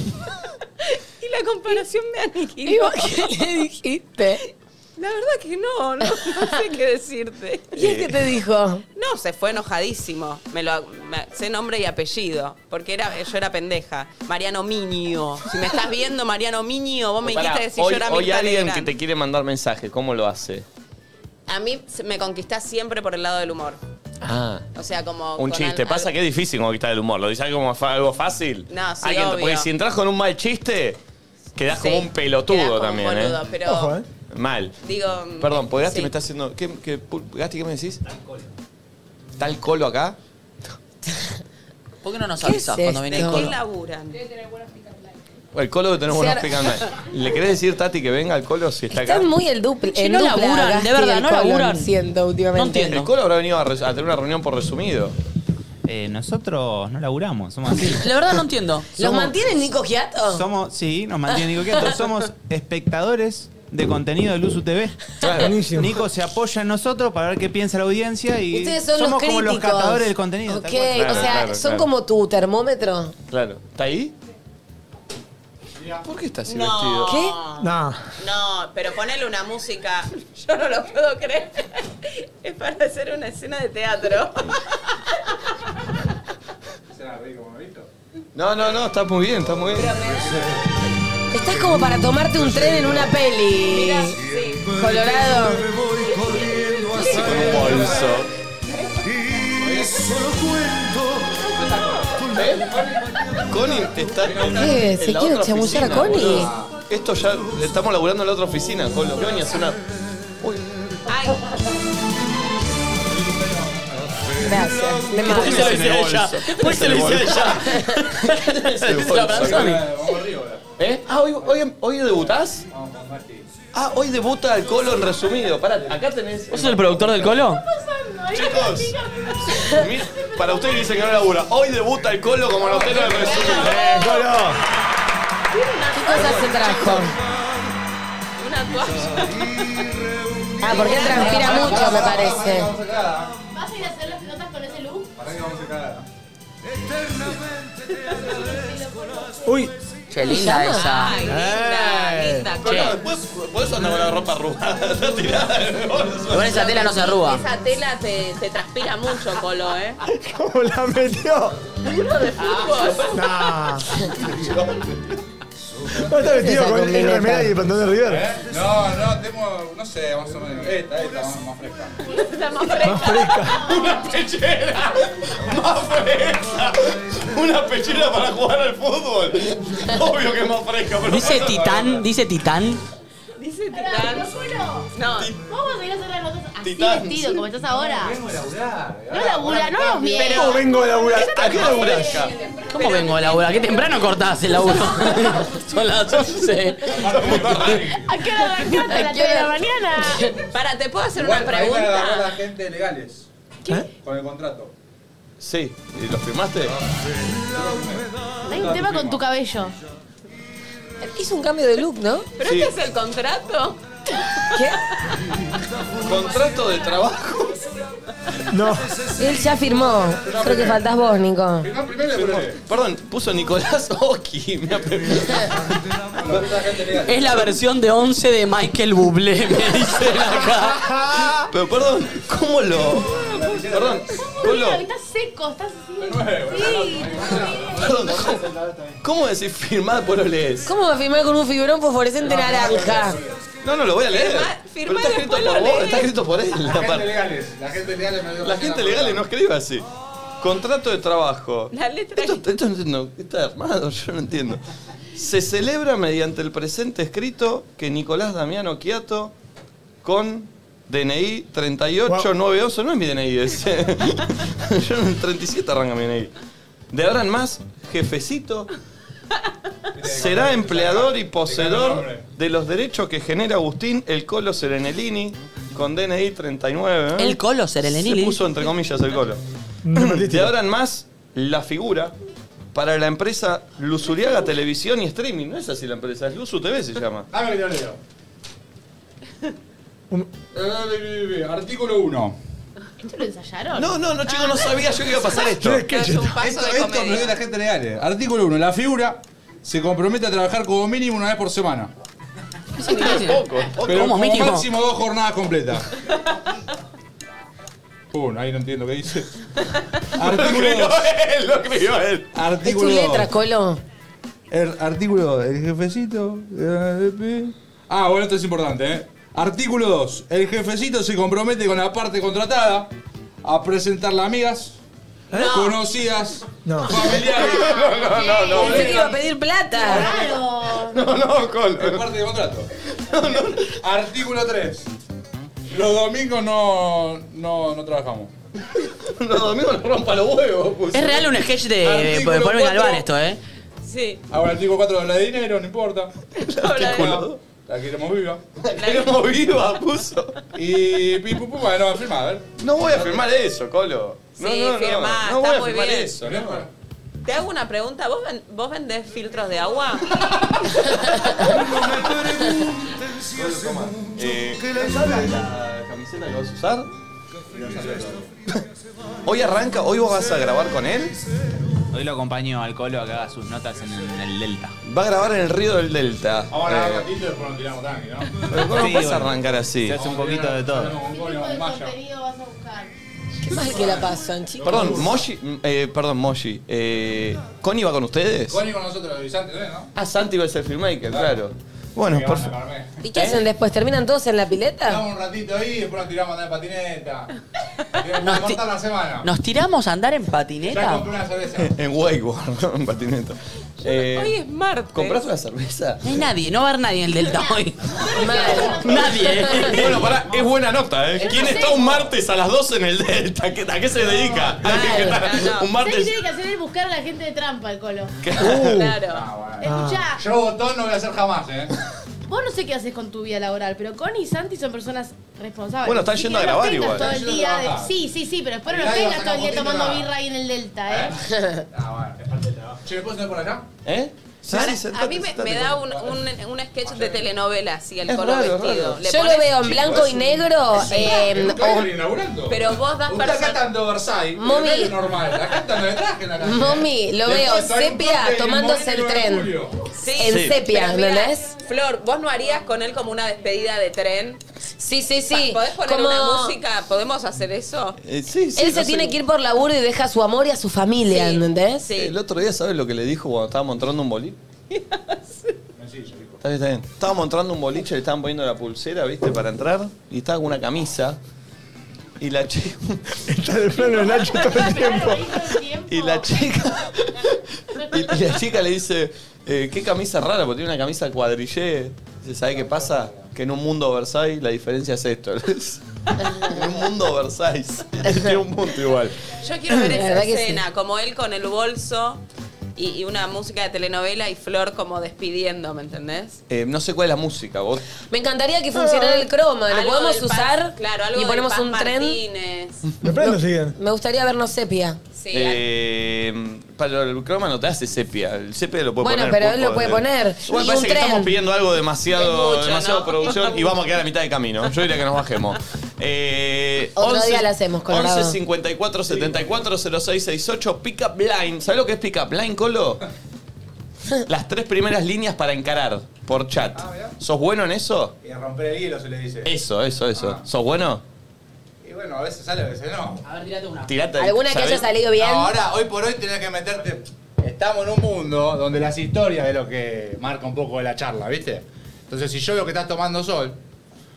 Speaker 6: y la comparación me aniquiló.
Speaker 2: ¿Qué le dijiste?
Speaker 6: La verdad que no, no, no sé qué decirte.
Speaker 2: ¿Y él qué te dijo?
Speaker 6: No, se fue enojadísimo. Me lo me- sé nombre y apellido, porque era yo era pendeja. Mariano Miño. Si me estás viendo, Mariano Miño, vos me
Speaker 1: Pará,
Speaker 6: dijiste si
Speaker 1: hoy,
Speaker 6: yo era
Speaker 1: hoy
Speaker 6: Mirta
Speaker 1: alguien
Speaker 6: Legrand.
Speaker 1: que te quiere mandar mensaje, ¿cómo lo hace?
Speaker 6: A mí se- me conquistás siempre por el lado del humor.
Speaker 1: Ah.
Speaker 6: O sea, como
Speaker 1: Un
Speaker 6: con
Speaker 1: chiste.
Speaker 6: al-
Speaker 1: Pasa que es difícil conquistar el humor. ¿Lo dice algo, más fa- algo fácil?
Speaker 6: No, sí,
Speaker 1: Alguien-
Speaker 6: obvio.
Speaker 1: Porque si entras con un mal chiste, quedás
Speaker 6: Sí,
Speaker 1: como un pelotudo
Speaker 6: quedás como un
Speaker 1: también,
Speaker 6: boludo,
Speaker 1: ¿eh?
Speaker 6: pero- Ojo, ¿eh?
Speaker 1: Mal.
Speaker 6: Digo,
Speaker 1: Perdón, porque Gasti
Speaker 6: sí.
Speaker 1: me está haciendo. ¿Qué, qué, pu- Gasti, ¿qué me decís? Tal colo. ¿Tal colo acá?
Speaker 5: ¿Por qué no nos
Speaker 1: ¿Qué
Speaker 5: avisas
Speaker 1: es
Speaker 5: cuando
Speaker 1: esto?
Speaker 5: viene el
Speaker 1: ¿De qué
Speaker 5: colo?
Speaker 6: laburan?
Speaker 1: El colo que tenemos
Speaker 2: Sí,
Speaker 1: buenos
Speaker 2: ahora-
Speaker 1: picantes. ¿Le querés decir, Tati, que venga al colo si está acá?
Speaker 2: Están muy el duple.
Speaker 5: Che,
Speaker 2: el
Speaker 5: no
Speaker 2: dupla,
Speaker 5: laburan, de
Speaker 2: Gasti,
Speaker 5: verdad,
Speaker 2: el
Speaker 5: no
Speaker 2: colon,
Speaker 5: laburan.
Speaker 2: Siento últimamente.
Speaker 1: El colo habrá venido a, res- a tener una reunión por resumido.
Speaker 7: Eh, nosotros no laburamos, somos así.
Speaker 5: La verdad no entiendo.
Speaker 2: ¿Los
Speaker 7: Somos-
Speaker 2: mantienen Nico Giato?
Speaker 7: Somos, sí, nos mantiene Nico quieto.
Speaker 2: *laughs*
Speaker 7: Somos espectadores de contenido de Luzu TV.
Speaker 3: Buenísimo.
Speaker 7: Nico se apoya en nosotros para ver qué piensa la audiencia y
Speaker 2: Ustedes son
Speaker 7: somos
Speaker 2: los
Speaker 7: como los
Speaker 2: críticos.
Speaker 7: catadores del contenido.
Speaker 2: Ok,
Speaker 7: tal cual.
Speaker 2: o
Speaker 1: Claro,
Speaker 2: sea,
Speaker 1: claro,
Speaker 2: son
Speaker 1: claro.
Speaker 2: como tu termómetro.
Speaker 1: Claro. ¿Está ahí? ¿Por qué está así
Speaker 6: No.
Speaker 1: vestido?
Speaker 6: ¿Qué?
Speaker 3: No.
Speaker 6: No, pero ponele una música. *laughs* Yo no lo puedo creer. *laughs* Es para hacer una escena de teatro.
Speaker 1: No, no, no, está muy bien, está muy bien.
Speaker 2: Estás como para tomarte un tren en una peli. Colorado.
Speaker 1: Así con un bolso.
Speaker 11: Y solo cuento.
Speaker 1: Connie te está.
Speaker 5: Eh,
Speaker 11: ¿Qué? ¿Se
Speaker 1: en la
Speaker 11: quiere
Speaker 1: otra
Speaker 11: chamullar a
Speaker 1: oficina,
Speaker 11: Connie?
Speaker 1: boludo. Esto ya estamos laburando en la otra oficina, con los ñoñas, una.
Speaker 6: Ay.
Speaker 2: Gracias. De
Speaker 11: ¿Por qué se lo
Speaker 2: más.
Speaker 11: hice a ella? ¿Por qué se lo hice a ella?
Speaker 1: ¿Se la abrazó? ¿Eh? Ah, hoy, hoy, hoy debutás? Ah, hoy debuta el colo en resumido. Pará, acá tenés.
Speaker 11: ¿Vos sos el productor del colo?
Speaker 1: Chicos, mira, para ustedes que dicen que no labura, hoy debuta el colo como los telos del resumido. ¡Eh, colo!
Speaker 2: ¿Qué cosas se trajo?
Speaker 6: Una toalla.
Speaker 2: Ah, porque él transpira mucho, me parece.
Speaker 4: ¿Vas a ir a hacer las pelotas con ese look?
Speaker 3: Uy.
Speaker 5: Qué linda esa.
Speaker 6: Ay, linda, linda.
Speaker 1: Colo, después podés andar con la ropa arrugada, *laughs* está tirada en el bolso.
Speaker 5: Igual esa tela no se arruga.
Speaker 6: Esa tela te, te transpira mucho,
Speaker 4: *laughs*
Speaker 6: Colo, ¿eh?
Speaker 3: ¿Cómo la metió?
Speaker 6: Uno de fútbol.
Speaker 3: Nah. ¿Cómo está vestido con el remera y el pantalón de River?
Speaker 9: No, no, tengo, no sé, más o menos. Esta, esta, más, más fresca.
Speaker 6: Está más fresca.
Speaker 1: Una pechera más fresca. Una pechera para jugar al fútbol. Obvio que es más fresca, pero.
Speaker 5: Dice titán, dice titán.
Speaker 6: Dice
Speaker 4: Pará,
Speaker 6: Titán.
Speaker 4: lo juro.
Speaker 6: No.
Speaker 4: ¿Cómo vas a ir a hacer las notas así
Speaker 1: Titán.
Speaker 4: vestido como estás ahora?
Speaker 1: Vengo a laburar.
Speaker 4: No labura, no nos mientas.
Speaker 3: ¿Cómo vengo a laburar? ¿A qué laburás?
Speaker 5: ¿Cómo vengo de laburar? ¿Qué temprano cortás el laburo? Son las 11.
Speaker 4: ¿A qué hora arrancaste? ¿A las
Speaker 6: ¿A qué
Speaker 4: tres de la
Speaker 6: hora?
Speaker 4: mañana?
Speaker 6: Para, ¿te puedo hacer
Speaker 9: Igual,
Speaker 6: una
Speaker 9: para mí me agarró la
Speaker 6: pregunta?
Speaker 9: gente legales. Con el contrato.
Speaker 1: Sí. ¿Y ¿Lo firmaste?
Speaker 4: Hay un tema con tu cabello.
Speaker 2: Hizo un cambio de look, ¿no?
Speaker 6: Pero
Speaker 1: Sí.
Speaker 6: este es el contrato.
Speaker 1: Contrato de trabajo.
Speaker 12: No.
Speaker 2: Él ya firmó. Creo que faltás vos, Nico.
Speaker 1: Perdón, puso Nicolás Oki. Me
Speaker 9: *laughs*
Speaker 5: Es la versión de 11 de Michael Bublé, me dicen acá.
Speaker 1: Pero perdón, ¿cómo lo...? Perdón, Polo,
Speaker 4: Mira, Estás seco, estás así. Sí,
Speaker 1: perdón, ¿cómo, cómo decís firmar por lees?
Speaker 2: ¿Cómo va a firmar con un fibrón fosforescente naranja?
Speaker 1: No, no, lo voy a leer.
Speaker 2: Firma-
Speaker 1: Pero está escrito por vos, está escrito por él.
Speaker 9: La gente
Speaker 1: aparte.
Speaker 9: legales, la gente legales me dio
Speaker 1: La gente legal no escribe así. Contrato de trabajo.
Speaker 6: La letra.
Speaker 1: Esto, esto no, no- está armado, *laughs* yo no entiendo. Se celebra mediante el presente escrito que Nicolás Damiano Quiato con DNI 3898, no es mi DNI, es. *laughs* yo en el 37 arranca mi DNI. De ahora en más, jefecito. Será empleador y poseedor de los derechos que genera Agustín el Colo Serenelini con DNI 39.
Speaker 5: El Colo Serenelini.
Speaker 1: Ah. Se puso entre comillas el Colo. De ahora en más, la figura para la empresa Lusuriaga Televisión y Streaming. No es así la empresa, es Luzu TV se llama.
Speaker 9: Dame que te lo leo. Eh, Artículo 1.
Speaker 4: ¿Esto lo ensayaron? Ah,
Speaker 1: No, no, no, chicos, no sabía yo que iba a pasar esto.
Speaker 9: Esto, esto me lo dio la gente legal. eh. Artículo 1. La figura se compromete a trabajar como mínimo una vez por semana. Pero como máximo dos jornadas completas. *laughs* Uno, ahí no entiendo qué
Speaker 1: *laughs*
Speaker 9: dice. Artículo
Speaker 1: escribió
Speaker 9: 2.
Speaker 1: él, lo escribió él.
Speaker 2: Es tu
Speaker 9: Artículo
Speaker 2: letra,
Speaker 9: 2.
Speaker 2: Colo.
Speaker 9: El artículo 2, el jefecito. eh, eh. Ah, bueno, esto es importante, ¿eh? Artículo 2. El jefecito se compromete con la parte contratada a presentarle a amigas, conocidas, familiares.
Speaker 1: *laughs* No, no, no,
Speaker 2: Pensé que iba a pedir plata.
Speaker 1: No, no, Colo.
Speaker 9: Es parte del
Speaker 1: *laughs*
Speaker 9: contrato. Artículo 3. Los domingos no, no, no trabajamos.
Speaker 1: *laughs* Los domingos no rompa los huevos. pues.
Speaker 5: Es real un sketch de, de,
Speaker 9: Artículo
Speaker 5: Paul
Speaker 9: cuatro.
Speaker 5: Galván esto, ¿eh?
Speaker 6: Sí.
Speaker 9: Ahora el tipo 4 habla de dinero, no importa.
Speaker 1: Artículo.
Speaker 9: La queremos viva.
Speaker 1: La queremos viva, puso.
Speaker 9: Y pim pum pum, bueno, a firmar, a ver.
Speaker 1: No voy a firmar eso, Colo. No,
Speaker 6: Sí,
Speaker 1: no, no.
Speaker 6: firmá,
Speaker 1: no voy
Speaker 6: está
Speaker 1: a
Speaker 6: muy
Speaker 1: firmar
Speaker 6: bien.
Speaker 1: eso, ¿no?
Speaker 6: Te hago una pregunta. ¿Vos, ven- vos vendés filtros de agua?
Speaker 1: Toma. Eh, ¿sabes la camiseta que vas a usar? Hoy arranca, hoy vos vas a grabar con él.
Speaker 7: Hoy lo acompaño al Colo a que haga sus notas en el, en el Delta.
Speaker 1: Va a grabar en el río del Delta.
Speaker 9: Vamos a
Speaker 1: Eh,
Speaker 9: grabar un ratito y después nos tiramos tranqui, ¿no?
Speaker 1: pero ¿Cómo
Speaker 7: Sí,
Speaker 1: vas a
Speaker 7: bueno.
Speaker 1: arrancar así?
Speaker 7: Se hace un poquito de todo.
Speaker 2: Qué mal que la pasan, chicos.
Speaker 1: Perdón, Moshi, eh, perdón, Moshi. Eh, ¿Connie va con ustedes?
Speaker 9: Connie con nosotros, avisante, ¿no?
Speaker 1: Ah, Santi va a ser filmmaker, claro. Bueno, por fa-
Speaker 2: ¿Y qué hacen después? ¿Terminan todos en la pileta?
Speaker 9: Vamos un ratito ahí y después nos tiramos a andar en patineta. Nos cortar la semana.
Speaker 5: ¿Nos tiramos a andar en
Speaker 9: Ya
Speaker 5: patineta?
Speaker 9: compré una cerveza.
Speaker 1: *laughs* En wakeboard, en patineta. Eh,
Speaker 6: Hoy es martes.
Speaker 1: ¿Comprás una cerveza?
Speaker 5: No hay nadie, no va a haber nadie en el Delta hoy.
Speaker 9: *laughs*
Speaker 1: Nadie. eh. *laughs*
Speaker 9: pues,
Speaker 1: Bueno, pará, es buena nota,
Speaker 4: Yo
Speaker 1: ¿eh?
Speaker 4: no
Speaker 1: ¿Quién
Speaker 4: sé.
Speaker 1: está un martes a las 12 en el Delta? ¿Qué- ¿A qué se dedica? Alguien que está *laughs* un
Speaker 4: ¿Sabes qué
Speaker 1: martes.
Speaker 4: tiene que hacer? Es buscar a la gente de trampa, el Colo.
Speaker 6: Claro.
Speaker 4: Escuchá.
Speaker 9: Yo botón no voy a hacer jamás, ¿eh?
Speaker 4: Vos no sé qué haces con tu vida laboral, pero Connie y Santi son personas responsables.
Speaker 1: Bueno, están
Speaker 4: Así
Speaker 1: yendo
Speaker 4: que
Speaker 1: a
Speaker 4: no
Speaker 1: grabar
Speaker 4: tengas
Speaker 1: igual.
Speaker 4: todo
Speaker 1: Están
Speaker 4: el
Speaker 1: yendo a
Speaker 4: día de-
Speaker 1: trabajar.
Speaker 4: Sí, sí, sí, pero después no
Speaker 9: Mirá,
Speaker 4: los
Speaker 9: iba a
Speaker 4: tengas
Speaker 9: sacar
Speaker 4: todo el día
Speaker 9: fotito
Speaker 4: tomando
Speaker 9: nada.
Speaker 4: birra ahí en el Delta, ¿eh?
Speaker 9: Ah, bueno, es parte del trabajo. Che, ¿me puedo sentar por allá?
Speaker 1: ¿Eh?
Speaker 6: Ahora, a mí me, me da un, un- un sketch de telenovela así, el
Speaker 1: Es
Speaker 6: color
Speaker 1: raro,
Speaker 6: vestido.
Speaker 1: raro.
Speaker 6: Le
Speaker 2: Yo lo
Speaker 6: pones-
Speaker 2: veo en blanco y negro. eh,
Speaker 9: inaugurando.
Speaker 6: Pero vos das
Speaker 9: Usted acá
Speaker 6: persona-
Speaker 9: tanto Versailles, pero
Speaker 2: Mami.
Speaker 9: no es normal. Acá están de traje la nariz.
Speaker 2: Mami, lo
Speaker 9: Después
Speaker 2: veo
Speaker 9: hay un corte
Speaker 2: sepia
Speaker 9: en
Speaker 2: tomándose el
Speaker 9: Moreno de
Speaker 2: tren.
Speaker 9: Julio.
Speaker 6: Sí.
Speaker 2: En
Speaker 6: Sí.
Speaker 2: sepia,
Speaker 6: Pero mira,
Speaker 2: ¿entendés?
Speaker 6: Flor, ¿vos no harías con él como una despedida de tren?
Speaker 2: Sí, sí, sí.
Speaker 6: ¿Podés poner
Speaker 2: Como-
Speaker 6: una música? ¿Podemos hacer eso?
Speaker 1: Eh, sí,
Speaker 2: Él se tiene que ir por laburo y deja a su amor y a su familia, ¿entendés?
Speaker 1: El otro día, ¿sabes lo que le dijo cuando estaba montando un boliche? Está bien, está bien. Estaba montando un boliche, le estaban poniendo la pulsera, ¿viste? Para entrar. Y estaba con una camisa. Y la chica. *laughs* Está de plano de Nacho todo el tiempo. Y la chica. Y, y la chica le dice, eh, qué camisa rara, porque tiene una camisa cuadrillé. Dice, ¿sabe qué pasa? Que en un mundo Versailles la diferencia es esto. *laughs* en un mundo Versailles. *laughs* Tiene un mundo igual.
Speaker 6: Yo
Speaker 2: *clears throat*
Speaker 6: quiero ver
Speaker 2: La
Speaker 6: esa
Speaker 2: verdad que
Speaker 6: escena, como él con el bolso y, y una música de telenovela y Flor como despidiendo, ¿me entendés?
Speaker 1: Eh, no sé cuál es la música, vos.
Speaker 2: Me encantaría que funcionara el croma. Lo
Speaker 6: Algo
Speaker 2: podemos
Speaker 6: del Paz-
Speaker 2: usar
Speaker 6: claro, algo
Speaker 2: y
Speaker 6: del
Speaker 2: ponemos
Speaker 6: Paz
Speaker 2: un tren.
Speaker 1: *laughs*
Speaker 6: Martínez.
Speaker 12: Después nos siguen.
Speaker 2: Me gustaría vernos sepia.
Speaker 13: Sí,
Speaker 1: Eh, para el croma no te hace sepia. El sepia lo puede
Speaker 2: Bueno,
Speaker 1: poner.
Speaker 2: pero él
Speaker 1: pulpo,
Speaker 2: lo puede
Speaker 1: eh.
Speaker 2: poner.
Speaker 1: Igual
Speaker 2: Y
Speaker 1: parece
Speaker 2: un
Speaker 1: que
Speaker 2: tren.
Speaker 1: estamos pidiendo algo demasiado,
Speaker 2: Es mucho,
Speaker 1: demasiado
Speaker 2: ¿no? *laughs*
Speaker 1: producción y vamos a quedar a mitad de camino. Yo diría que nos bajemos. Eh,
Speaker 2: Otro día la hacemos, Colorado.
Speaker 1: 11 54 74 0668 Pick Up Line. ¿Sabes lo que es Pick Up Line,
Speaker 2: *laughs*
Speaker 1: Colo? Las tres primeras líneas para encarar por chat. ¿Sos bueno en eso?
Speaker 9: Y a romper el hilo se le dice.
Speaker 1: Eso, eso, eso. ¿Sos bueno?
Speaker 9: Y bueno, a veces sale, a veces no.
Speaker 5: A ver, tirate una.
Speaker 1: Tirate.
Speaker 2: ¿Alguna que haya
Speaker 1: ¿sabés?
Speaker 2: salido bien? Mm.
Speaker 9: Ahora, hoy por hoy tenés que meterte. Estamos en un mundo donde las historias es lo que marca un poco de la charla, ¿viste? Entonces, si yo veo que estás tomando sol.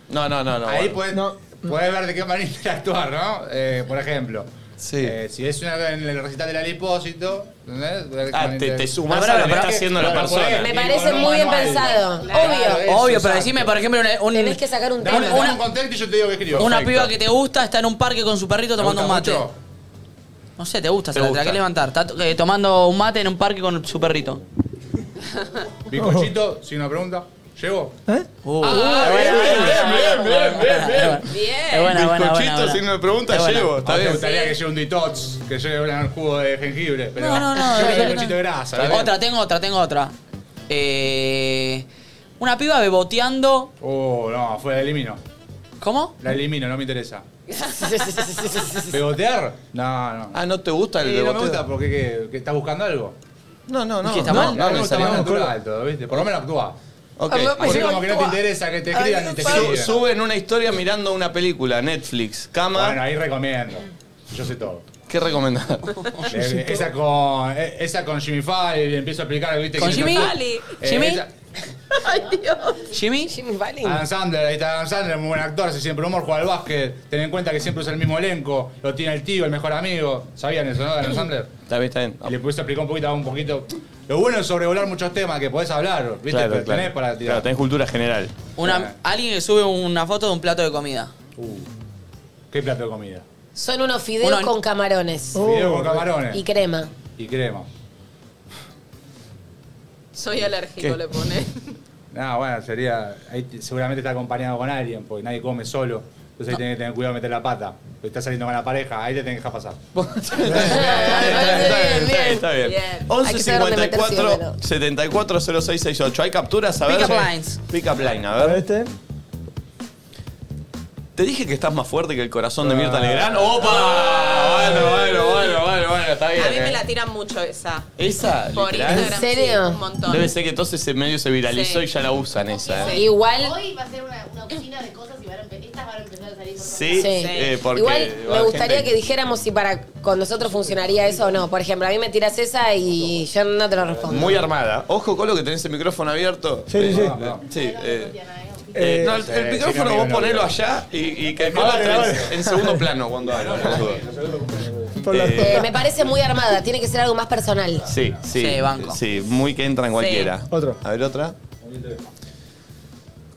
Speaker 1: No, no, no, no.
Speaker 9: ahí
Speaker 1: bueno.
Speaker 9: podés, podés ver de qué manera interactuar, ¿no? Eh, por ejemplo. Eh, si es una en el recital del alipósito, ¿entendés? Podés ver de qué
Speaker 1: Ah,
Speaker 9: manera
Speaker 1: te, te
Speaker 9: interactuar.
Speaker 1: sumas
Speaker 5: Pará,
Speaker 1: a lo que
Speaker 5: pará,
Speaker 1: está
Speaker 5: pará.
Speaker 1: haciendo la persona.
Speaker 2: Me parece muy bien pensado. Obvio.
Speaker 5: Obvio, pero decime, por ejemplo, una, un-
Speaker 2: Tenés que sacar un
Speaker 5: Dame,
Speaker 2: tema.
Speaker 5: dame un
Speaker 9: contexto y yo te digo que escribo.
Speaker 5: una piba que te gusta está en un parque con su perrito tomando un mate. No sé, te gusta,
Speaker 1: Te
Speaker 5: se la- te
Speaker 1: gusta.
Speaker 5: la que levantar. Está eh, tomando un mate en un parque con su perrito.
Speaker 9: Bizcochito, sin una pregunta. ¿Llevo?
Speaker 5: Uh.
Speaker 9: Ah, bien, bien, bien, bien, bien, bien.
Speaker 5: Es buena, buena, buena,
Speaker 9: Bizcochito,
Speaker 5: buena.
Speaker 9: sin una pregunta,
Speaker 5: Es buena.
Speaker 9: llevo. Está
Speaker 5: Ah,
Speaker 9: bien.
Speaker 5: ¿te
Speaker 9: Me
Speaker 5: gustaría
Speaker 9: gustaría que lleve un detox, que lleve un jugo de jengibre. Pero
Speaker 5: No, no, no.
Speaker 9: Yo
Speaker 5: no,
Speaker 9: quiero
Speaker 5: no.
Speaker 9: bizcochito de grasa. ¿está bien?
Speaker 5: Otra, tengo otra, tengo otra. Eh, una piba beboteando.
Speaker 9: Oh, no, fue, la elimino. *laughs*
Speaker 5: ¿Cómo?
Speaker 9: La elimino, no me interesa. ¿Bebotear? No, no.
Speaker 1: Ah, ¿no te gusta el
Speaker 9: Sí, No
Speaker 1: beboteo?
Speaker 9: me gusta porque ¿qué, qué, estás buscando algo.
Speaker 1: No, no,
Speaker 9: no.
Speaker 1: ¿Y qué está mal?
Speaker 9: No,
Speaker 1: No,
Speaker 9: no, está más
Speaker 1: necesariamente.
Speaker 9: natural todo, ¿viste? Por lo menos actúa.
Speaker 1: Ok.
Speaker 5: Ah,
Speaker 9: Así como que no te interesa que te escriban ni te
Speaker 1: Su-
Speaker 9: escriban.
Speaker 1: Suben una historia mirando una película, Netflix, cama.
Speaker 9: Bueno, ahí recomiendo. Yo sé todo. *laughs*
Speaker 1: ¿Qué recomendás?
Speaker 9: Eh, esa con eh, esa con Jimmy Fallon empiezo a explicar ¿viste?
Speaker 5: ¿Con
Speaker 9: Que
Speaker 5: Jimmy?
Speaker 9: no-
Speaker 5: Fallon.
Speaker 9: Eh,
Speaker 5: ¿Jimmy?
Speaker 2: *laughs*
Speaker 9: esa-
Speaker 5: ¿Jimmy?
Speaker 2: Jimmy Valley.
Speaker 9: Adam Sandler, ahí está Adam Sandler, muy buen actor, hace siempre humor, juega al básquet. Ten en cuenta que siempre usa el mismo elenco, lo tiene el tío, el mejor amigo. ¿Sabían eso, no? de Adam Sandler.
Speaker 1: Está bien, está bien.
Speaker 9: Y le pudiste explicar un poquito, un poquito. Lo bueno es sobrevolar muchos temas que podés hablar, ¿viste?
Speaker 1: Claro,
Speaker 9: Pero tenés
Speaker 1: claro.
Speaker 9: para tirar.
Speaker 1: Claro, tenés cultura general.
Speaker 5: Una, alguien que sube una foto de un plato de comida.
Speaker 9: ¿Qué plato de comida?
Speaker 2: Son unos fideos
Speaker 5: Uno en-
Speaker 2: con camarones.
Speaker 9: Fideos con camarones.
Speaker 2: Oh. Y crema.
Speaker 9: Y crema.
Speaker 13: Soy alérgico,
Speaker 9: ¿Qué?
Speaker 13: le pone.
Speaker 9: *laughs* No, Ah, bueno, sería. Ahí t- seguramente está acompañado con alguien, porque nadie come solo. Entonces ahí tenés que tener cuidado de meter la pata. Porque estás saliendo con la pareja, ahí te tenés que dejar
Speaker 1: *laughs*
Speaker 9: pasar.
Speaker 1: Está bien, está bien.
Speaker 2: Hay que saber dónde meter
Speaker 1: 1154
Speaker 2: ciudadano.
Speaker 1: 740668. Hay capturas, a ver.
Speaker 5: Pick up
Speaker 1: Sí.
Speaker 5: lines.
Speaker 1: Pick up line, a ver. Te dije que estás más fuerte que el corazón de
Speaker 9: Ah.
Speaker 1: Mirta Legrand. ¡Opa! Bueno, bueno, bueno, bueno, bueno, está bien.
Speaker 6: A mí me
Speaker 1: eh.
Speaker 6: la tiran mucho esa.
Speaker 1: Esa,
Speaker 6: Por
Speaker 1: literal.
Speaker 6: Instagram, ¿En serio? sí, un montón.
Speaker 1: Debe ser que entonces ese medio se viralizó y ya la usan esa. eh.
Speaker 2: Igual-
Speaker 14: Hoy va a ser una, una cocina de cosas y van a empe- estas van a empezar a salir por todos
Speaker 1: Sí,
Speaker 14: lados.
Speaker 1: eh, porque
Speaker 2: Igual
Speaker 1: va
Speaker 2: me gustaría
Speaker 1: gente-
Speaker 2: que dijéramos si para con nosotros funcionaría eso o no. Por ejemplo, a mí me tiras esa y yo no te lo respondo.
Speaker 1: Muy armada. Ojo, Colo, que tenés el micrófono abierto. Sí, sí, sí. eh, eh, no, el, el
Speaker 9: Sí,
Speaker 1: micrófono
Speaker 9: sí,
Speaker 1: vos
Speaker 9: no, no.
Speaker 1: ponelo allá y, y que el
Speaker 9: Vale,
Speaker 1: Colo esté
Speaker 9: vale.
Speaker 1: en segundo
Speaker 9: *laughs*
Speaker 1: plano cuando habla. por las dudas. Eh,
Speaker 2: Eh, me parece muy armada, tiene que ser algo más personal.
Speaker 1: Sí, sí.
Speaker 2: Sí, banco.
Speaker 1: Sí, muy que entra en cualquiera. Otro. A ver, otra.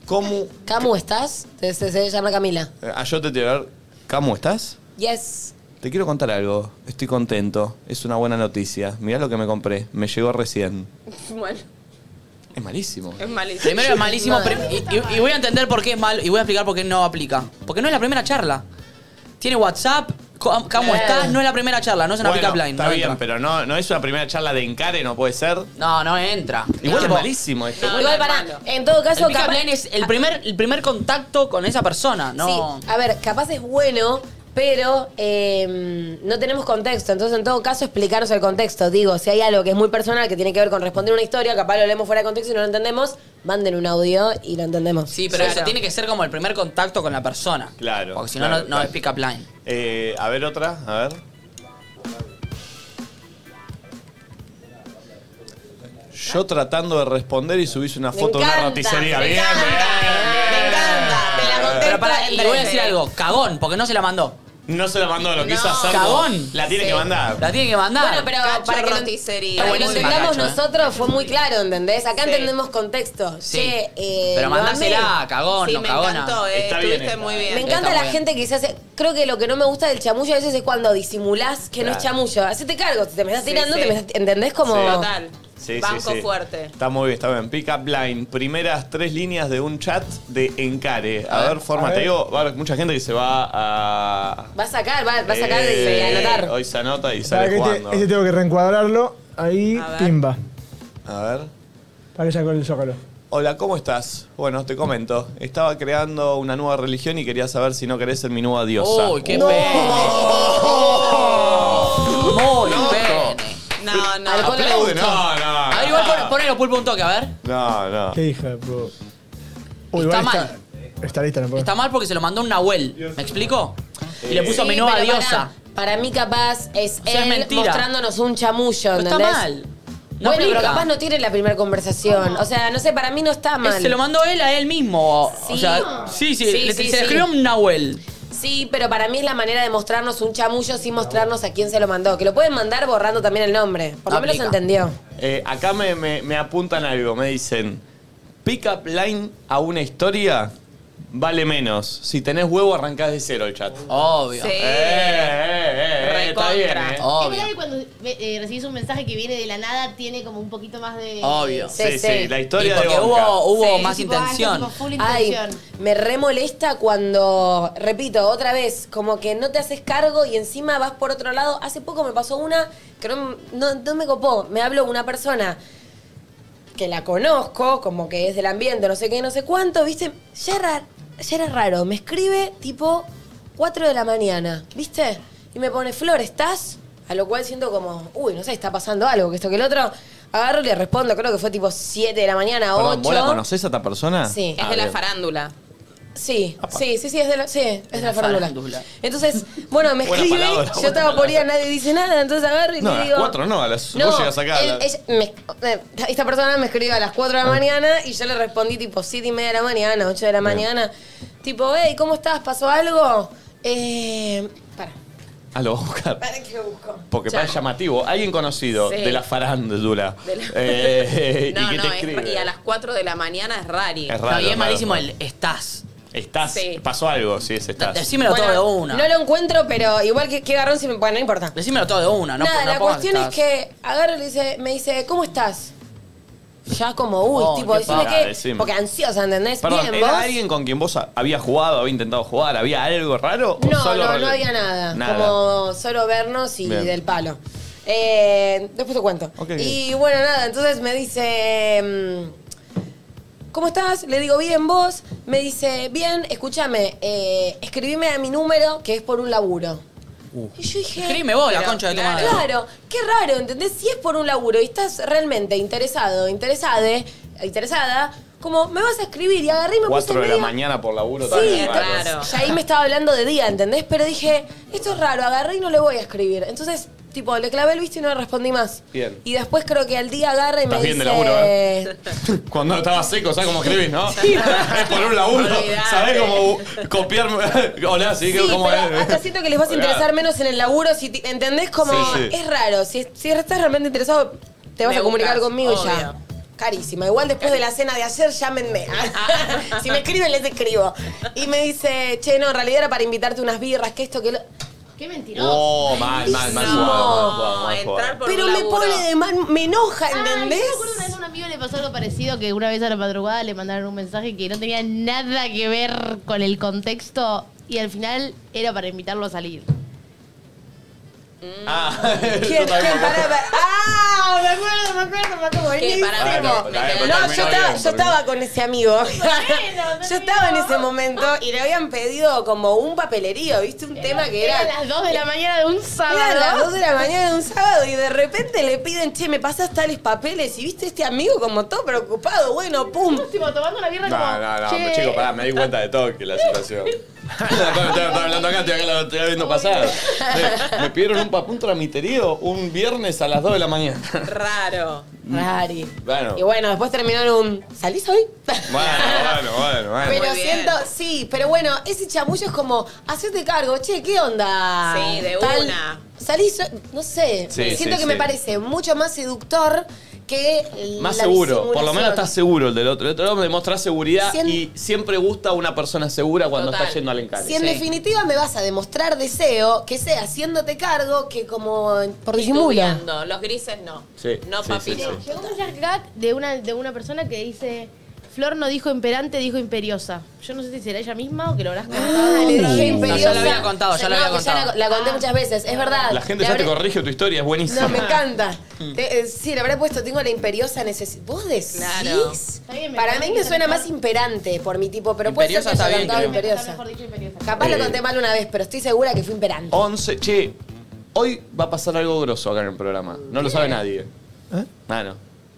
Speaker 1: ¿Cómo?
Speaker 2: Camu, ¿estás? Se, se- se llama Camila.
Speaker 1: Eh, ah, yo te quiero ver. Camu, ¿estás?
Speaker 2: Yes.
Speaker 1: Te quiero contar algo. Estoy contento. Es una buena noticia. Mirá lo que me compré. Me llegó recién.
Speaker 6: *laughs* Bueno,
Speaker 1: Es malísimo.
Speaker 6: es malísimo.
Speaker 5: Primero es malísimo
Speaker 6: Mal.
Speaker 5: prim- y, y- y voy a entender por qué es malo y voy a explicar por qué no aplica. Porque no es la primera charla. Tiene WhatsApp, co- ¿cómo
Speaker 1: Eh.
Speaker 5: estás? No es la primera charla, no es una
Speaker 1: Bueno,
Speaker 5: pick-up line.
Speaker 1: Está
Speaker 5: no
Speaker 1: bien,
Speaker 5: entra.
Speaker 1: pero no, no es una primera charla de encare, no puede ser.
Speaker 5: No, no entra.
Speaker 1: Igual es
Speaker 5: Tipo,
Speaker 1: malísimo esto.
Speaker 2: Igual para, en todo
Speaker 5: el
Speaker 2: caso,
Speaker 5: pick-up
Speaker 2: capaz-
Speaker 5: line es el primer, el primer contacto con esa persona, no.
Speaker 2: Sí, a ver, capaz es bueno, pero eh, no tenemos contexto. Entonces, en todo caso, explicarnos el contexto. Digo, si hay algo que es muy personal, que tiene que ver con responder una historia, capaz lo leemos fuera de contexto y no lo entendemos, manden un audio y lo entendemos.
Speaker 5: Sí, pero eso tiene que ser como el primer contacto con la persona.
Speaker 1: Claro. Porque
Speaker 5: Si no, no, no es pick-up line.
Speaker 1: Eh, a ver otra, a ver. Yo tratando de responder y subís una foto de una
Speaker 5: encanta,
Speaker 1: roticería.
Speaker 5: me
Speaker 1: Bien, bien.
Speaker 5: Pero pará,
Speaker 6: en
Speaker 5: y le voy a
Speaker 6: breve.
Speaker 5: decir algo, cagón, porque no se la mandó.
Speaker 1: No se la mandó, lo quiso hacer.
Speaker 5: Cagón.
Speaker 1: La tiene
Speaker 5: Sí.
Speaker 1: que mandar.
Speaker 5: La tiene que mandar.
Speaker 2: Bueno, pero para que lo-
Speaker 6: roticería.
Speaker 2: Para que lo
Speaker 5: Buenísima,
Speaker 2: entendamos
Speaker 5: Nacho, ¿eh?
Speaker 2: nosotros fue muy claro, ¿entendés? Acá entendemos contexto.
Speaker 5: Sí.
Speaker 2: Che, eh,
Speaker 5: Pero
Speaker 2: lo
Speaker 5: mandásela,
Speaker 2: amé.
Speaker 5: cagón,
Speaker 2: Sí,
Speaker 5: no
Speaker 2: me
Speaker 5: cagona.
Speaker 2: encantó,
Speaker 6: eh, Está bien estuviste esta. muy bien.
Speaker 2: Me encanta
Speaker 6: Está
Speaker 2: la
Speaker 6: muy
Speaker 2: gente que se hace. Creo que lo que no me gusta del chamullo a veces es cuando disimulás que no es
Speaker 6: Claro.
Speaker 2: chamullo. Hacete cargo, si te me estás
Speaker 6: Sí,
Speaker 2: tirando,
Speaker 6: sí.
Speaker 2: te me estás- ¿entendés? Como.
Speaker 6: Sí. Total.
Speaker 1: Sí, sí,
Speaker 15: Banco
Speaker 1: sí.
Speaker 15: fuerte.
Speaker 1: Está muy bien, está bien. Pick up line. Primeras tres líneas de un chat de encare. A, ver,
Speaker 2: A
Speaker 1: fórmate.
Speaker 2: ver.
Speaker 1: Digo, va a haber mucha gente que se va a.
Speaker 2: Va a sacar, va, va a sacar y
Speaker 1: Eh,
Speaker 2: anotar.
Speaker 1: Hoy se anota y
Speaker 3: Para
Speaker 1: sale
Speaker 3: que
Speaker 1: jugando.
Speaker 3: este, este tengo que reencuadrarlo. Ahí, timba.
Speaker 1: A ver.
Speaker 3: Para que saco el zócalo.
Speaker 1: Hola, ¿cómo estás? Bueno, te comento. Estaba creando una nueva religión y quería saber si no querés ser mi nueva diosa.
Speaker 16: Uy, qué pene. Muy pene.
Speaker 15: No, no.
Speaker 1: Aplaude, no, Ah, no.
Speaker 5: Ah,
Speaker 16: A ver, igual pon- ponelo pulpo un toque, a ver.
Speaker 1: No, no.
Speaker 3: ¿Qué hija de pro? Uy,
Speaker 16: Está
Speaker 3: igual
Speaker 16: mal.
Speaker 3: Está lista, no puedo.
Speaker 16: Está mal porque se lo mandó un Nahuel. ¿Me explico? Y le puso
Speaker 2: Sí,
Speaker 16: mi nueva
Speaker 2: pero
Speaker 16: diosa.
Speaker 2: Para, para mí capaz es
Speaker 16: es
Speaker 2: él
Speaker 16: mentira.
Speaker 2: mostrándonos un *laughs* chamullo,
Speaker 16: Pero está
Speaker 2: ¿entendés?
Speaker 16: mal. No
Speaker 2: bueno,
Speaker 16: aplica.
Speaker 2: pero capaz no tiene la primera conversación. O sea, no sé, para mí no está
Speaker 16: Es-
Speaker 2: mal.
Speaker 16: Eh, Se lo mandó él a él mismo. O
Speaker 2: Sí.
Speaker 16: sea, sí, sí.
Speaker 2: Sí,
Speaker 16: le-
Speaker 2: sí,
Speaker 16: se
Speaker 2: sí.
Speaker 16: le escribió un Nahuel.
Speaker 2: Sí, pero para mí es la manera de mostrarnos un chamullo sin mostrarnos a quién se lo mandó. Que lo pueden mandar borrando también el nombre. Por lo menos
Speaker 1: Aplica.
Speaker 2: entendió.
Speaker 1: Eh, acá me, me- me apuntan algo, me dicen, pick up line a una historia vale menos. Si tenés huevo, arrancás de cero el chat.
Speaker 16: Obvio.
Speaker 4: Sí.
Speaker 1: Eh, eh, eh, está bien, eh.
Speaker 4: Es verdad que cuando eh, recibís un mensaje que viene de la nada tiene como un poquito más de.
Speaker 16: Obvio.
Speaker 1: Sí, sí, la
Speaker 16: Y
Speaker 1: historia
Speaker 16: porque
Speaker 1: de Bonca.
Speaker 16: hubo, hubo más
Speaker 4: tipo,
Speaker 16: intención.
Speaker 4: ah, esto es tipo full
Speaker 2: Ay,
Speaker 4: intención.
Speaker 2: me remolesta cuando, repito, otra vez, como que no te haces cargo y encima vas por otro lado. Hace poco me pasó una que no, no- no me copó. Me habló una persona que la conozco, como que es del ambiente, no sé qué, no sé cuánto, ¿viste? Ya era, ya era raro. Me escribe tipo 4 de la mañana, ¿viste? Y me pone, Flor, ¿estás? A lo cual siento como, uy, no sé, está pasando algo, que esto, que el otro. Agarro y le respondo, creo que fue tipo 7 de la mañana, 8.
Speaker 1: Perdón, ¿Vos la conocés a esta persona?
Speaker 2: Sí.
Speaker 1: Ah, bien.
Speaker 2: farándula. Sí, sí, sí, sí, es de la, sí, es de la
Speaker 1: farándula.
Speaker 2: farándula. Entonces, bueno, me
Speaker 1: Buena
Speaker 2: escribe,
Speaker 1: palabra,
Speaker 2: yo
Speaker 1: buena
Speaker 2: estaba por
Speaker 1: palabra.
Speaker 2: ahí, a nadie dice nada, entonces agarro y
Speaker 1: No, a
Speaker 2: le
Speaker 1: las
Speaker 2: digo...
Speaker 1: cuatro no, a las- vos llegás acá a Ah.
Speaker 2: él-
Speaker 1: las-
Speaker 2: ella- me- eh, esta persona me escribió a las 4 de la mañana y yo le respondí tipo 7 y media de la mañana, 8 de la
Speaker 1: Bien.
Speaker 2: mañana. Tipo, hey, ¿cómo estás? ¿Pasó algo? Eh, para,
Speaker 1: Ah, lo voy a buscar.
Speaker 2: para que lo busco.
Speaker 1: Porque
Speaker 2: Ya.
Speaker 1: es llamativo. Alguien conocido
Speaker 15: Sí.
Speaker 1: de la farándula.
Speaker 15: De la-
Speaker 2: *laughs*
Speaker 1: Eh,
Speaker 15: No,
Speaker 1: ¿Y qué
Speaker 15: no,
Speaker 1: te
Speaker 15: es-
Speaker 1: escribe?
Speaker 15: y a las 4 de la mañana es rari.
Speaker 1: Es raro,
Speaker 16: No, y es
Speaker 1: raro,
Speaker 16: malísimo
Speaker 1: raro.
Speaker 16: el estás.
Speaker 1: Estás.
Speaker 2: Sí.
Speaker 1: Pasó algo, sí, es estás.
Speaker 16: Decímelo todo de una.
Speaker 2: No lo encuentro, pero igual que, que garrón si me... Bueno, no importa.
Speaker 16: Decímelo todo de una. No,
Speaker 2: Nada,
Speaker 16: no
Speaker 2: la
Speaker 16: pongas
Speaker 2: cuestión es
Speaker 16: estás.
Speaker 2: que agarro y le dice, me dice, ¿cómo estás? Ya como, uy,
Speaker 1: Oh,
Speaker 2: tipo,
Speaker 1: qué
Speaker 2: decime
Speaker 1: paja,
Speaker 2: que.
Speaker 1: decime.
Speaker 2: Porque ansiosa, ¿entendés?
Speaker 1: Perdón,
Speaker 2: Bien,
Speaker 1: ¿era
Speaker 2: vos.
Speaker 1: alguien con quien vos a- habías jugado, había intentado jugar? ¿Había algo raro? o
Speaker 2: No,
Speaker 1: solo
Speaker 2: no,
Speaker 1: rel-
Speaker 2: no había nada.
Speaker 1: Nada.
Speaker 2: Como solo vernos y
Speaker 1: Bien.
Speaker 2: del palo. Eh, después te cuento.
Speaker 1: Ok,
Speaker 2: y bueno, nada, entonces me dice. mm, ¿Cómo estás? Le digo, bien, vos. Me dice, bien, escúchame, eh, escribime a mi número que es por un laburo.
Speaker 1: Uh.
Speaker 2: Y yo dije.
Speaker 16: Escribime vos, la
Speaker 2: Pero,
Speaker 16: concha de tu
Speaker 2: claro,
Speaker 16: madre.
Speaker 2: Claro, qué raro, ¿entendés? Si es por un laburo y estás realmente interesado, interesade, interesada, como me vas a escribir y agarré y me puse
Speaker 1: Cuatro de la
Speaker 2: medio-
Speaker 1: mañana por laburo
Speaker 2: Sí,
Speaker 1: también. raro.
Speaker 2: Y ahí me estaba hablando de día, ¿entendés? Pero dije, esto es raro, agarré y no le voy a escribir. Entonces, tipo, le clavé el visto y no le respondí más.
Speaker 1: Bien.
Speaker 2: Y después creo que al día agarra y me
Speaker 1: Estás bien
Speaker 2: dice...
Speaker 1: de laburo,
Speaker 2: *laughs*
Speaker 1: ¿eh? Cuando estaba seco, ¿sabes cómo escribís, no? es por un laburo.
Speaker 2: Olvidate.
Speaker 1: ¿Sabés cómo copiarme? Hola, sí,
Speaker 2: Sí,
Speaker 1: ¿cómo
Speaker 2: pero
Speaker 1: es?
Speaker 2: hasta siento que les vas a interesar menos en el laburo si ti- entendés como
Speaker 1: Sí, sí.
Speaker 2: es raro. Si, si estás realmente interesado, te vas
Speaker 15: Me
Speaker 2: a comunicar
Speaker 15: buscas,
Speaker 2: conmigo y ya.
Speaker 15: obvio.
Speaker 2: Carísima. Igual después de la cena de ayer,
Speaker 15: *laughs*
Speaker 2: llámenme. si me escriben, les escribo. Y me dice, che, no, en realidad era para invitarte unas birras, que esto, que lo.
Speaker 4: Qué mentiroso.
Speaker 1: Oh, mal, mal, mal
Speaker 4: Malísimo.
Speaker 1: jugado, mal jugado, mal jugado.
Speaker 2: Pero me pone de mal, me enoja, ¿entendés?
Speaker 4: Ay, yo me acuerdo una vez a un amigo le pasó algo parecido que una vez a la madrugada le mandaron un mensaje que no tenía nada que ver con el contexto y al final era para invitarlo a salir.
Speaker 1: Ah, *laughs*
Speaker 2: ¿Quién, quién? Pará, pará. ¡Ah! Me acuerdo, me acuerdo, me acuerdo.
Speaker 15: Que para
Speaker 1: Ah,
Speaker 15: mí me-
Speaker 2: Buenísimo.
Speaker 15: me quedó-
Speaker 2: No,
Speaker 15: terminó
Speaker 2: yo estaba,
Speaker 15: bien,
Speaker 2: yo estaba con ese amigo. *laughs* yo estaba en ese momento y le habían pedido como un papelerío, ¿viste? Un tema que era.
Speaker 4: Eran las 2 de la mañana de un sábado.
Speaker 2: Era las 2 de la mañana de un sábado y de repente le piden, che, me pasas tales papeles y viste este amigo como todo preocupado, bueno, pum.
Speaker 4: Tipo, tomando una birra
Speaker 1: No,
Speaker 4: como,
Speaker 1: no, no,
Speaker 4: "Che, *laughs*
Speaker 1: chico, pará, me di cuenta de todo que
Speaker 2: *laughs*
Speaker 1: la situación. estoy, estoy hablando acá, estoy acá, la estoy viendo pasar. Me, me pidieron un, pap- un tramiterío un viernes a las 2 de la mañana. *laughs*
Speaker 15: Raro.
Speaker 2: Rari.
Speaker 1: Mm. Bueno,
Speaker 2: Y bueno, después terminaron un. ¿Salís hoy?
Speaker 1: bueno, bueno, bueno. bueno.
Speaker 2: Pero siento, sí, pero bueno, ese chamullo es como, hacerte cargo, che, ¿qué onda?
Speaker 15: Sí, de una.
Speaker 2: salís, no sé,
Speaker 1: Sí,
Speaker 2: siento
Speaker 1: sí,
Speaker 2: que me
Speaker 1: sí.
Speaker 2: parece mucho más seductor que
Speaker 1: Más
Speaker 2: la
Speaker 1: seguro, por lo
Speaker 2: disimulación.
Speaker 1: menos estás seguro el del otro. El otro lado demuestra seguridad
Speaker 2: Cien-
Speaker 1: y siempre gusta una persona segura cuando
Speaker 2: Total.
Speaker 1: está yendo al encare.
Speaker 2: Si en definitiva me vas a demostrar deseo, que sea haciéndote cargo que como por disimulo.
Speaker 15: Estudiando. Los grises no.
Speaker 1: Sí,
Speaker 15: No,
Speaker 1: sí,
Speaker 15: papi,
Speaker 1: sí,
Speaker 15: no.
Speaker 1: sí.
Speaker 4: Llegó un flashback de una, de una persona que dice. Flor no dijo imperante, dijo imperiosa. Yo no sé si será ella misma o que lo habrás contado.
Speaker 2: Ah, Le
Speaker 1: Uh,
Speaker 2: dije
Speaker 15: No,
Speaker 2: imperiosa.
Speaker 15: ya lo había contado, ya lo
Speaker 2: No,
Speaker 15: había
Speaker 2: que ya
Speaker 15: contado. Ah.
Speaker 2: La, la conté muchas veces, es verdad.
Speaker 1: La gente
Speaker 2: Le
Speaker 1: ya te
Speaker 2: habré-
Speaker 1: corrige tu historia, es buenísima.
Speaker 2: No, me encanta.
Speaker 1: Mm.
Speaker 2: Te- eh, sí, le habré puesto, tengo la imperiosa necesidad. ¿Vos decís?
Speaker 15: Claro.
Speaker 2: Para mí me suena más imperante por mi tipo, pero puede ser que
Speaker 1: Imperiosa
Speaker 2: haya
Speaker 1: está bien,
Speaker 2: cantado
Speaker 1: creo.
Speaker 2: imperiosa. Capaz
Speaker 1: Eh.
Speaker 2: lo conté mal una vez, pero estoy segura que fue imperante.
Speaker 1: 11. Che, hoy va a pasar algo grosso acá en el programa. No lo sabe nadie.
Speaker 3: ¿Eh?
Speaker 1: Ah, no.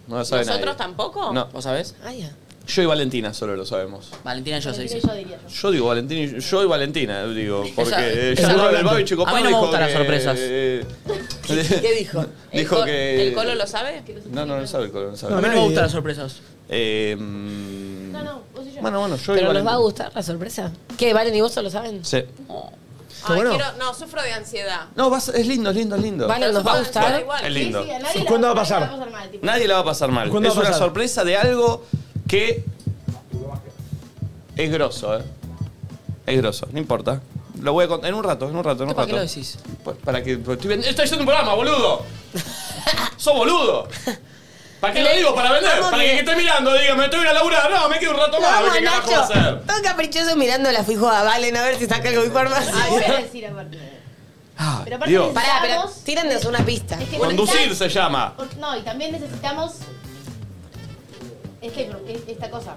Speaker 1: No lo sabe
Speaker 15: ¿Nosotros
Speaker 1: nadie.
Speaker 15: tampoco?
Speaker 1: No. ¿Vos sabés?
Speaker 2: Ah, ya.
Speaker 1: Yo y Valentina solo lo sabemos.
Speaker 16: Valentina y yo se dice.
Speaker 1: Yo digo Valentina y yo y Valentina, digo, porque
Speaker 16: Esa-
Speaker 1: eh,
Speaker 16: esa-
Speaker 1: ya
Speaker 16: Valentina.
Speaker 1: el Babi Checopar
Speaker 16: A mí no me
Speaker 1: dijo
Speaker 16: gustan las
Speaker 1: que-
Speaker 16: sorpresas.
Speaker 1: eh,
Speaker 2: ¿Qué dijo?
Speaker 1: *laughs* dijo
Speaker 15: ¿El, co-
Speaker 1: que.
Speaker 15: ¿El colo lo sabe?
Speaker 1: No, no, no sabe el colo, no sabe.
Speaker 16: A mí no me gustan las sorpresas.
Speaker 1: Eh, mm,
Speaker 4: No, no,
Speaker 1: bueno, bueno, yo y
Speaker 2: ¿Pero nos va a
Speaker 1: Valentina.
Speaker 2: gustar la sorpresa? ¿Qué, Valen y vos solo saben?
Speaker 1: Sí.
Speaker 15: Ay,
Speaker 1: bueno.
Speaker 15: quiero, no, sufro de ansiedad.
Speaker 1: No, vas- es lindo, es lindo, es lindo.
Speaker 15: Valen, ¿nos va a gustar?
Speaker 1: Bueno, Es lindo.
Speaker 3: ¿Y cuándo va a pasar?
Speaker 1: Nadie la va a pasar mal.
Speaker 3: ¿Cuándo
Speaker 1: Es
Speaker 3: va a
Speaker 1: una
Speaker 3: pasar?
Speaker 1: sorpresa de algo que es grosso, ¿eh? Es grosso, no importa. Lo voy a contar en un rato, en un rato, en un
Speaker 16: ¿Para
Speaker 1: rato.
Speaker 16: qué lo decís?
Speaker 1: Pues Para que. pues estoy vendiendo- estoy haciendo un
Speaker 16: *laughs*
Speaker 1: programa, boludo. ¡Sos boludo! ¿Para qué lo digo? ¿Para vender?
Speaker 2: Vamos
Speaker 1: Para que
Speaker 2: bien.
Speaker 1: el que esté mirando diga, me estoy a laburar. No, me quedo un rato más. a ver
Speaker 2: Vamos,
Speaker 1: qué carajo va a hacer.
Speaker 2: Nacho. Todo caprichoso mirando la fijo a Valen a ver si saca algo de información.
Speaker 4: Ay, Ah, voy a
Speaker 2: *laughs*
Speaker 4: decir aparte. Pero aparte
Speaker 1: Dios.
Speaker 2: Pará, pero
Speaker 4: necesitamos-
Speaker 2: tírennos una pista.
Speaker 4: Es que
Speaker 1: Conducir
Speaker 4: necesitas-
Speaker 1: se llama.
Speaker 4: Porque- No, y también necesitamos. Es que porque es esta cosa.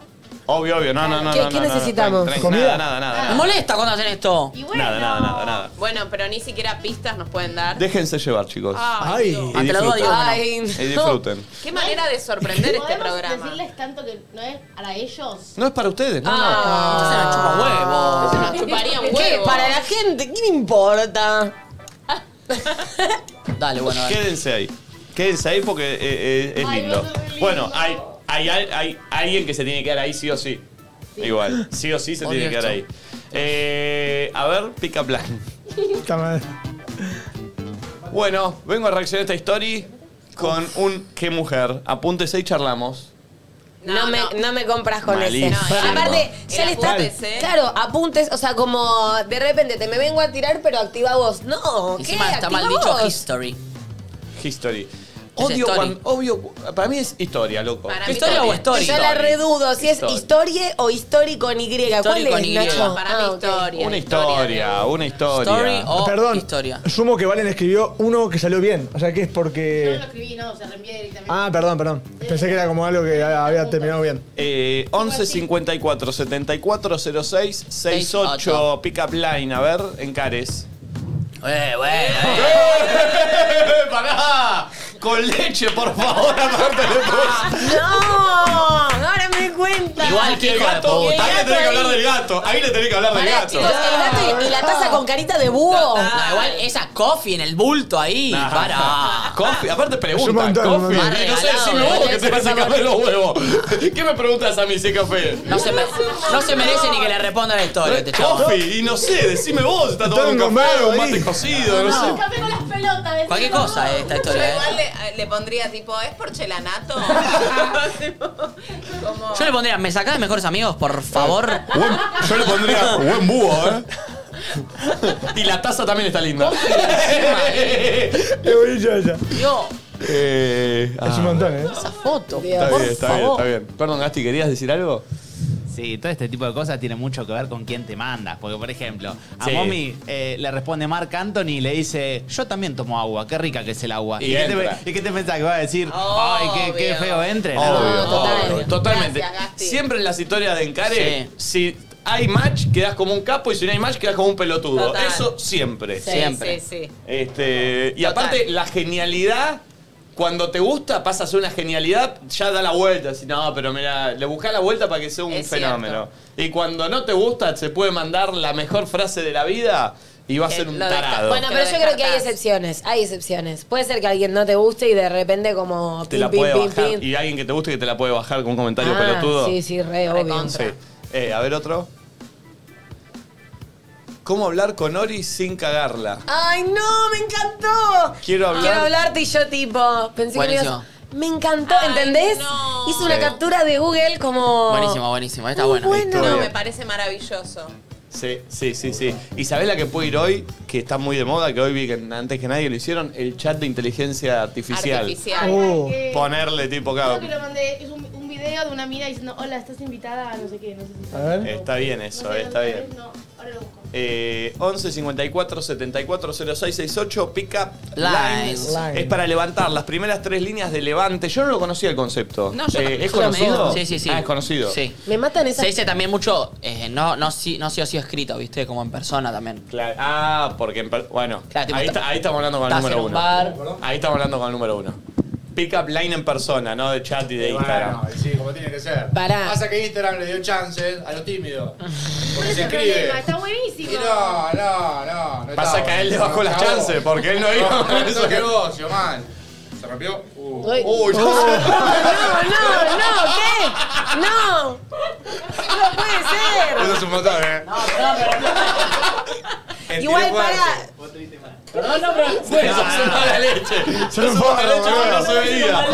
Speaker 1: Obvio, obvio. No, no, no.
Speaker 16: ¿Qué-
Speaker 1: no,
Speaker 16: qué
Speaker 1: no, no, no.
Speaker 16: necesitamos?
Speaker 1: Tranqui,
Speaker 16: ¿Comida?
Speaker 1: Nada, nada, nada.
Speaker 16: Me
Speaker 1: nada.
Speaker 16: molesta cuando hacen esto.
Speaker 1: Nada, nada, nada, nada.
Speaker 15: Bueno, pero ni siquiera pistas nos pueden dar.
Speaker 1: Déjense llevar, chicos.
Speaker 16: Ah,
Speaker 15: Ay, Dios.
Speaker 1: Y
Speaker 6: Ah,
Speaker 15: Ante la duda digo
Speaker 1: disfruten.
Speaker 15: que no.
Speaker 1: Y disfruten.
Speaker 15: Qué manera de
Speaker 4: *laughs*
Speaker 15: sorprender este
Speaker 4: Podemos
Speaker 15: programa.
Speaker 4: decirles tanto que no es para ellos.
Speaker 1: No es para ustedes, no,
Speaker 15: Ah.
Speaker 1: no.
Speaker 15: Entonces nos chupa
Speaker 1: huevo.
Speaker 16: Ah.
Speaker 15: Entonces nos chuparía un
Speaker 2: ¿Qué?
Speaker 15: huevo.
Speaker 2: Para la gente, ¿qué le importa?
Speaker 16: Dale, bueno, dale.
Speaker 1: Quédense ahí. Quédense ahí porque eh, eh, es
Speaker 16: Ay,
Speaker 1: lindo.
Speaker 16: no, no, no,
Speaker 1: Bueno, hay, hay, hay, hay alguien que se tiene que quedar ahí sí o sí.
Speaker 16: *laughs*
Speaker 1: Igual, sí o sí se
Speaker 16: Odio
Speaker 1: tiene que quedar ahí.
Speaker 16: esto.
Speaker 1: Eh, a ver, pica plan.
Speaker 3: Está mal.
Speaker 1: Bueno, vengo a reaccionar a esta historia con un qué mujer. Apúntese y charlamos.
Speaker 2: No, me, no me compras con
Speaker 1: Malísimo.
Speaker 2: ese.
Speaker 1: No,
Speaker 2: Aparte, ya
Speaker 15: El
Speaker 2: le estás.
Speaker 15: apuntes, ¿eh?
Speaker 2: Claro, apuntes, o sea, como de repente te me vengo a tirar, pero activa vos. No, ¿qué?
Speaker 16: Encima está
Speaker 2: Activa
Speaker 16: mal dicho
Speaker 2: vos.
Speaker 16: history.
Speaker 1: History.
Speaker 16: Es
Speaker 1: Odio
Speaker 16: story.
Speaker 1: cuando- obvio, para mí es historia, loco.
Speaker 15: Para
Speaker 1: ¿Qué
Speaker 15: mí
Speaker 1: historia o
Speaker 15: también.
Speaker 1: story?
Speaker 2: Yo la redudo, si es
Speaker 1: Historia.
Speaker 2: historia o histórico con Y. ¿Cuál
Speaker 16: Histórico
Speaker 2: es,
Speaker 16: con Y.
Speaker 2: Nacho?
Speaker 15: Para mí
Speaker 2: Ah, ok.
Speaker 15: historia.
Speaker 1: Una historia, una historia.
Speaker 16: Story o
Speaker 3: Perdón.
Speaker 16: historia.
Speaker 3: Sumo que Valen escribió uno que salió bien. O sea que es
Speaker 4: No
Speaker 3: porque.
Speaker 4: lo escribí, no, se reenvié directamente.
Speaker 3: Ah, perdón, perdón. Pensé que era como algo que había terminado bien.
Speaker 1: Eh, 11 54 74 06 68 Pickup Line, a ver, encares.
Speaker 16: Eh, bueno.
Speaker 1: Eh, ¡Pará! Con leche, por favor, aparte le puse.
Speaker 2: ¡No! Ahora me di cuenta.
Speaker 16: Igual que
Speaker 1: El
Speaker 16: hijo de
Speaker 1: gato,
Speaker 16: puta.
Speaker 1: ahí le tenés que hablar del gato. Ahí le tenés que hablar del
Speaker 2: Pará,
Speaker 1: gato.
Speaker 2: chicos, el gato y, y la taza con carita de búho.
Speaker 16: No, igual esa coffee en el bulto ahí.
Speaker 1: Nah. *laughs*
Speaker 16: Para.
Speaker 1: Coffee,
Speaker 3: Es
Speaker 1: aparte
Speaker 3: un
Speaker 1: pregunta,
Speaker 3: montón, un
Speaker 1: coffee.
Speaker 3: montón.
Speaker 1: Y no sé, decime
Speaker 16: Regalado, eh.
Speaker 1: vos que te
Speaker 16: por
Speaker 1: vas a
Speaker 16: favor.
Speaker 1: café los huevos. ¿Qué me preguntas a mí si es café?
Speaker 16: No se, me- no se merece ni que le responda la historia este chavo.
Speaker 1: Coffee, y no sé, decime vos, está
Speaker 3: Está
Speaker 1: todo un café,
Speaker 3: engomado
Speaker 1: un mate
Speaker 3: ahí.
Speaker 1: cocido, no sé.
Speaker 4: Escapé con las pelotas. decime.
Speaker 16: Cualquier cosa eh, esta
Speaker 15: Yo
Speaker 16: historia. eh.
Speaker 15: igual le, le pondría tipo, ¿es porcelanato? Como,
Speaker 16: Yo le pondría, ¿me sacás de mejores amigos, por favor?
Speaker 1: Eh, Buen- yo le pondría buen búho, ¿eh? y la *laughs* taza también está linda.
Speaker 16: eh.
Speaker 1: *laughs*
Speaker 3: Qué bonito esa.
Speaker 16: Yo,
Speaker 1: Eh, ah,
Speaker 3: Es un montón, ¿eh?
Speaker 16: esa foto. por
Speaker 1: está bien, está bien,
Speaker 16: favor.
Speaker 1: está bien. Perdón, Gasti, ¿querías decir algo?
Speaker 7: Sí, todo este tipo de cosas tiene mucho que ver con quién te mandas. Porque, por ejemplo, a
Speaker 1: Sí.
Speaker 7: Momi eh, le responde Marc Anthony y le dice: Yo también tomo agua, qué rica que es el agua.
Speaker 1: Y
Speaker 7: ¿Y, qué,
Speaker 1: entra.
Speaker 7: te, y qué te pensás que va a decir? Ay, qué, qué
Speaker 15: Obvio.
Speaker 7: feo entre. ¿no?
Speaker 1: Obvio,
Speaker 2: total.
Speaker 1: obvio, totalmente.
Speaker 15: Gracias, Gasti.
Speaker 1: Siempre en las historias de encare, si hay match, quedas como un capo y si no hay match, quedas como un pelotudo.
Speaker 15: Total.
Speaker 1: Eso siempre.
Speaker 15: sí,
Speaker 16: Siempre.
Speaker 15: Sí, sí.
Speaker 1: Este, y
Speaker 15: Total.
Speaker 1: aparte, la genialidad, cuando te gusta, pasa a ser una genialidad, ya da la vuelta. Si no, pero mira, le buscás la vuelta para que sea un
Speaker 15: Es
Speaker 1: fenómeno. Y cuando no te gusta, se puede mandar la mejor frase de la vida y va a
Speaker 15: Que
Speaker 1: ser un
Speaker 15: lo desca-
Speaker 1: tarado.
Speaker 2: Bueno,
Speaker 15: Te
Speaker 2: pero
Speaker 15: lo
Speaker 2: yo creo que hay
Speaker 15: descartás.
Speaker 2: excepciones, hay excepciones. Puede ser que alguien no te guste y de repente como
Speaker 1: te la puede bajar. Y alguien que te guste que te la puede bajar con un comentario
Speaker 2: Ah,
Speaker 1: pelotudo.
Speaker 2: Sí,
Speaker 1: Eh,
Speaker 2: sí, re obvio.
Speaker 15: Recontra.
Speaker 1: Sí. Eh, a ver otro.
Speaker 17: ¿Cómo hablar con Ori sin cagarla?
Speaker 2: ¡Ay, no! ¡Me encantó!
Speaker 17: Quiero hablar-
Speaker 2: Quiero hablarte y yo, tipo, pensé que me
Speaker 5: Buenísimo.
Speaker 2: ibas. Me encantó, ¿entendés? Hice una
Speaker 5: Sí.
Speaker 2: captura de Google como.
Speaker 5: Buenísimo, buenísimo. Está bueno.
Speaker 6: No, me parece maravilloso.
Speaker 1: Sí, sí, sí, sí. ¿Y sabés la que puede ir hoy? Que está muy de moda, que hoy vi que antes que nadie lo hicieron, el chat de inteligencia artificial.
Speaker 4: Artificial. Oh.
Speaker 1: Ponerle tipo,
Speaker 4: Creo
Speaker 1: claro,
Speaker 4: que lo mandé, es un, un video de una mina diciendo, hola, estás invitada a no sé qué, no sé si...
Speaker 1: Está bien eso, eh, está bien.
Speaker 4: No, ahora lo busco.
Speaker 1: Eh, 11 54 74 06 68 Pick Up
Speaker 5: Lines.
Speaker 1: Lines.
Speaker 5: Lines.
Speaker 1: Es para levantar las primeras tres líneas de levante. Yo no lo conocía el concepto.
Speaker 5: No, yo
Speaker 1: Eh, ¿Es
Speaker 5: yo lo medio.
Speaker 1: conocido?
Speaker 5: Sí, sí, sí.
Speaker 1: Ah, es conocido.
Speaker 5: Sí.
Speaker 2: Me matan
Speaker 5: Se dice también mucho, eh, no, no, sí, no sí o sí escrito, ¿viste? Como en persona también.
Speaker 1: Claro. Ah, porque en per- bueno,
Speaker 5: tipo,
Speaker 1: ahí, está- ahí estamos hablando con el
Speaker 5: estás
Speaker 1: número
Speaker 5: en un
Speaker 1: uno.
Speaker 5: bar.
Speaker 1: Ahí estamos hablando con el número uno. Pick up line en persona, no de chat y de Instagram.
Speaker 9: Sí, como tiene que ser.
Speaker 2: Pará.
Speaker 9: Pasa que Instagram le dio chances a los
Speaker 1: *laughs*
Speaker 9: tímidos. Porque se
Speaker 4: Ese
Speaker 9: escribe.
Speaker 4: problema, Ah, está buenísimo.
Speaker 9: Y no, no, no. no
Speaker 1: Pasa
Speaker 9: estaba.
Speaker 1: que a él le bajó
Speaker 9: No,
Speaker 1: las
Speaker 9: cagó.
Speaker 1: chances, porque él no iba
Speaker 9: *laughs* No,
Speaker 1: con
Speaker 9: eso
Speaker 1: eso.
Speaker 9: que vos, Xiomán. ¿Se rompió? Uh.
Speaker 2: Uy.
Speaker 1: Oh,
Speaker 9: Uy, *laughs*
Speaker 1: *laughs*
Speaker 2: no, no, no, ¿qué? No. No puede ser.
Speaker 9: Eso es un montón, ¿eh? *laughs*
Speaker 2: Tiré Igual para.
Speaker 5: No, no, pero.
Speaker 1: la leche. Se rompió la leche porque no se veía.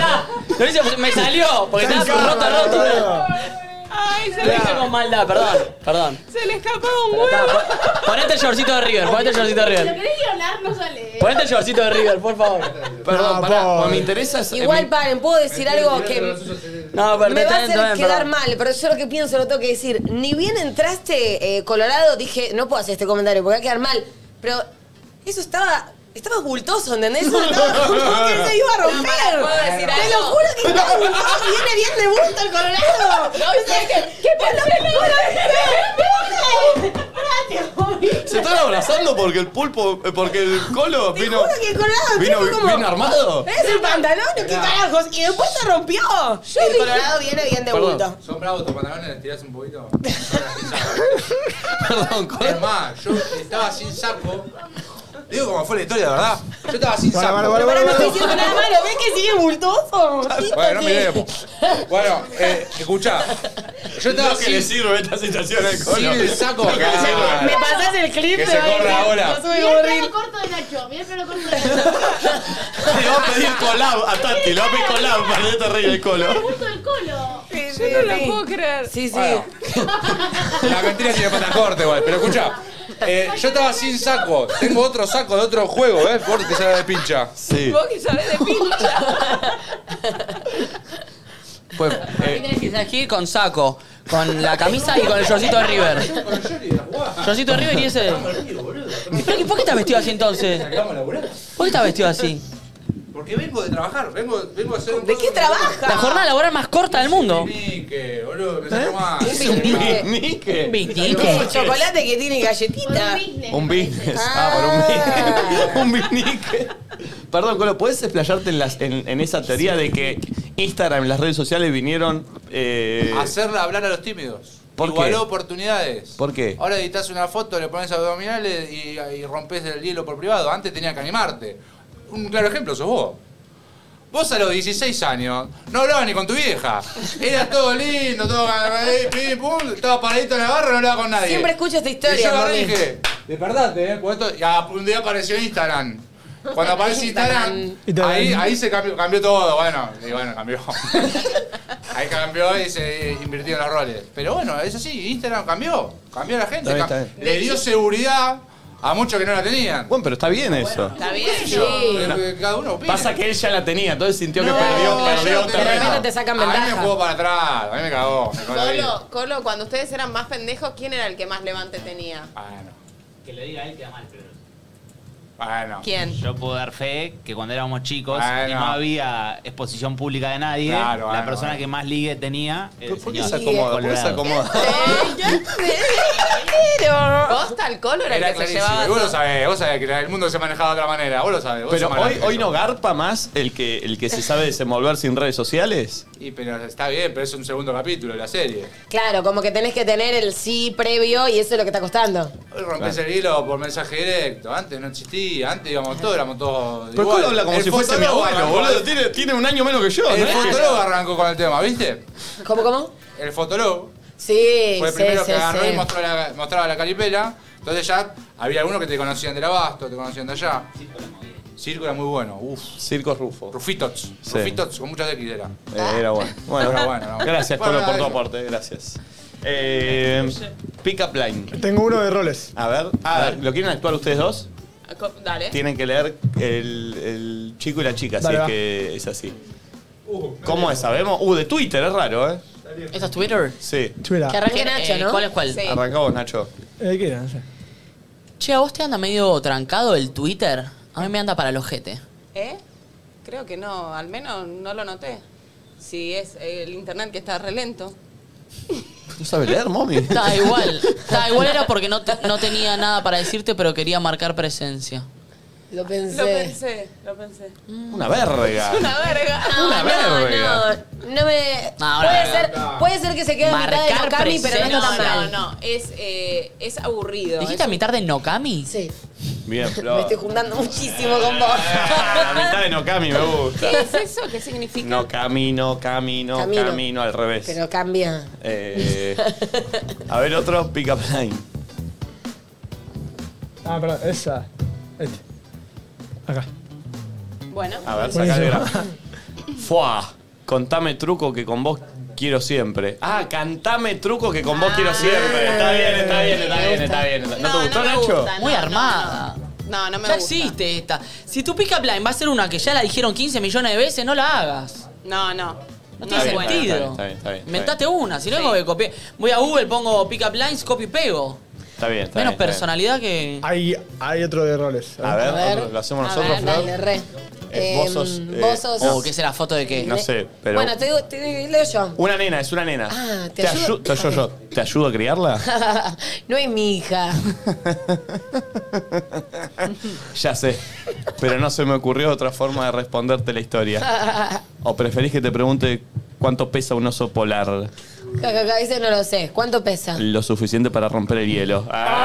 Speaker 5: Lo hice, me salió, porque estaba roto, roto. eh.
Speaker 6: Ay, se
Speaker 5: Lo
Speaker 6: le,
Speaker 5: hice con maldad, perdón, perdón.
Speaker 6: se le escapó un huevo.
Speaker 5: Ponete el shortcito de River, ponete el shortcito de
Speaker 4: Si lo
Speaker 5: River.
Speaker 4: querés guionar, no sale.
Speaker 5: Ponete el shortcito de River, por favor.
Speaker 1: Perdón, pará, porque me interesa.
Speaker 2: Igual paren, puedo decir algo que
Speaker 5: No, perdón,
Speaker 2: me va a
Speaker 5: está bien, está
Speaker 2: hacer
Speaker 5: bien,
Speaker 2: quedar
Speaker 5: perdón.
Speaker 2: mal, pero yo lo que pienso lo tengo que decir. Ni bien entraste eh, Colorado, dije, no puedo hacer este comentario porque va a quedar mal. Pero eso estaba. Estaba bultoso,
Speaker 6: *laughs*
Speaker 2: ¿entendés? Eso estaba bultoso que se iba a
Speaker 6: No,
Speaker 2: romper.
Speaker 6: pará, ¿puedo decir
Speaker 2: Te lo
Speaker 6: algo?
Speaker 2: juro que
Speaker 6: *laughs*
Speaker 2: estaba bultoso, viene bien de bulto el Colorado.
Speaker 6: No,
Speaker 2: O sea,
Speaker 6: sé
Speaker 2: que- ¿Qué pasó? ¿Qué pasó?
Speaker 1: Se están abrazando porque el pulpo, eh, porque el colo vino.
Speaker 2: Juro que el Colorado
Speaker 1: vino,
Speaker 2: fue como,
Speaker 1: vino
Speaker 2: *laughs*
Speaker 1: armado.
Speaker 2: ¿Ves el pantalón? ¿Qué carajos? Y después se rompió. el Colorado viene bien de
Speaker 1: Perdón.
Speaker 2: bulto.
Speaker 9: ¿Son bravos tus pantalones? ¿Les tirás un
Speaker 2: *laughs*
Speaker 9: poquito?
Speaker 1: Perdón, ¿cuál?
Speaker 9: Es más, yo estaba sin saco. Digo como fue la historia, de verdad. Yo
Speaker 5: Ah,
Speaker 9: estaba sin
Speaker 18: Bueno,
Speaker 9: saco.
Speaker 18: bueno, bueno,
Speaker 2: Pero no
Speaker 18: bueno,
Speaker 2: estoy diciendo nada malo, ¿ves que sigue bultoso?
Speaker 9: Bueno, no miremos. Bueno, eh, escuchá. Yo estaba
Speaker 1: No que
Speaker 9: sin-
Speaker 1: le sirve esta situación al colo.
Speaker 9: sin el saco.
Speaker 1: No que le
Speaker 9: Ah.
Speaker 1: sirve.
Speaker 2: ¿Me pasas el clip?
Speaker 9: Que se corra ahora.
Speaker 4: Mira el pelo corto de Nacho, mira el pelo corto de Nacho.
Speaker 1: Le va a pedir collab Este a Tati, le va a pedir collab para que no te ríe el
Speaker 4: El
Speaker 1: colo.
Speaker 4: bulto del colo.
Speaker 6: Yo no lo puedo creer.
Speaker 2: Sí, sí.
Speaker 9: Bueno. La mentira tiene patas cortas igual, pero escucha. yo estaba sin saco. Tengo otro saco de otro juego, ¿eh? Por te sale de pincha.
Speaker 1: Sí.
Speaker 6: Vos que sabés de pincha.
Speaker 1: Pues,
Speaker 5: Aquí tenés que salir con saco, con la camisa y con el shortcito de River. Shortcito de River y ese. ¿Pero qué- ¿Por qué estás vestido así entonces? ¿Por qué estás vestido así?
Speaker 9: Porque vengo de trabajar, vengo, vengo a hacer un
Speaker 2: ¿De qué trabaja?
Speaker 5: La jornada laboral más corta del mundo.
Speaker 9: Nique, boludo, me salió mal.
Speaker 1: *laughs* es un
Speaker 2: Nique.
Speaker 1: nique.
Speaker 2: El chocolate que
Speaker 4: Con
Speaker 2: tiene
Speaker 4: un
Speaker 2: galletita.
Speaker 4: business.
Speaker 1: Un business. Ah, por un business. *laughs* un binique. Perdón, Colo, ¿puedes explayarte en, las- en- en esa teoría de que Instagram y las redes sociales vinieron. eh,
Speaker 9: Hacerle hablar a los tímidos.
Speaker 1: ¿Por qué?
Speaker 9: Igualó oportunidades.
Speaker 1: ¿Por qué?
Speaker 9: Ahora editas una foto, le pones abdominales y, y rompes el hielo por privado. Antes tenía que animarte. Un claro ejemplo sos vos. Vos a los 16 años no hablabas ni con tu vieja. Era todo lindo, todo ahí, pim, pum, estaba paradito en la barra, no hablaba con nadie.
Speaker 2: Siempre escucho esta
Speaker 9: Y yo
Speaker 2: historia,
Speaker 9: agarré y
Speaker 2: Mordi.
Speaker 9: dije, despertate, ¿eh? Porque esto- y a- un día apareció Instagram.
Speaker 6: *laughs*
Speaker 9: Cuando aparece Instagram,
Speaker 18: Instagram.
Speaker 9: ahí, ahí se cambió, cambió todo. Bueno, y bueno, cambió. *laughs* ahí cambió y se eh, invirtió en los roles. Pero bueno, eso sí, Instagram cambió. Cambió a la gente.
Speaker 1: Está bien,
Speaker 9: cam-
Speaker 1: está
Speaker 9: Le dio seguridad a muchos que no la tenían.
Speaker 1: Bueno, pero está bien eso.
Speaker 6: Está bien.
Speaker 9: Eh, eh, Cada uno opina.
Speaker 1: Pasa que él ya la tenía, entonces sintió que perdió, perdió
Speaker 9: yo-
Speaker 1: terreno.
Speaker 2: no te sacan
Speaker 9: A mí me
Speaker 2: ventaja.
Speaker 9: jugó para atrás, a mí me cagó. Me cagó la vida.
Speaker 6: Colo, Colo, cuando ustedes eran más pendejos, ¿quién era el que más levante tenía?
Speaker 1: Ah,
Speaker 9: Bueno,
Speaker 7: Que lo diga él queda mal, pero.
Speaker 9: bueno.
Speaker 6: ¿Quién?
Speaker 7: Yo puedo dar fe que cuando éramos chicos
Speaker 9: Bueno.
Speaker 7: y no había exposición pública de nadie,
Speaker 9: Claro,
Speaker 7: la
Speaker 9: bueno,
Speaker 7: persona
Speaker 9: bueno.
Speaker 7: que más ligue tenía. era el
Speaker 1: ¿Por qué se
Speaker 7: señor
Speaker 1: acomoda? ¿Por qué se
Speaker 7: Colorado.
Speaker 1: acomoda?
Speaker 6: Costa, el Colo era,
Speaker 9: Era
Speaker 6: el que se
Speaker 9: clarísimo.
Speaker 6: llevaba
Speaker 9: Y vos lo
Speaker 6: todo.
Speaker 9: sabés, vos sabés que el mundo se manejaba de otra manera. Vos lo sabés. vos
Speaker 1: Pero
Speaker 9: sos más
Speaker 1: hoy,
Speaker 9: grande
Speaker 1: hoy
Speaker 9: que yo.
Speaker 1: no garpa más el que, el que se sabe desenvolver sin redes sociales.
Speaker 9: Y pero está bien, pero es un segundo capítulo de la serie.
Speaker 2: Claro, como que tenés que tener el sí previo y eso es lo que está costando.
Speaker 9: Hoy rompés el hilo por mensaje directo. Antes no existía, antes íbamos todos, éramos todos.
Speaker 1: Pero
Speaker 9: igual.
Speaker 1: Colo habla como
Speaker 9: El
Speaker 1: si fuese mi
Speaker 9: fotólogo
Speaker 1: abuelo,
Speaker 9: arrancó-
Speaker 1: boludo. Tiene, tiene un año menos que yo.
Speaker 9: El
Speaker 1: ¿no?
Speaker 9: fotólogo arrancó con el tema, ¿viste?
Speaker 2: ¿Cómo, cómo?
Speaker 9: El fotólogo
Speaker 2: Sí,
Speaker 9: Fue el
Speaker 2: sí,
Speaker 9: primero
Speaker 2: sí,
Speaker 9: que agarró
Speaker 2: sí.
Speaker 9: y mostró la- mostraba la caripela. Entonces ya había algunos que te conocían del abasto, te conocían de allá. Circo era muy bueno, uff.
Speaker 1: Circo Rufo.
Speaker 9: Rufitots.
Speaker 1: Sí.
Speaker 9: Rufitots, con muchas X era.
Speaker 1: Eh, era bueno. Bueno,
Speaker 9: Ah. Era bueno, era bueno.
Speaker 1: Gracias,
Speaker 9: Bueno,
Speaker 1: Tolo, por tu
Speaker 9: eso.
Speaker 1: aporte. Gracias. Eh, pick up line.
Speaker 3: Tengo uno de roles.
Speaker 1: A ver, a ver, ¿lo quieren actuar ustedes dos?
Speaker 9: ¿Eh?
Speaker 6: Dale.
Speaker 1: Tienen que leer el, el chico y la chica, si
Speaker 3: Dale,
Speaker 1: es
Speaker 3: va.
Speaker 1: que es así. ¿Cómo es? ¿Sabemos? Uh, de Twitter, es raro, ¿eh?
Speaker 5: ¿Eso es Twitter?
Speaker 1: Sí.
Speaker 3: Twitter.
Speaker 5: Que arranque Nacho, ¿no? ¿Cuál es cuál?
Speaker 1: Arranca vos, Nacho.
Speaker 3: Eh, ¿Qué era? No sé.
Speaker 5: Che, ¿a vos te anda medio trancado el Twitter? A mí me anda para el ojete.
Speaker 6: ¿Eh? Creo que no, al menos no lo noté. Si es el internet que está re lento.
Speaker 1: No sabe leer, mami.
Speaker 5: Está igual. Está igual era porque no, te- no tenía nada para decirte, pero quería marcar presencia.
Speaker 2: Lo pensé.
Speaker 6: Lo pensé, lo pensé.
Speaker 1: Una verga.
Speaker 6: Una verga.
Speaker 1: Una verga.
Speaker 2: No, no me.
Speaker 5: No,
Speaker 2: puede,
Speaker 5: no,
Speaker 2: ser, puede ser que se quede a mitad de
Speaker 5: Marcar
Speaker 2: Nokami, pero no está tan
Speaker 5: presencia.
Speaker 2: mal.
Speaker 6: No, no, es, eh, es aburrido.
Speaker 5: ¿Dijiste a mitad de Nokami?
Speaker 2: Sí.
Speaker 1: Bien,
Speaker 2: Me
Speaker 1: Flor.
Speaker 2: estoy juntando muchísimo con vos.
Speaker 1: La mitad de Nokami me gusta.
Speaker 6: ¿Qué es eso? ¿Qué significa?
Speaker 1: No camino, camino,
Speaker 2: Camino.
Speaker 1: camino, al revés.
Speaker 2: Pero cambia.
Speaker 1: Eh, a ver, otro pick up line.
Speaker 3: Ah, perdón, esa. Este. Acá.
Speaker 6: Bueno.
Speaker 1: A ver, saca
Speaker 3: *laughs*
Speaker 1: el
Speaker 3: Buenísimo.
Speaker 1: grafo. Fua, contame truco que con vos quiero siempre. Ah, cantame truco que con vos quiero siempre. Está bien, está bien, está bien, está bien. está- ¿No, te gustó, Nacho?
Speaker 5: Muy armada.
Speaker 6: No, no me
Speaker 5: ya
Speaker 6: gusta.
Speaker 5: existe esta. Si tu pick-up line va a ser una que ya la dijeron 15 millones de veces, no la hagas.
Speaker 6: No, no.
Speaker 5: No tiene
Speaker 1: Está bien, está bien,
Speaker 5: sentido.
Speaker 1: Está bien, está bien. Está bien,
Speaker 5: Inventate una, si no es como que copié. Voy a Google, pongo pick-up lines, copio y pego.
Speaker 1: Está bien, está
Speaker 5: Menos
Speaker 1: bien, está bien.
Speaker 5: personalidad que.
Speaker 3: Hay, hay otro de roles.
Speaker 1: A ver,
Speaker 5: A ver.
Speaker 1: otro, lo hacemos
Speaker 2: A
Speaker 1: nosotros,
Speaker 2: ver,
Speaker 1: Flor.
Speaker 2: dale, re.
Speaker 1: Eh, vos sos,
Speaker 2: Em,
Speaker 1: eh,
Speaker 2: vos sos-
Speaker 1: no.
Speaker 5: Oh, ¿qué será foto de qué?
Speaker 1: No sé, pero.
Speaker 2: Bueno, te, digo- te digo- leo yo.
Speaker 1: Una nena, es una nena.
Speaker 2: Ah, ¿te
Speaker 1: ayu-
Speaker 2: ayudo?
Speaker 1: te- yo- yo- ¿Te ayudo a criarla? *laughs*
Speaker 2: *laughs* no es mi hija.
Speaker 1: Ya sé, pero no se me ocurrió otra forma de responderte
Speaker 2: *laughs*
Speaker 1: la historia. ¿O preferís que te pregunte cuánto pesa un oso polar?
Speaker 2: Jajaja, ese no lo sé. ¿Cuánto pesa?
Speaker 1: Lo suficiente para romper el hielo. Ah,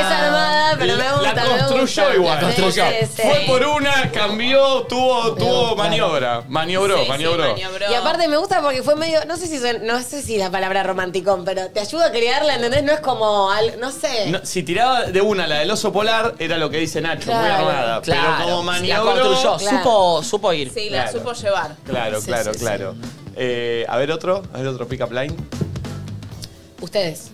Speaker 2: Es armada, pero me
Speaker 1: la
Speaker 2: gusta. me
Speaker 1: construyó
Speaker 6: Ah,
Speaker 2: gusta.
Speaker 1: igual.
Speaker 2: Sí,
Speaker 1: construyó.
Speaker 2: sí, sí.
Speaker 1: Fue por una, cambió, tuvo, tuvo maniobra. Maniobró,
Speaker 2: Sí, sí,
Speaker 1: maniobró.
Speaker 2: Y aparte me gusta porque fue medio, no sé si son- no sé si la palabra romanticón, pero te ayuda a crearla, ¿entendés? No es como, al- no sé.
Speaker 1: No, si tiraba de una la del oso polar, era lo que dice Nacho, muy
Speaker 2: Claro,
Speaker 1: armada.
Speaker 5: claro.
Speaker 1: pero
Speaker 5: La
Speaker 1: como maniobró.
Speaker 5: construyó, supo, supo ir.
Speaker 6: Sí, la
Speaker 1: Claro.
Speaker 6: supo llevar.
Speaker 1: Claro,
Speaker 6: Sí,
Speaker 1: claro,
Speaker 6: sí, sí.
Speaker 1: claro. Eh, a ver otro, a ver otro pick up line.
Speaker 2: Ustedes.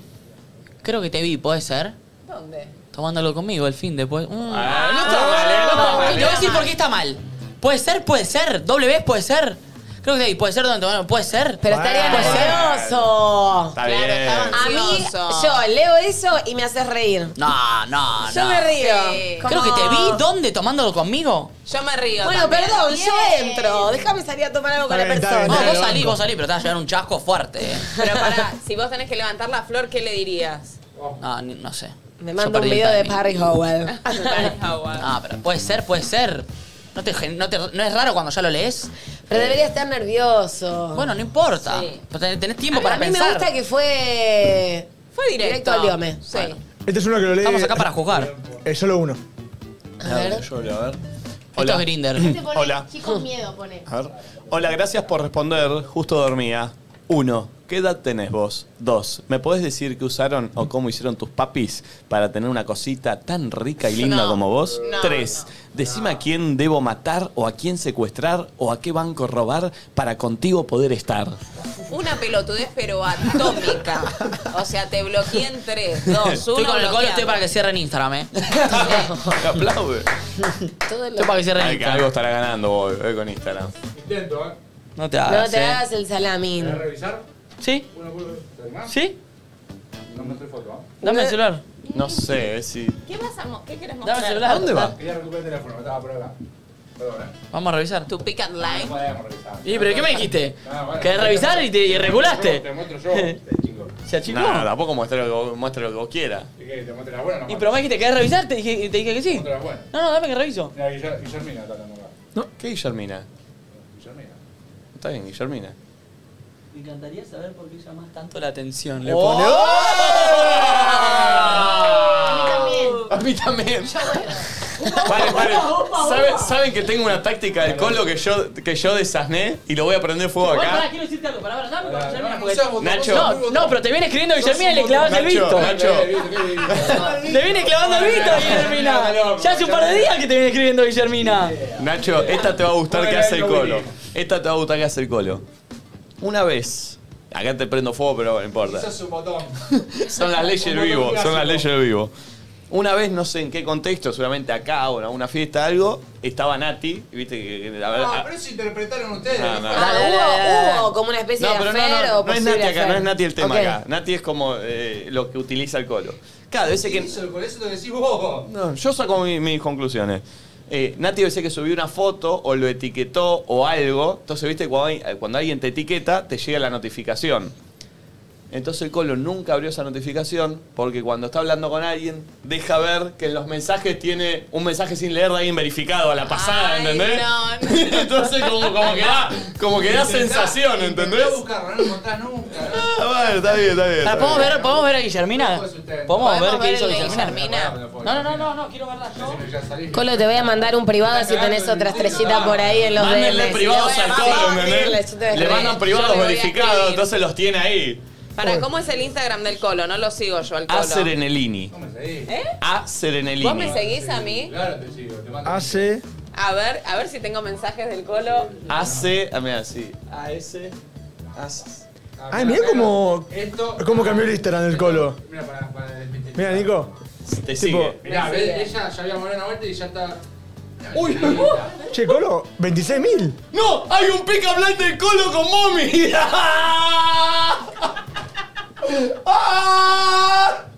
Speaker 5: Creo que te vi, ¿puede ser?
Speaker 6: ¿Dónde?
Speaker 5: Tomándolo conmigo el fin después. Mm.
Speaker 1: Ah, no está mal, eh, no está mal,
Speaker 5: Te voy a
Speaker 1: eh.
Speaker 5: decir por qué está mal. Puede ser, puede ser. Doble vez puede ser. Creo que te vi, puede ser donde bueno, puede ser.
Speaker 2: Pero estaría
Speaker 5: Puede ser.
Speaker 2: nervioso.
Speaker 1: Está bien.
Speaker 2: A mí, yo leo eso y me haces reír.
Speaker 5: No, no,
Speaker 2: Yo
Speaker 5: no.
Speaker 2: me río.
Speaker 6: Sí.
Speaker 5: Creo
Speaker 2: Como-
Speaker 5: que te vi dónde tomándolo conmigo.
Speaker 6: Yo me río.
Speaker 2: Bueno,
Speaker 6: también.
Speaker 2: perdón, yo
Speaker 6: Bien.
Speaker 2: entro. Déjame salir a tomar algo con la
Speaker 5: No,
Speaker 2: persona.
Speaker 5: vos salís, vos salís, pero te vas a llegar un chasco fuerte. eh.
Speaker 6: Pero pará, si vos tenés que levantar la flor, ¿qué le dirías?
Speaker 5: No, ni- no sé.
Speaker 2: Me
Speaker 5: Yo
Speaker 2: manda un
Speaker 5: perdí el
Speaker 2: video de
Speaker 5: timing.
Speaker 2: Parry Howell.
Speaker 5: *laughs* Ah, pero puede ser, puede ser. No, te gen- no te- no es raro cuando ya lo lees.
Speaker 2: Pero debería estar nervioso.
Speaker 5: Bueno, no importa.
Speaker 2: Eh. Sí.
Speaker 5: Pero ten- Tenés
Speaker 2: a
Speaker 5: tiempo
Speaker 2: mí,
Speaker 5: para
Speaker 2: a mí
Speaker 5: pensar.
Speaker 2: me gusta que fue
Speaker 6: Fue directo.
Speaker 2: al eh. diome.
Speaker 6: Sí.
Speaker 3: Este es uno que lo leí.
Speaker 5: Estamos
Speaker 3: *laughs*
Speaker 5: acá para jugar.
Speaker 3: Es solo uno.
Speaker 2: A ver.
Speaker 1: Yo leo, a ver.
Speaker 5: Esto
Speaker 1: Hola.
Speaker 5: es Grinder.
Speaker 4: Este pone
Speaker 1: Hola.
Speaker 4: chicos miedo, pone.
Speaker 1: A ver. Hola, gracias por responder. Justo dormía. Uno, ¿qué edad tenés vos? Dos, ¿me podés decir qué usaron o cómo hicieron tus papis para tener una cosita tan rica y linda
Speaker 6: No,
Speaker 1: como vos?
Speaker 6: no,
Speaker 1: Tres, decime a quién debo matar o a quién secuestrar o a qué banco robar para contigo poder estar.
Speaker 6: Una pelotudez, pero atómica. O sea, te bloqueé en 3, 2, 1.
Speaker 5: Estoy con el colo, estoy para que cierren Instagram, eh.
Speaker 1: Te aplaude.
Speaker 2: Todo lo-
Speaker 5: Estoy para que cierren
Speaker 1: Ay, que
Speaker 5: Instagram.
Speaker 1: algo estará ganando vos, eh, con Instagram.
Speaker 9: Intento, ¿eh?
Speaker 5: No te
Speaker 2: No
Speaker 5: hagas.
Speaker 2: te
Speaker 5: eh.
Speaker 2: hagas el salamín.
Speaker 9: ¿Querés revisar?
Speaker 5: ¿Sí?
Speaker 9: Una por ¿Te animás?
Speaker 5: ¿Sí?
Speaker 9: No mostré foto, ¿ah?
Speaker 5: Dame el celular.
Speaker 1: No sé eh, si.
Speaker 6: ¿Qué vas a mo- ¿Qué
Speaker 5: Dame
Speaker 6: querés mostrar?
Speaker 5: el celular.
Speaker 1: ¿Dónde va?
Speaker 9: Quería recuperar el teléfono, me estaba por acá. Perdón, ¿eh?
Speaker 5: Vamos a revisar.
Speaker 6: Tu pick and
Speaker 9: No
Speaker 6: line.
Speaker 9: podemos revisar.
Speaker 5: *laughs* ¿Y pero qué me dijiste?
Speaker 9: Ah, bueno.
Speaker 5: ¿Querés revisar y te y
Speaker 9: Te
Speaker 5: reculaste?
Speaker 9: muestro yo, este chico.
Speaker 5: ¿Se achicó?
Speaker 1: Nada, tampoco muestra lo que vos, muestra lo que vos quieras.
Speaker 9: ¿Y qué? ¿Te muestro las buenas o no?
Speaker 5: *laughs* Y pero me dijiste, ¿querés revisar? Te dije, te dije que
Speaker 9: ¿Te
Speaker 5: sí.
Speaker 9: muestro las buenas?
Speaker 5: No, no, dame que reviso.
Speaker 9: Mira, Guilla- Guillermina está hablando acá.
Speaker 1: ¿Qué Guillermina?
Speaker 9: Guillermina.
Speaker 1: Está bien, Guillermina.
Speaker 5: Me encantaría saber por qué llamás tanto la atención. Le
Speaker 1: ¡Oh!
Speaker 5: pone-
Speaker 4: A mí también.
Speaker 1: A mí también. Paren, paren. *laughs*
Speaker 19: Opa,
Speaker 1: ¿Saben,
Speaker 19: opa.
Speaker 1: saben que tengo una táctica del colo que yo, que yo desasné y lo voy a prender fuego
Speaker 5: Bueno,
Speaker 1: acá?
Speaker 5: pará, quiero decirte algo, pará, pará, dame con Guillermina,
Speaker 1: no,
Speaker 5: porque-
Speaker 1: seas Nacho.
Speaker 5: No, no, pero te viene escribiendo Guillermina y le clavas el
Speaker 1: Nacho,
Speaker 5: visto.
Speaker 1: Nacho.
Speaker 5: *laughs*
Speaker 1: eh,
Speaker 5: Te viene clavando el visto, Guillermina. Ya hace un par de días que te viene escribiendo
Speaker 1: eh,
Speaker 5: Guillermina.
Speaker 1: Nacho, esta te va a gustar que hace el colo. Esta te va a gustar que hace el colo. Una vez. Acá te prendo fuego, pero no importa.
Speaker 9: Eso es un botón.
Speaker 1: Son las leyes del vivo, son las leyes del vivo. Una vez, no sé en qué contexto, seguramente acá o en alguna fiesta, algo, estaba Nati, y viste que... que- a ver,
Speaker 9: No,
Speaker 1: a-
Speaker 9: pero eso interpretaron ustedes.
Speaker 1: No, no.
Speaker 2: Ah,
Speaker 1: Dale, dale, dale,
Speaker 2: hubo,
Speaker 1: dale.
Speaker 2: hubo como una especie
Speaker 1: No,
Speaker 2: de
Speaker 1: pero no,
Speaker 2: afer
Speaker 1: no,
Speaker 2: o
Speaker 1: no es
Speaker 2: posible
Speaker 1: Nati acá,
Speaker 2: afer.
Speaker 1: no es Nati el tema
Speaker 2: Ok.
Speaker 1: acá. Nati es como eh, lo que utiliza el colo. Claro, ese que...
Speaker 9: Por eso te decís vos.
Speaker 1: No, yo saco mi- mis conclusiones. Eh, Nati decía que subió una foto o lo etiquetó o algo. Entonces, viste, cuando, hay- cuando alguien te etiqueta, te llega la notificación. Entonces el colo nunca abrió esa notificación porque cuando está hablando con alguien, deja ver que en los mensajes tiene un mensaje sin leer de alguien verificado a la pasada, ¿entendés? Entonces como, como que da, como que da sensación, ¿entendés? Ah, bueno, está bien, está bien.
Speaker 5: Pará,
Speaker 1: está
Speaker 5: ¿Podemos
Speaker 1: bien.
Speaker 5: ver, ¿Podemos ver a Guillermina? ¿Podemos ver qué
Speaker 2: ver
Speaker 5: hizo
Speaker 2: el de
Speaker 5: Guillermina? No, no, no, no, no, quiero verla yo.
Speaker 2: Colo, te voy a mandar un privado si tenés otra estrellita por ahí en los
Speaker 1: Mándenle
Speaker 2: DMs.
Speaker 1: privados
Speaker 2: Le voy a
Speaker 1: al colo,
Speaker 2: mandar-
Speaker 1: ¿entendés?
Speaker 2: yo te voy a
Speaker 1: Le mandan
Speaker 2: escribir.
Speaker 1: privados
Speaker 6: Yo le voy a
Speaker 1: verificados,
Speaker 6: escribir.
Speaker 1: entonces los tiene ahí.
Speaker 6: Para, ¿cómo es el Instagram del colo? No lo sigo yo al colo.
Speaker 1: A Serenelini.
Speaker 6: ¿Eh?
Speaker 1: A Serenelini.
Speaker 6: ¿Vos me seguís a mí?
Speaker 1: Hace.
Speaker 6: A ver, a ver si tengo mensajes del colo.
Speaker 1: Hace. Ah, mira, sí. A ese. Hace.
Speaker 3: Ay, Ah, mirá cómo, cómo cambió el Instagram del colo.
Speaker 9: Mira, para, para
Speaker 3: Mira, Nico.
Speaker 1: Te
Speaker 9: sigue. Mirá, ves, ella ya había morado una vuelta y ya está.
Speaker 3: Uy, *laughs* che, colo, *laughs* 26.000.
Speaker 1: ¡No! ¡Hay un pica blande del colo con mommy!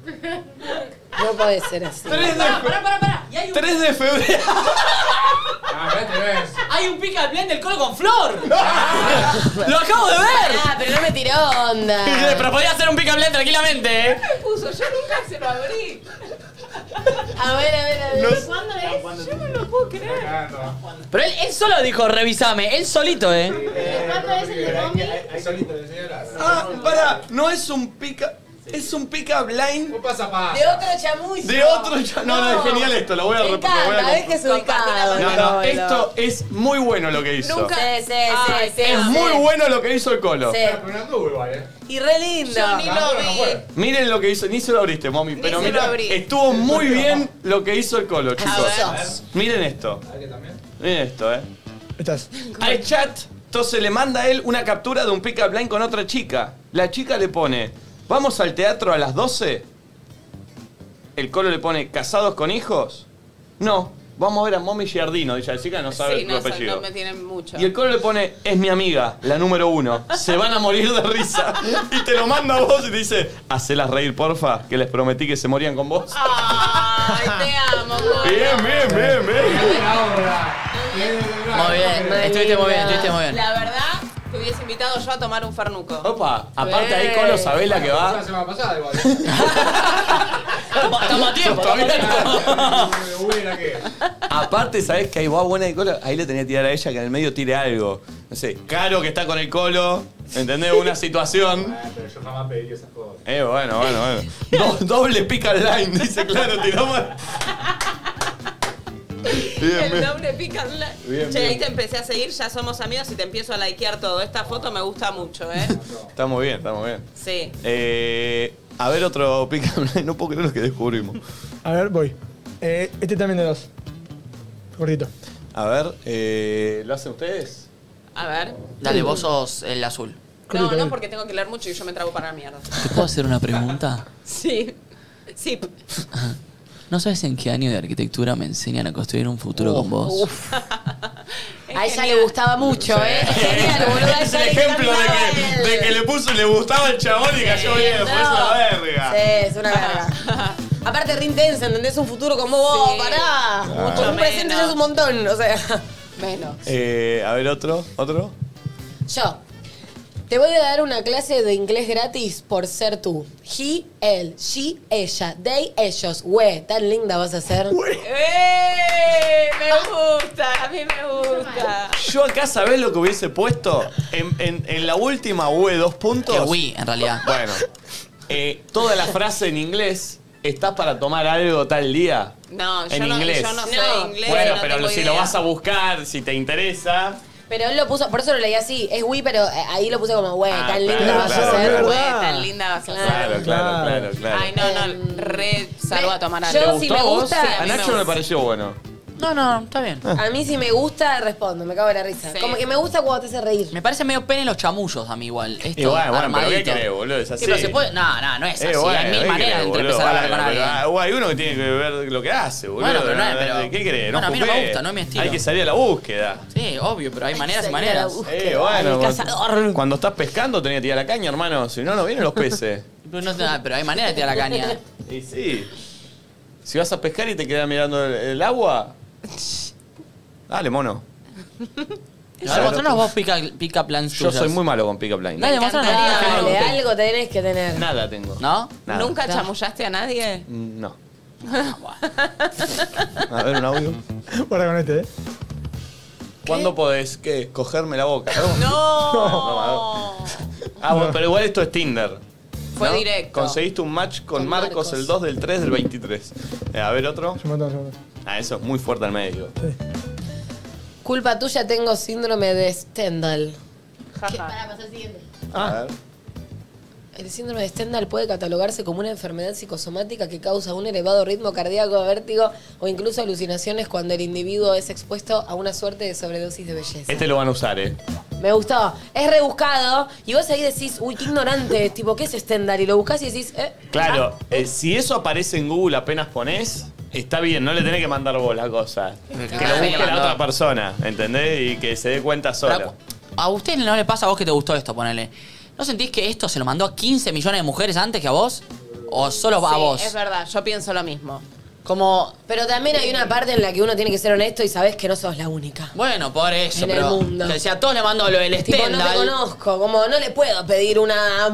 Speaker 2: No puede ser así.
Speaker 1: 3 de febrero.
Speaker 5: Ah, Hay un pica al blend del colo con *laughs* flor. ¡Lo acabo de ver!
Speaker 2: Ah, pero no me tiró onda.
Speaker 5: *laughs* Pero podía hacer un pica al blend tranquilamente, ¿eh?
Speaker 6: puso? Yo nunca se lo abrí.
Speaker 2: A ver, a ver, a ver.
Speaker 6: No- ¿Cuándo es? Yo no lo puedo creer.
Speaker 5: Pero él, él solo dijo, revisame, él solito, ¿eh?
Speaker 7: ¿Cuándo es el de Mommy?
Speaker 1: Ah, para, no es un pica. Es un pica blind.
Speaker 2: De otro chamuyo.
Speaker 1: De otro ya- No, no, es genial esto, lo voy a
Speaker 2: Me
Speaker 1: rep- lo voy a
Speaker 2: encanta,
Speaker 1: comp-
Speaker 2: es que es ubicado.
Speaker 1: No, no, esto es muy bueno lo que hizo.
Speaker 2: Nunca. Ah, Sí, sí, sí, sí,
Speaker 1: es
Speaker 2: sí.
Speaker 1: muy bueno lo que hizo el colo.
Speaker 2: Sí. Y re lindo.
Speaker 6: Yo ni lo vi.
Speaker 1: Miren lo que hizo, ni se lo abriste, mommy, pero
Speaker 6: se lo
Speaker 1: mira,
Speaker 6: abrí.
Speaker 1: estuvo muy bien lo que hizo el colo, chicos.
Speaker 6: sos.
Speaker 1: Miren esto. Miren esto, eh.
Speaker 3: Estás.
Speaker 1: Al chat, entonces le manda a él una captura de un pick up line con otra chica. La chica le pone, ¿vamos al teatro a las 12? El colo le pone, ¿casados con hijos? No, vamos a ver a mommy Giardino. Dice, la chica no sabe
Speaker 6: Sí,
Speaker 1: tu
Speaker 6: no, son-
Speaker 1: apellido.
Speaker 6: no me tienen mucho.
Speaker 1: Y el colo le pone, es mi amiga, la número uno. Se van a morir de risa. Y te lo manda a vos y te dice, hacelas reír, porfa, que les prometí que se morían con vos.
Speaker 6: Ay, te amo, Colo.
Speaker 1: Bien, bien, bien, bien.
Speaker 5: Muy bien, estuviste muy bien, estuviste muy bien.
Speaker 6: La verdad, te hubiese invitado yo a tomar un farnuco.
Speaker 1: Opa, aparte ahí Colo sabés la que va.
Speaker 9: semana pasada igual.
Speaker 5: Toma tiempo, toma
Speaker 1: Aparte, sabés que ahí va buena de colo. Ahí le tenía que tirar a ella que en el medio tire algo. No sé, Caro que está con el colo. ¿Entendés? Una situación.
Speaker 9: Pero yo jamás pediría esas cosas.
Speaker 1: Eh, bueno, bueno, bueno. Do- doble pica line, dice claro, tiramos. Bien,
Speaker 6: El
Speaker 1: bien.
Speaker 6: doble pica en la-
Speaker 1: Bien,
Speaker 6: Che,
Speaker 1: bien.
Speaker 6: ahí te empecé a seguir, ya somos amigos y te empiezo a likear todo. Esta foto me gusta mucho,
Speaker 1: *laughs*
Speaker 6: ¿eh?
Speaker 1: Está muy bien, está muy bien.
Speaker 6: Sí.
Speaker 1: Eh, a ver otro pica line. No puedo creer lo que descubrimos.
Speaker 3: A ver, voy. Eh, este también de dos. Gordito.
Speaker 1: A ver, eh, ¿lo hacen ustedes?
Speaker 6: A ver.
Speaker 5: Dale, vos sos el azul.
Speaker 6: No, no, porque tengo que leer mucho y yo me trago para la
Speaker 1: *laughs*
Speaker 6: mierda.
Speaker 5: ¿Te puedo hacer una pregunta?
Speaker 6: Sí. Sí.
Speaker 5: ¿No sabes en qué año de arquitectura me enseñan a construir un futuro con vos?
Speaker 2: A ella le gustaba mucho, ¿eh? Es genial, boludo.
Speaker 1: Es el ejemplo de que, de que le puso, le gustaba el chabón y cayó bien. Fue
Speaker 2: No.
Speaker 1: pues, una verga.
Speaker 2: Sí, es una verga. Aparte, re intensa, ¿entendés? Un futuro como vos, pará.
Speaker 1: Mucho
Speaker 2: un presente ya es un montón, o sea.
Speaker 6: Menos.
Speaker 1: Eh, a ver, otro, otro.
Speaker 2: Yo. Te voy a dar una clase de inglés gratis por ser tú. He, él, she, ella, they, ellos. Güey, tan linda vas a ser.
Speaker 6: ¡Eh! Me
Speaker 1: Ah.
Speaker 6: gusta, a mí me gusta.
Speaker 1: Yo acá, ¿sabés lo que hubiese puesto? En, en- en la última UE dos puntos. *laughs*
Speaker 5: Que Wii, en realidad.
Speaker 1: Bueno. eh, toda la frase en inglés ¿estás para tomar algo tal día?
Speaker 6: No, yo
Speaker 1: en
Speaker 6: no,
Speaker 1: inglés.
Speaker 6: yo no sé inglés.
Speaker 1: Bueno,
Speaker 6: no
Speaker 1: pero
Speaker 6: tengo
Speaker 1: si
Speaker 6: idea.
Speaker 1: lo vas a buscar, si te interesa.
Speaker 2: Pero él lo puso, por eso lo leí así, es Wii, pero eh, ahí lo puse como, güey,
Speaker 1: Ah,
Speaker 2: tan linda
Speaker 1: claro,
Speaker 2: vas
Speaker 1: claro,
Speaker 2: a ser.
Speaker 1: claro.
Speaker 2: güey,
Speaker 5: Ah.
Speaker 6: Güey,
Speaker 2: tan
Speaker 6: tan
Speaker 2: linda.
Speaker 6: linda vas a ser.
Speaker 1: Claro, claro, claro, claro.
Speaker 6: Ay, no,
Speaker 1: Em,
Speaker 6: no, re salgo a tomar algo.
Speaker 2: Yo si me gusta...
Speaker 1: A Nacho no le pareció bueno.
Speaker 5: No, no, está bien.
Speaker 2: A mí si me gusta, respondo, me cago en la risa. Como que me gusta cuando te hace reír.
Speaker 5: Me parece medio pene los chamullos a mí igual. Esto,
Speaker 1: Igual, bueno, pero ¿qué
Speaker 5: armadito.
Speaker 1: querés, boludo? Es así.
Speaker 5: Sí, pero se puede... No, no, no es
Speaker 1: Eh,
Speaker 5: así.
Speaker 1: bueno,
Speaker 5: Hay mil
Speaker 1: ¿qué
Speaker 5: maneras
Speaker 1: querés,
Speaker 5: de
Speaker 1: boludo?
Speaker 5: empezar a hablar
Speaker 1: Bueno,
Speaker 5: con
Speaker 1: pero,
Speaker 5: alguien.
Speaker 1: ah, hay uno que tiene que ver lo que hace, boludo.
Speaker 5: Bueno, pero no, pero-
Speaker 1: ¿Qué querés?
Speaker 5: Bueno, a mí no me
Speaker 1: juzgués.
Speaker 5: gusta, no es mi estilo.
Speaker 1: Hay que salir a la búsqueda.
Speaker 5: Sí, obvio,
Speaker 1: *laughs*
Speaker 5: pero hay maneras y
Speaker 1: salir
Speaker 5: maneras.
Speaker 1: Eh, bueno, cuando, cuando estás pescando tenés que tirar la caña, hermano. Si no, no vienen los peces.
Speaker 5: Pero, no- no, pero hay maneras de tirar la
Speaker 2: *laughs*
Speaker 5: caña.
Speaker 1: *laughs* y sí. Si vas a pescar y te quedas mirando el, el agua. Dale, mono.
Speaker 5: A ver, mostranos vos pica, pica plans
Speaker 1: Yo
Speaker 5: tuyos.
Speaker 1: soy muy malo con pick up line.
Speaker 5: Dale, mostranos.
Speaker 2: Dale, algo tenés que tener.
Speaker 1: Nada tengo.
Speaker 5: ¿No?
Speaker 1: Nada.
Speaker 6: ¿Nunca chamullaste a nadie?
Speaker 1: Mm, No. A ver, un audio.
Speaker 3: Guarda con este, ¿eh?
Speaker 1: ¿Cuándo podés qué? cogerme la boca? *laughs*
Speaker 6: No.
Speaker 1: ah, bueno, pero igual esto es Tinder.
Speaker 6: Fue
Speaker 1: ¿no?
Speaker 6: directo.
Speaker 1: Conseguiste un match con, Marcos, el 2 del 3 del 23. Eh, a ver otro.
Speaker 3: Se matan, se matan.
Speaker 1: Ah, eso es muy fuerte al medio.
Speaker 2: Culpa tuya tengo síndrome de Stendhal.
Speaker 4: Para pasar al siguiente.
Speaker 5: Ah.
Speaker 1: A ver.
Speaker 2: El síndrome de Stendhal puede catalogarse como una enfermedad psicosomática que causa un elevado ritmo cardíaco, vértigo o incluso alucinaciones cuando el individuo es expuesto a una suerte de sobredosis de belleza.
Speaker 1: Este lo van a usar, eh.
Speaker 2: Me gustó. Es rebuscado y vos ahí decís, uy,
Speaker 5: *laughs*
Speaker 2: qué ignorante, tipo, ¿qué es Stendhal? Y lo buscás y decís, eh,
Speaker 1: Claro, eh, si eso aparece en Google apenas pones, está bien, no le tenés que mandar vos la cosa. Que lo
Speaker 5: tenés que
Speaker 1: busque la
Speaker 5: mandar.
Speaker 1: otra persona, ¿entendés? Y que se dé cuenta sola.
Speaker 5: A usted no le pasa a vos que te gustó esto, ponele. ¿No sentís que esto se lo mandó a 15 millones de mujeres antes que a vos? ¿O solo a
Speaker 6: Sí,
Speaker 5: vos?
Speaker 6: Es verdad, yo pienso lo mismo.
Speaker 5: Como...
Speaker 2: Pero también hay una parte en la que uno tiene que ser honesto y sabés que no sos la única.
Speaker 5: Bueno, por eso,
Speaker 2: En el
Speaker 5: pero...
Speaker 2: mundo.
Speaker 5: que si a todos le mandó lo del
Speaker 2: Tipo, no te
Speaker 5: Stendhal-
Speaker 2: conozco, como no le puedo pedir una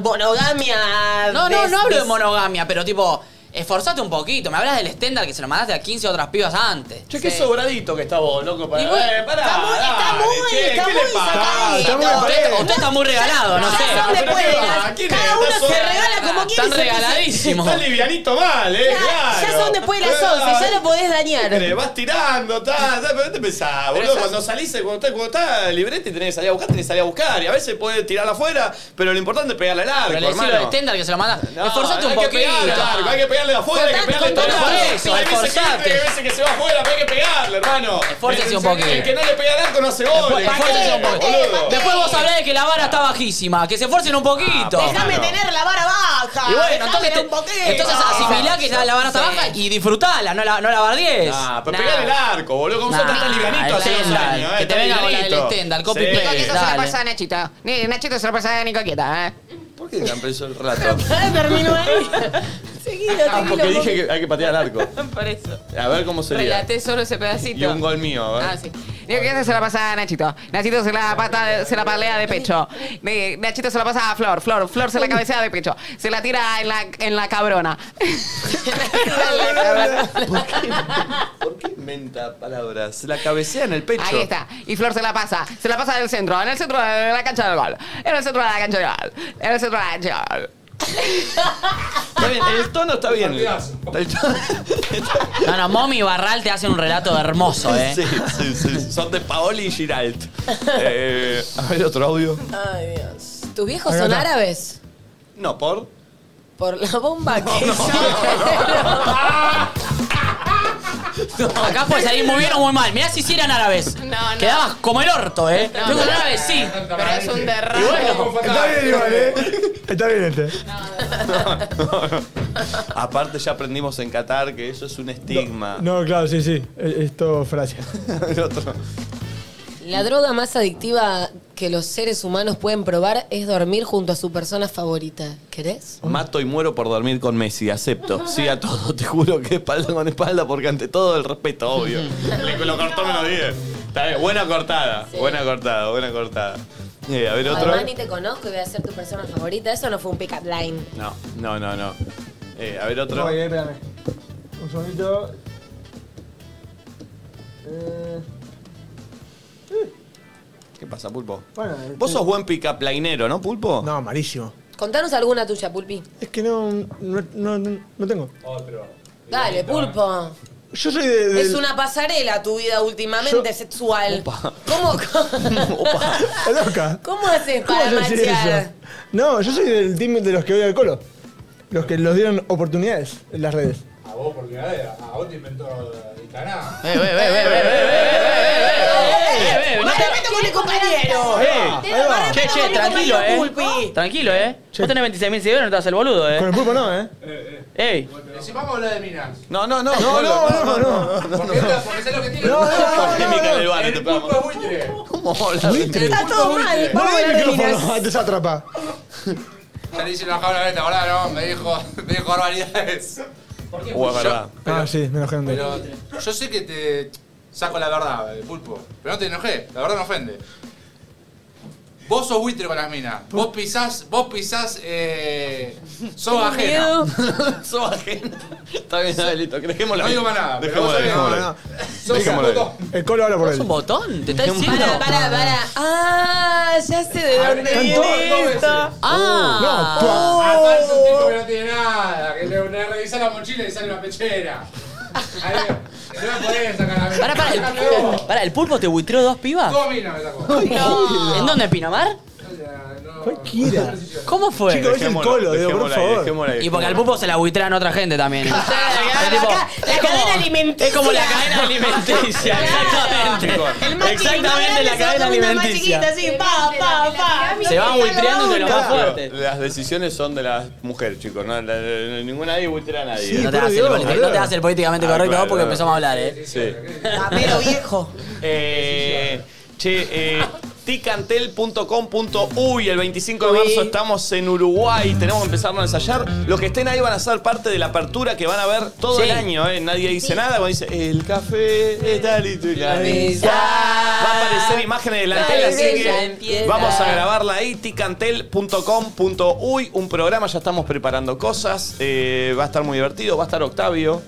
Speaker 2: monogamia.
Speaker 5: No, no,
Speaker 2: des-
Speaker 5: no hablo de
Speaker 2: des-
Speaker 5: monogamia, pero tipo, esforzate un poquito. Me hablas del estándar que se lo mandaste a 15 otras pibas antes.
Speaker 1: Che, qué sobradito que está vos, loco. Para,
Speaker 5: Y bueno,
Speaker 1: eh, pará,
Speaker 5: está muy- está
Speaker 1: dale,
Speaker 5: muy-
Speaker 1: che,
Speaker 5: está
Speaker 1: ¿qué le
Speaker 5: muy
Speaker 1: pasa?
Speaker 5: sacadito.
Speaker 1: Está muy
Speaker 5: Usted-
Speaker 1: pared.
Speaker 5: usted Ah, está muy regalado, no
Speaker 1: Ya
Speaker 5: sé.
Speaker 1: son
Speaker 5: Pero
Speaker 1: después,
Speaker 5: ¿qué va?
Speaker 1: ¿quién
Speaker 5: Cada
Speaker 1: es?
Speaker 5: uno
Speaker 1: Está
Speaker 5: se
Speaker 1: sola.
Speaker 5: regala como quiere y
Speaker 1: Están
Speaker 5: se
Speaker 1: regaladísimos. Está livianito mal, eh.
Speaker 2: Ya- ya
Speaker 1: claro.
Speaker 2: son después de las 11, ya lo podés dañar.
Speaker 1: ¿Qué querés? Vas tirando, ta, ta, pero te pensás, boludo.
Speaker 2: esas-
Speaker 1: Cuando salís, cuando está, cuando está librete, tenés que salir a buscar, tenés que salir a buscar. Y a veces podés tirarla afuera, pero lo importante es pegarle al arco,
Speaker 5: Pero le decís
Speaker 1: hermano.
Speaker 5: lo del estándar que se lo mandaste. esforzate un
Speaker 1: hay que
Speaker 5: poquito.
Speaker 1: pegarle al arco, hay que pegarle de afuera, hay que
Speaker 5: Contá-
Speaker 1: pegarle de
Speaker 5: contá
Speaker 1: todos lados.
Speaker 5: por eso,
Speaker 1: Hay veces que
Speaker 5: esforzate.
Speaker 1: entra y hay veces que se va afuera, pero hay que pegarle, hermano.
Speaker 5: Esfórzese
Speaker 1: El-
Speaker 5: un poquito.
Speaker 1: El que no le pega al arco no hace gol.
Speaker 5: Esfuércense un poquito. Después vos hablás de que la vara está bajísima, que se esfuercen un poquito.
Speaker 1: Déjame
Speaker 6: tener la vara baja.
Speaker 5: Y bueno, entonces, te- entonces asimilá que ya la vara está
Speaker 6: Eh, Sí.
Speaker 5: baja y disfrutala, no la, no la bardies.
Speaker 1: Ah, pero pegale el arco, boludo. Como sos
Speaker 5: Nah,
Speaker 1: tan tan livianito hace dos
Speaker 5: Stendhal,
Speaker 1: años. eh,
Speaker 5: que te
Speaker 1: tan
Speaker 5: venga con la del
Speaker 1: livianito.
Speaker 5: Stendhal, copy
Speaker 1: Sí.
Speaker 5: paste. Nico, que sos una Dale. persona
Speaker 6: Pasa Nachito. Ni- Nachito se lo pasa a Nico Quieta, ¿eh?
Speaker 1: ¿Por qué empezó el relato?
Speaker 2: *laughs* terminó ahí. Seguido,
Speaker 1: Ah, porque
Speaker 6: seguilo,
Speaker 1: dije que hay que patear al arco.
Speaker 6: Por
Speaker 2: *laughs*
Speaker 6: eso.
Speaker 1: A ver cómo sería.
Speaker 6: Relaté solo ese pedacito.
Speaker 1: Y un gol mío, a ver.
Speaker 6: Ah, sí. Nico Quieta se la pasa a Nachito. Nachito se la, pata, se la palea de pecho. Ni- Nachito se la pasa a Flor. Flor, Flor se la cabecea de pecho. Se la tira en la, en la cabrona.
Speaker 2: *laughs*
Speaker 1: Inventa palabras. Se la cabecea en el pecho.
Speaker 6: Ahí está. Y Flor se la pasa. Se la pasa en el centro. En el centro de la cancha del gol. En el centro de la cancha del gol. En el centro de la cancha
Speaker 2: *laughs*
Speaker 6: del gol.
Speaker 1: Está bien, el tono está bien.
Speaker 5: No, no, Momi y Barral te hacen un relato hermoso, eh.
Speaker 1: *laughs* Sí, sí, sí. Son de Paoli y Giralt. Eh, a ver otro audio.
Speaker 2: Ay, Dios. ¿Tus viejos
Speaker 1: Acá
Speaker 2: son
Speaker 1: está.
Speaker 2: árabes?
Speaker 1: No, por. *laughs*
Speaker 2: Por la bomba que *laughs*
Speaker 5: Acá puede salir muy bien o muy mal. Mirá si hicieran árabes.
Speaker 6: No, no.
Speaker 5: Quedabas como el orto, eh.
Speaker 6: No,
Speaker 5: Luego
Speaker 6: no.
Speaker 5: árabes sí.
Speaker 6: Pero es un derrame.
Speaker 3: Está bien igual, ¿eh? Está bien este.
Speaker 1: Aparte ya aprendimos en Qatar que eso es un estigma.
Speaker 3: No, claro, sí, sí. E- Esto, *laughs* Francia.
Speaker 1: El otro.
Speaker 2: La droga más adictiva que los seres humanos pueden probar es dormir junto a su persona favorita. ¿Querés?
Speaker 1: Mato y muero por dormir con Messi, acepto. Sí a todo, te juro que espalda con espalda, porque ante todo el respeto, obvio. Le- lo cortó menos 10. Está bien, buena cortada, buena cortada, buena cortada. Eh, a ver otro.
Speaker 2: Además, ni te conozco y voy a ser tu persona favorita. Eso no fue un pick-up line.
Speaker 1: No, no, no, no. Eh, a ver otro.
Speaker 3: Ok, espérame. Un segundito. Eh,
Speaker 1: ¿Qué pasa, Pulpo?
Speaker 3: bueno,
Speaker 1: Vos sos buen pick-up linero, ¿no, Pulpo?
Speaker 3: No, malísimo.
Speaker 2: Contanos alguna tuya, Pulpi.
Speaker 3: Es que no, no, no, no tengo.
Speaker 2: Dale, Pulpo.
Speaker 3: Yo soy de. Eh, del-
Speaker 2: Es una pasarela tu vida últimamente
Speaker 3: *laughs*
Speaker 2: sexual. ¿Cómo,
Speaker 3: loca.
Speaker 2: cómo haces
Speaker 3: ¿Cómo
Speaker 2: para
Speaker 3: yo decir
Speaker 2: machear?
Speaker 3: eso? No, yo soy del team de los que odia al colo. Los que los dieron oportunidades en las redes.
Speaker 9: A vos por primera a vos te inventó Instagram.
Speaker 3: Eh, eh, eh, eh,
Speaker 16: eh, eh, no
Speaker 2: Más
Speaker 16: te-
Speaker 2: respeto con el compañero.
Speaker 16: Eh, che,
Speaker 2: Te- más respeto
Speaker 16: che,
Speaker 2: con el
Speaker 16: tranquilo, eh.
Speaker 2: compañero Pulpi.
Speaker 16: Tranquilo, eh. Vos tenés 26.000 seguidores, no te hagas el boludo, eh. Con
Speaker 3: el pulpo no, eh.
Speaker 16: Ey.
Speaker 9: Si vamos a hablar de minas.
Speaker 1: No, no, no.
Speaker 9: No, no, no, no,
Speaker 1: Porque
Speaker 9: esto- porque sé lo que tiene.
Speaker 1: No, no, no, Polémica en el bar,
Speaker 9: El
Speaker 1: este
Speaker 9: pulpo
Speaker 1: programa.
Speaker 9: es buitre.
Speaker 1: ¿Cómo hablas?
Speaker 3: Buitre.
Speaker 9: Está todo mal,
Speaker 3: No
Speaker 9: vamos a hablar
Speaker 3: le di
Speaker 9: de
Speaker 3: el micrófono,
Speaker 9: minas.
Speaker 3: antes atrapa.
Speaker 9: Ya le hice una jaula, ¿te acordás, no? Me dijo, me dijo barbaridades. ¿Por
Speaker 3: Uh, es verdad. Ah, sí, me enojé.
Speaker 9: Pero yo sé que te saco la verdad, eh, pulpo. Pero no te enojé, la verdad no ofende. Vos sos buitre con las minas. Vos pisás, vos pisás, eh, sos
Speaker 1: Tengo
Speaker 9: ajena.
Speaker 1: Sos ajena. Está bien, dale, listo. Dejémoslo.
Speaker 9: No
Speaker 1: ahí.
Speaker 9: digo más nada, pero
Speaker 1: Dejémoslo
Speaker 9: vos
Speaker 1: ahí,
Speaker 9: sabés-
Speaker 1: dejémoslo ahí.
Speaker 9: Sos
Speaker 1: Dejémoslo ahí.
Speaker 3: El colo habla por él.
Speaker 16: ¿Es un botón? ¿Te está
Speaker 1: Dejémoslo.
Speaker 16: diciendo?
Speaker 2: Pará, pará. Ah, ya sé de dónde
Speaker 9: Están todos
Speaker 2: viene
Speaker 9: jóvenes.
Speaker 2: esto. Ah.
Speaker 9: Aparte un tipo que no tiene nada, que le, le revisás la mochila y sale una pechera. A ver, no me podés sacar a mí.
Speaker 16: Pará, pará.
Speaker 9: Sácame vos.
Speaker 16: el- Pará, ¿el pulpo te buitreó dos pibas?
Speaker 9: Dos minas me sacó.
Speaker 16: No. ¿En dónde? ¿En Pinamar?
Speaker 3: Cualquiera.
Speaker 16: ¿Cómo fue?
Speaker 3: Chicos, es el Dejémoslo, colo, digo, por dejémoslo ahí, favor. dejémoslo ahí.
Speaker 16: Y porque al pulpo se la buitrean otra gente también. Es tipo-
Speaker 2: La cadena alimenticia.
Speaker 16: Es como la
Speaker 2: *laughs*
Speaker 16: cadena alimenticia, exactamente. Exactamente la cadena alimenticia.
Speaker 2: sí, pa, pa,
Speaker 6: Ah,
Speaker 2: pa.
Speaker 16: Se van buitreando de lo más
Speaker 1: Claro,
Speaker 16: fuerte.
Speaker 1: Las decisiones son de las mujeres, chicos. No, La- la- ninguna ahí buitre a nadie.
Speaker 16: no, te hagas el, politi- no te hagas el políticamente
Speaker 1: Ah,
Speaker 16: correcto
Speaker 1: claro,
Speaker 16: vos porque
Speaker 1: no.
Speaker 16: empezamos a hablar, eh.
Speaker 1: Sí.
Speaker 2: Pero viejo.
Speaker 1: *laughs* Eh, che, eh, ticantel.com.uy el 25 de marzo estamos en Uruguay, tenemos que empezarlo a ensayar. Los que estén ahí van a ser parte de la apertura que van a ver todo
Speaker 16: Sí.
Speaker 1: el año, eh. nadie dice nada, cuando dice el café está listo y la
Speaker 16: mesa".
Speaker 1: mesa. Va a aparecer imágenes delantera,
Speaker 16: La
Speaker 1: así
Speaker 16: mesa
Speaker 1: que
Speaker 16: empieza.
Speaker 1: vamos a grabarla ahí, ticantel.com.uy, un programa, ya estamos preparando cosas, eh, va a estar muy divertido, va a estar Octavio.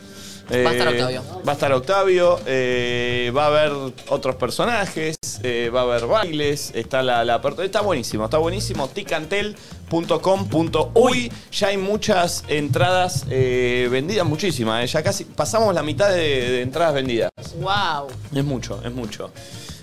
Speaker 16: Va a estar
Speaker 1: Eh,
Speaker 16: Octavio.
Speaker 1: Va a estar Octavio, eh, va a haber otros personajes, eh, va a haber bailes, está la, la apertura- Está buenísimo, está buenísimo. ticantel.com.uy. Ya hay muchas entradas eh, vendidas, muchísimas. eh, Ya casi pasamos la mitad de, de entradas vendidas.
Speaker 15: Wow.
Speaker 1: Es mucho, es mucho.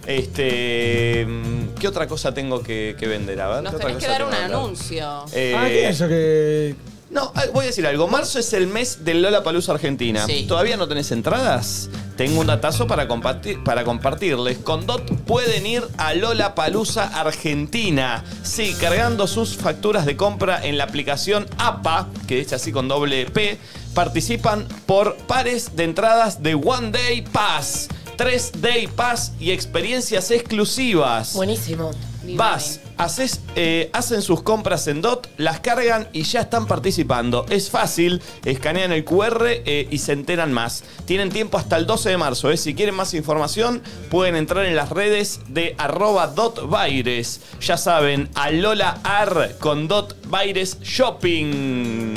Speaker 1: Este, mm, ¿Qué otra cosa tengo que, que vender? A ver,
Speaker 15: Nos
Speaker 1: ¿qué otra
Speaker 15: tenés que
Speaker 1: cosa
Speaker 15: dar
Speaker 1: tengo
Speaker 15: un
Speaker 1: que hablar?
Speaker 15: anuncio.
Speaker 1: Eh,
Speaker 3: Ah, ¿qué es eso que.?
Speaker 1: no, ah, voy a decir algo. Marzo es el mes del Lola Palusa Argentina.
Speaker 15: Sí.
Speaker 1: ¿Todavía no tenés entradas? Tengo un datazo para, compartir, para compartirles. Con DOT pueden ir a Lola Palusa Argentina. Sí, cargando sus facturas de compra en la aplicación APA, que dice así con doble P, participan por pares de entradas de One Day Pass, 3 Day Pass y experiencias exclusivas.
Speaker 2: Buenísimo.
Speaker 1: Vas, haces, eh, hacen sus compras en DOT, las cargan y ya están participando. Es fácil, escanean el QR eh, y se enteran más. Tienen tiempo hasta el 12 de marzo. eh. Si quieren más información, pueden entrar en las redes de arroba dotbaires. Ya saben, Alola Ar con DOT Baires Shopping.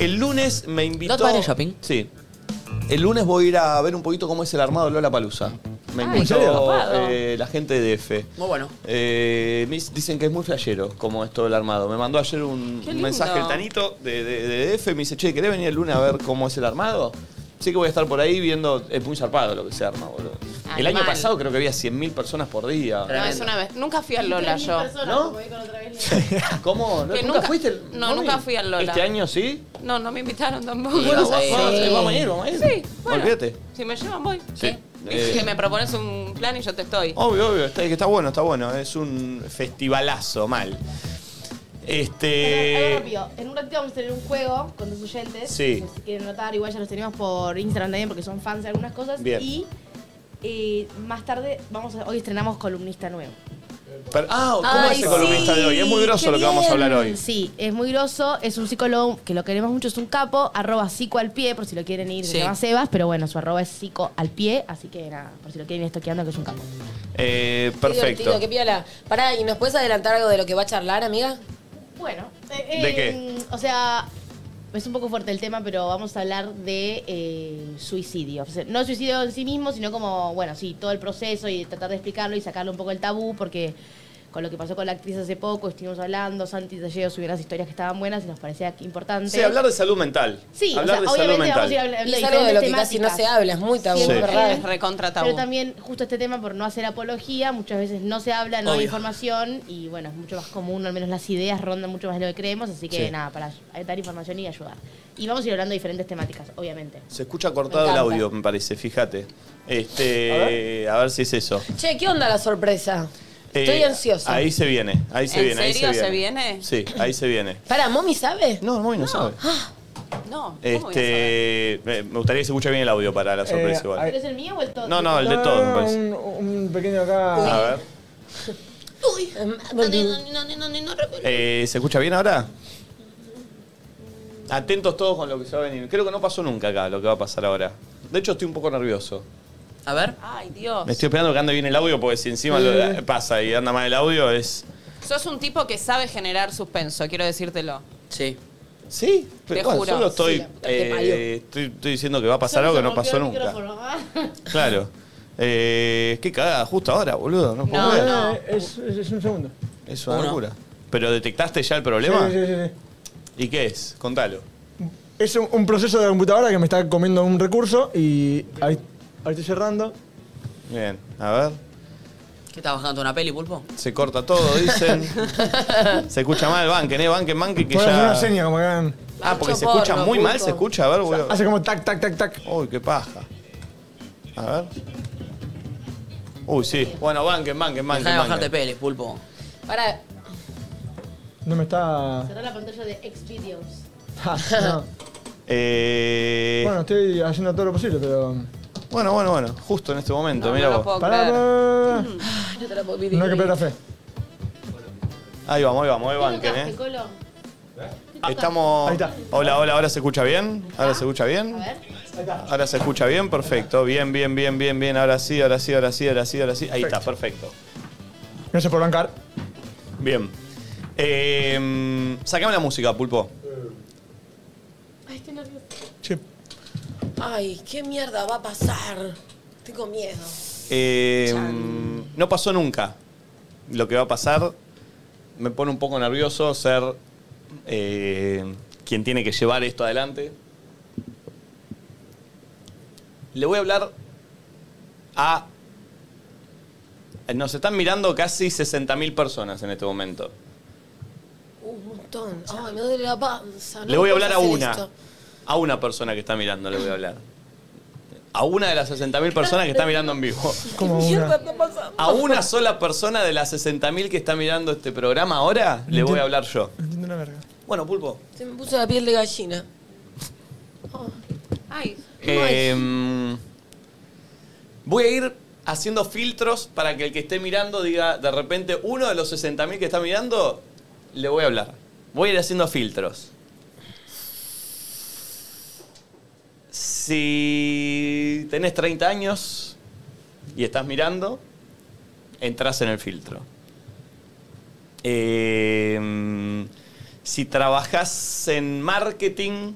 Speaker 1: El lunes me invitó...
Speaker 16: ¿Dot Baires Shopping?
Speaker 1: Sí. El lunes voy a ir a ver un poquito cómo es el armado Lola Palusa. Me
Speaker 16: Ay,
Speaker 1: invitó
Speaker 16: qué copado.
Speaker 1: eh, la gente de DF.
Speaker 16: Muy bueno.
Speaker 1: Eh, me dic- dicen que es muy flashero como es todo el armado. Me mandó ayer un
Speaker 16: Qué
Speaker 1: un
Speaker 16: lindo.
Speaker 1: mensaje el Tanito de, de, de DF. Me dice, che, ¿querés venir el lunes a ver cómo es el armado? Sí que voy a estar por ahí viendo, es muy zarpado lo que se arma, boludo. el año
Speaker 15: Animal.
Speaker 1: pasado creo que había 100.000 personas por día.
Speaker 15: No, es una vez. Nunca fui al Lola yo.
Speaker 1: ¿No?
Speaker 15: *laughs*
Speaker 1: ¿Cómo? ¿No-
Speaker 15: Que
Speaker 1: ¿Nunca,
Speaker 15: nunca-
Speaker 1: fuiste? el-
Speaker 15: no, nunca fui al Lola.
Speaker 1: ¿Este año sí?
Speaker 15: No, no me invitaron tampoco.
Speaker 1: Bueno, vamos, vamos, vamos a ir, vamos a ir.
Speaker 15: Sí, bueno.
Speaker 1: Olvídate.
Speaker 15: Si me llevan, voy.
Speaker 1: Sí.
Speaker 15: Que
Speaker 1: Eh,
Speaker 15: me propones un plan y yo te estoy.
Speaker 1: Obvio, obvio, está, está bueno, está bueno. Es un festivalazo, mal.
Speaker 4: Algo
Speaker 1: Este.
Speaker 4: rápido. En un ratito vamos a tener un juego con los oyentes.
Speaker 1: Sí.
Speaker 4: Si quieren notar, igual ya los tenemos por Instagram también porque son fans de algunas cosas.
Speaker 1: Bien.
Speaker 4: Y eh, más tarde, vamos a- hoy estrenamos columnista nuevo.
Speaker 1: per- ah, ¿cómo es el columnista de hoy? Es muy grosso
Speaker 4: qué
Speaker 1: lo que vamos a
Speaker 4: bien.
Speaker 1: hablar hoy.
Speaker 4: Sí, es muy grosso. Es un psicólogo que lo queremos mucho, es un capo. Arroba psico al pie, por si lo quieren ir.
Speaker 1: Sí.
Speaker 4: Se llama Sebas, pero bueno, su arroba es psico al pie. Así que nada, por si lo quieren ir estoqueando, que es un capo.
Speaker 1: Eh,
Speaker 2: Qué divertido,
Speaker 1: perfecto.
Speaker 2: qué piola. Pará, ¿y nos puedes adelantar algo de lo que va a charlar, amiga?
Speaker 4: Bueno. eh,
Speaker 1: ¿De qué?
Speaker 4: Em, O sea, es un poco fuerte el tema, pero vamos a hablar de eh, suicidio. O sea, no suicidio en sí mismo, sino como, bueno, sí, todo el proceso y tratar de explicarlo y sacarle un poco el tabú, porque con lo que pasó con la actriz hace poco, estuvimos hablando, Santi Talleo subió unas historias que estaban buenas y nos parecía importante.
Speaker 1: Sí, hablar de salud mental.
Speaker 4: Sí, o
Speaker 1: hablar
Speaker 4: sea,
Speaker 1: de salud
Speaker 4: obviamente
Speaker 1: mental.
Speaker 4: vamos a ir a hablar
Speaker 2: Y es algo de lo que
Speaker 4: diferentes
Speaker 2: casi no se
Speaker 4: temáticas.
Speaker 2: habla, es muy tabú,
Speaker 1: Sí.
Speaker 2: ¿verdad?
Speaker 1: Es
Speaker 15: recontra
Speaker 4: Pero también justo este tema por no hacer apología, muchas veces no se habla, no hay
Speaker 15: Obvio.
Speaker 4: información y bueno, es mucho más común, al menos las ideas rondan mucho más de lo que creemos, así que
Speaker 1: Sí.
Speaker 4: nada, para dar información y ayudar. Y vamos a ir hablando de diferentes temáticas, obviamente.
Speaker 1: Se escucha cortado
Speaker 4: Me
Speaker 1: el
Speaker 4: encanta.
Speaker 1: audio, me parece, fíjate. Este, a, ver. si es eso.
Speaker 2: Che, ¿qué onda la sorpresa? Estoy
Speaker 1: Eh,
Speaker 2: ansiosa.
Speaker 1: Ahí se viene, ahí se
Speaker 2: ¿En
Speaker 1: viene. ahí
Speaker 2: serio se viene?
Speaker 1: Sí, ahí se viene.
Speaker 2: Para, ¿Momi sabe? Ah,
Speaker 1: No, Momi no, sabe.
Speaker 2: Oh,
Speaker 15: No.
Speaker 1: Este, me me gustaría que se escuche bien el audio para la
Speaker 3: Eh,
Speaker 1: sorpresa igual.
Speaker 4: ¿Pero es el mío o el todo?
Speaker 1: No, no, el de todo, me parece.
Speaker 3: Un, un pequeño acá.
Speaker 1: A ver.
Speaker 4: Uy, no, no, no, no, no, no.
Speaker 1: Eh, ¿Se escucha bien ahora? Atentos todos con lo que se va a venir. Creo que no pasó nunca acá lo que va a pasar ahora. De hecho, estoy un poco nervioso.
Speaker 16: A ver.
Speaker 15: Ay, Dios.
Speaker 1: Me estoy esperando que ande bien el audio porque si encima lo- pasa y anda mal el audio es...
Speaker 15: Sos un tipo que sabe generar suspenso, quiero decírtelo.
Speaker 16: Sí.
Speaker 1: Sí, pero
Speaker 15: Te
Speaker 1: bueno,
Speaker 15: juro.
Speaker 1: solo estoy,
Speaker 15: Sí, la- te
Speaker 1: eh,
Speaker 15: parió.
Speaker 1: estoy, estoy diciendo que va a pasar algo que no pasó nunca. Claro. Eh, qué cagada, justo ahora, boludo. No puedo
Speaker 3: Eh,
Speaker 1: creer.
Speaker 3: Es, es- es un segundo.
Speaker 1: Es una
Speaker 3: Uno.
Speaker 1: locura. ¿Pero detectaste ya el problema?
Speaker 3: Sí, sí, sí, sí.
Speaker 1: ¿Y qué es? Contalo.
Speaker 3: Es un, un proceso de la computadora que me está comiendo un recurso y ahí, ahí estoy cerrando.
Speaker 1: Bien, a ver.
Speaker 16: ¿Qué estás bajando una peli, pulpo?
Speaker 1: Se corta todo, dicen.
Speaker 15: *laughs*
Speaker 1: se escucha mal, banquen, eh, banquen, banquen, que
Speaker 3: Puedo hacer una
Speaker 1: ya...
Speaker 3: seña como que hagan-
Speaker 1: Ah, porque se
Speaker 3: Mucho
Speaker 1: escucha
Speaker 3: porno,
Speaker 1: muy mal,
Speaker 3: pulpo.
Speaker 1: se escucha, a ver, boludo.
Speaker 3: Hace como tac, tac, tac, tac.
Speaker 1: Uy, qué paja. A ver. Uy, sí. Bueno, banquen, banquen, banquen.
Speaker 16: Dejá de
Speaker 1: banquen.
Speaker 16: bajarte pelis, pulpo.
Speaker 2: Para,
Speaker 3: No me está.
Speaker 4: Cerrar la pantalla de Xvideos.
Speaker 3: Ah, no.
Speaker 1: *laughs* Eh,
Speaker 3: Bueno, estoy haciendo todo lo posible, pero.
Speaker 1: Bueno, bueno, bueno. Justo en este momento, mira vos.
Speaker 3: Pará, pará.
Speaker 4: Mm.
Speaker 2: no te la puedo
Speaker 3: No hay que perder la fe.
Speaker 1: Ahí vamos, ahí vamos, ahí banquen,
Speaker 4: ¿Qué
Speaker 1: eh.
Speaker 4: Colo?
Speaker 1: Estamos. Hola, hola, ahora se escucha bien. Ahora se escucha bien. Ahora se escucha bien, perfecto. Bien, bien, bien, bien, bien. Ahora sí, ahora sí, ahora sí, ahora sí, ahora sí. Ahí está, perfecto.
Speaker 3: Gracias por bancar.
Speaker 1: Bien. Eh, sacame la música, pulpo.
Speaker 2: Ay, qué nervioso.
Speaker 3: Che.
Speaker 2: Ay, qué mierda va a pasar. Tengo miedo.
Speaker 1: Eh, no pasó nunca. Lo que va a pasar me pone un poco nervioso ser eh, quien tiene que llevar esto adelante. Le voy a hablar a... Nos están mirando casi 60.000 personas en este momento.
Speaker 2: Uh, un montón. Ay, me duele la panza.
Speaker 1: Le voy
Speaker 2: puedo
Speaker 1: a hablar a
Speaker 2: hacer
Speaker 1: una.
Speaker 2: esto.
Speaker 1: A una persona que está mirando le voy a hablar. A una de las 60.000 personas que está mirando en vivo.
Speaker 3: ¿Cómo
Speaker 2: Mierda, está pasando.
Speaker 1: A una sola persona de las 60.000 que está mirando este programa ahora le voy a hablar yo.
Speaker 3: Entiendo una verga.
Speaker 1: Bueno, pulpo.
Speaker 2: Se me puso la piel de gallina. Ay.
Speaker 1: Eh, voy a ir haciendo filtros para que el que esté mirando diga, de repente, uno de los 60.000 que está mirando, le voy a hablar. Voy a ir haciendo filtros. Si tenés 30 años y estás mirando, entras en el filtro. Eh, si trabajás en marketing,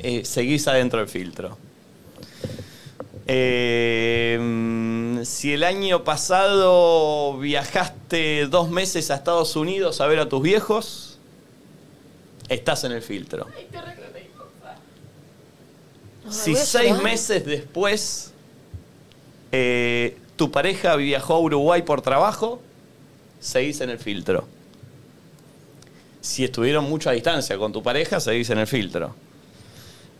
Speaker 1: eh, seguís adentro del filtro. Eh, mm, si el año pasado viajaste dos meses a Estados Unidos a ver a tus viejos, estás en el filtro. Si
Speaker 5: voy a
Speaker 1: seis
Speaker 5: llorar.
Speaker 1: meses después eh, tu pareja viajó a Uruguay por trabajo, seguís en el filtro. Si estuvieron mucho a distancia con tu pareja, seguís en el filtro.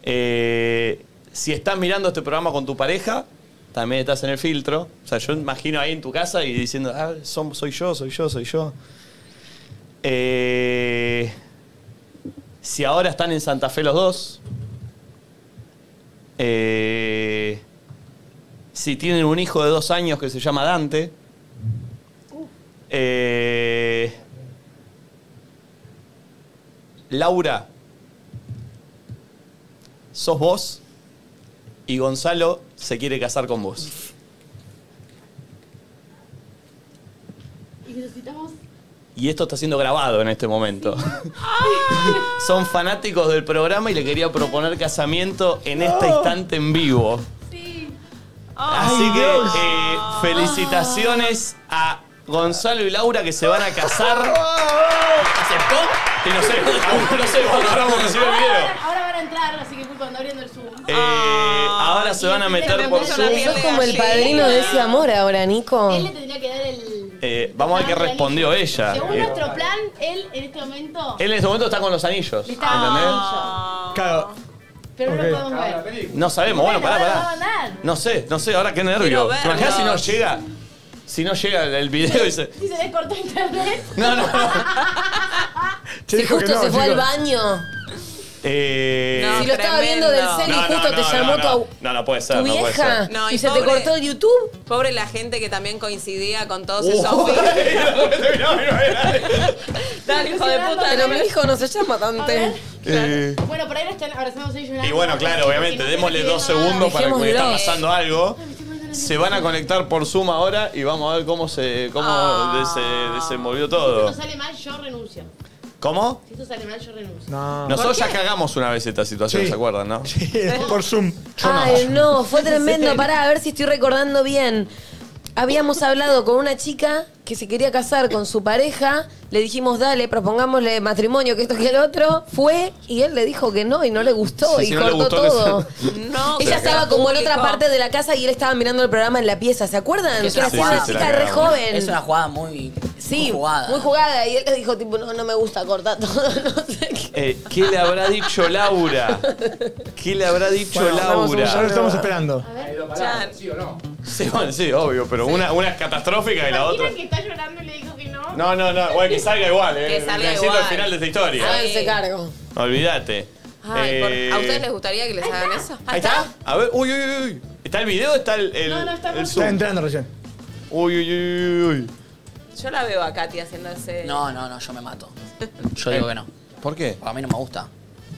Speaker 1: Eh, si estás mirando este programa con tu pareja, también estás en el filtro. O sea, yo imagino ahí en tu casa y diciendo, ah, som- soy yo, soy yo, soy yo. Eh, si ahora están en Santa Fe los dos. Eh, si tienen un hijo de dos años que se llama Dante. Eh, Laura, sos vos y Gonzalo se quiere casar con vos.
Speaker 4: Y necesitamos.
Speaker 1: Y esto está siendo grabado en este momento. *laughs* Son fanáticos del programa y le quería proponer casamiento en este
Speaker 4: Oh.
Speaker 1: instante en vivo. Así que eh, felicitaciones a Gonzalo y Laura que se van a casar. ¿Aceptó? Y no sé, *laughs* aún no sé cuándo ahora vamos a recibir el video.
Speaker 4: Ahora, ahora van a entrar, así que culpa, ando abriendo el Zoom.
Speaker 1: Eh,
Speaker 4: Ah.
Speaker 1: ahora se van a meter por Zoom.
Speaker 2: Sos como el padrino de ese amor ahora, Nico.
Speaker 4: Él le tendría que dar el.
Speaker 1: Eh, vamos a ver qué respondió ella.
Speaker 4: Según
Speaker 1: Eh,
Speaker 4: nuestro plan, él en este momento.
Speaker 1: él en este momento está con los anillos.
Speaker 4: Le está dando
Speaker 1: ¿Entendés? Claro.
Speaker 4: Ah. Pero
Speaker 1: Ok.
Speaker 4: no lo podemos ver.
Speaker 1: No sabemos, bueno, pará,
Speaker 4: No,
Speaker 1: pará.
Speaker 4: no, nada.
Speaker 1: No sé, no sé, ahora qué nervio.
Speaker 4: Quiero verlos.
Speaker 1: ¿Te imaginas si no llega? Si no llega el- el video y se.
Speaker 4: Si se le cortó internet.
Speaker 1: No, no, no.
Speaker 2: Si justo se fue al baño.
Speaker 1: Eh,
Speaker 2: si lo estaba viendo del cel y
Speaker 1: No, no,
Speaker 2: justo te
Speaker 1: no,
Speaker 2: llamó
Speaker 1: no,
Speaker 2: tu
Speaker 1: no.
Speaker 2: au-
Speaker 1: No, no puede ser,
Speaker 2: tu
Speaker 1: no puede
Speaker 2: vieja.
Speaker 1: ser.
Speaker 2: ¿Y se te cortó
Speaker 15: el
Speaker 2: YouTube?
Speaker 15: Pobre la gente que también coincidía con todos
Speaker 1: *laughs* Uy.
Speaker 15: esos
Speaker 2: Dale,
Speaker 15: hijo de puta.
Speaker 2: Pero mi hijo no se llama Dante.
Speaker 1: Eh,
Speaker 4: Bueno, por ahí lo están abrazando ellos.
Speaker 1: y bueno, claro, obviamente, démosle dos segundos para que
Speaker 2: Dejémoslo.
Speaker 1: está pasando algo. Se van a conectar por Zoom ahora y vamos a ver cómo se cómo dese- desenvolvió
Speaker 4: Si esto
Speaker 1: todo.
Speaker 4: sale mal, yo renuncio.
Speaker 1: ¿Cómo?
Speaker 4: Si esto sale mal, yo renuncio.
Speaker 1: No. Nosotros ya cagamos una vez esta situación, ¿se acuerdan, no?
Speaker 3: *laughs* Por Zoom.
Speaker 2: Ay,
Speaker 1: *laughs*
Speaker 2: no, fue tremendo. Pará, a ver si estoy recordando bien. Habíamos hablado con una chica que se quería casar con su pareja. Le dijimos, dale, propongámosle matrimonio, que esto que el otro. Fue y él le dijo que no y no le gustó
Speaker 1: Sí,
Speaker 2: y
Speaker 1: si no le
Speaker 2: cortó
Speaker 1: gustó, que
Speaker 2: todo.
Speaker 1: se-
Speaker 15: No,
Speaker 2: Ella
Speaker 1: Se la
Speaker 2: estaba
Speaker 1: cagó.
Speaker 2: como en otra parte de la casa y él estaba mirando el programa en la pieza. ¿Se acuerdan? Que era así una
Speaker 1: se la
Speaker 2: chica re
Speaker 1: cagamos.
Speaker 2: joven.
Speaker 20: Es una jugada muy,
Speaker 2: Sí,
Speaker 20: muy jugada.
Speaker 2: muy jugada. Y él le dijo, tipo, no, no me gusta cortar todo.
Speaker 1: Eh, ¿Qué le habrá dicho Laura? ¿Qué le habrá dicho
Speaker 3: Bueno, vamos,
Speaker 1: Laura?
Speaker 3: ya lo estamos esperando.
Speaker 9: ¿Sí o no?
Speaker 1: Sí, bueno, sí, obvio, pero Una, una es catastrófica y la otra.
Speaker 4: Imagina que está llorando y le dijo que no.
Speaker 1: No, no, no, bueno, que salga igual, eh.
Speaker 15: *laughs* Que salga
Speaker 1: Necesito
Speaker 15: igual.
Speaker 1: el final de esta historia.
Speaker 2: se cargo.
Speaker 1: Olvídate.
Speaker 15: Ay, por-
Speaker 1: Eh,
Speaker 15: ¿A ustedes les gustaría que les hagan eso?
Speaker 1: Ahí está. A ver, uy, uy, uy, uy. ¿Está el video o está el, el,
Speaker 15: No, no, está
Speaker 1: el
Speaker 15: por-
Speaker 1: Zoom?
Speaker 3: Está entrando recién.
Speaker 1: Uy, uy, uy, uy, uy.
Speaker 15: Yo la veo a Katy haciéndose.
Speaker 20: No, no, no, yo me mato. Yo
Speaker 1: Eh,
Speaker 20: digo que no.
Speaker 1: ¿Por qué?
Speaker 20: A mí no me gusta.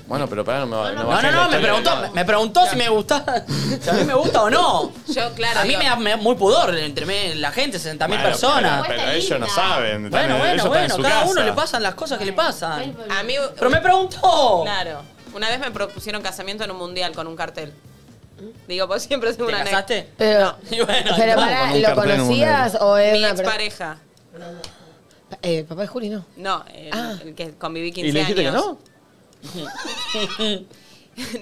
Speaker 1: Bueno, pero pará, no me va
Speaker 20: No,
Speaker 1: va a
Speaker 20: no,
Speaker 1: hacer
Speaker 20: no, me
Speaker 1: la historia
Speaker 20: preguntó,
Speaker 1: de nada.
Speaker 20: me preguntó si me gusta, si a mí me gusta o no.
Speaker 15: Yo, claro.
Speaker 20: A mí
Speaker 15: digo,
Speaker 20: me da me da muy pudor entre me- la gente, 60.000
Speaker 1: Bueno,
Speaker 20: personas.
Speaker 1: Pero, pero ellos no saben. están
Speaker 20: Bueno, bueno,
Speaker 1: en- ellos están en
Speaker 20: bueno,
Speaker 1: su
Speaker 20: cada
Speaker 1: casa.
Speaker 20: uno le pasan las cosas que le pasan.
Speaker 15: A mí.
Speaker 20: Pero me preguntó.
Speaker 15: Claro. Una vez me propusieron casamiento en un mundial con un cartel. Digo, pues siempre es una
Speaker 20: casaste?
Speaker 2: Pero,
Speaker 15: Y bueno,
Speaker 2: pero
Speaker 15: no,
Speaker 2: pará,
Speaker 15: con un
Speaker 2: ¿lo
Speaker 15: cartel en un
Speaker 2: conocías
Speaker 15: dedo.
Speaker 2: o es
Speaker 15: Mi
Speaker 2: una per-
Speaker 15: expareja.
Speaker 2: Eh, papá de
Speaker 1: *laughs*
Speaker 2: Juli no.
Speaker 15: No, el, el que conviví 15
Speaker 1: ¿Y le dijiste que
Speaker 15: años.
Speaker 1: no?
Speaker 15: *laughs*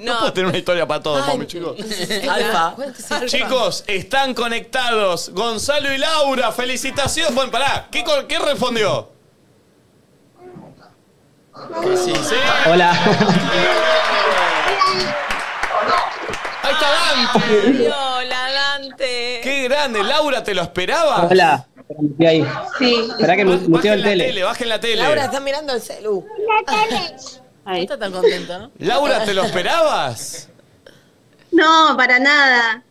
Speaker 15: No.
Speaker 1: puedo tener una historia para todos, mami, chicos.
Speaker 20: *laughs* Alfa.
Speaker 1: Chicos, están conectados. Gonzalo y Laura, felicitaciones. Bueno, pará, ¿qué, co- qué respondió? Sí, sí.
Speaker 21: Hola.
Speaker 1: Ahí está Dante.
Speaker 15: Hola, Dante.
Speaker 1: Qué grande, Laura, ¿te lo esperaba?
Speaker 21: Hola. Estoy ahí.
Speaker 2: Sí.
Speaker 21: Esperá que me
Speaker 1: Bajen
Speaker 21: muteo el
Speaker 1: la
Speaker 21: tele.
Speaker 1: tele, bajen la tele.
Speaker 2: Laura está mirando el celu.
Speaker 22: No
Speaker 2: está tan contenta, ¿no?
Speaker 1: Laura, ¿te lo esperabas?
Speaker 22: No, para nada.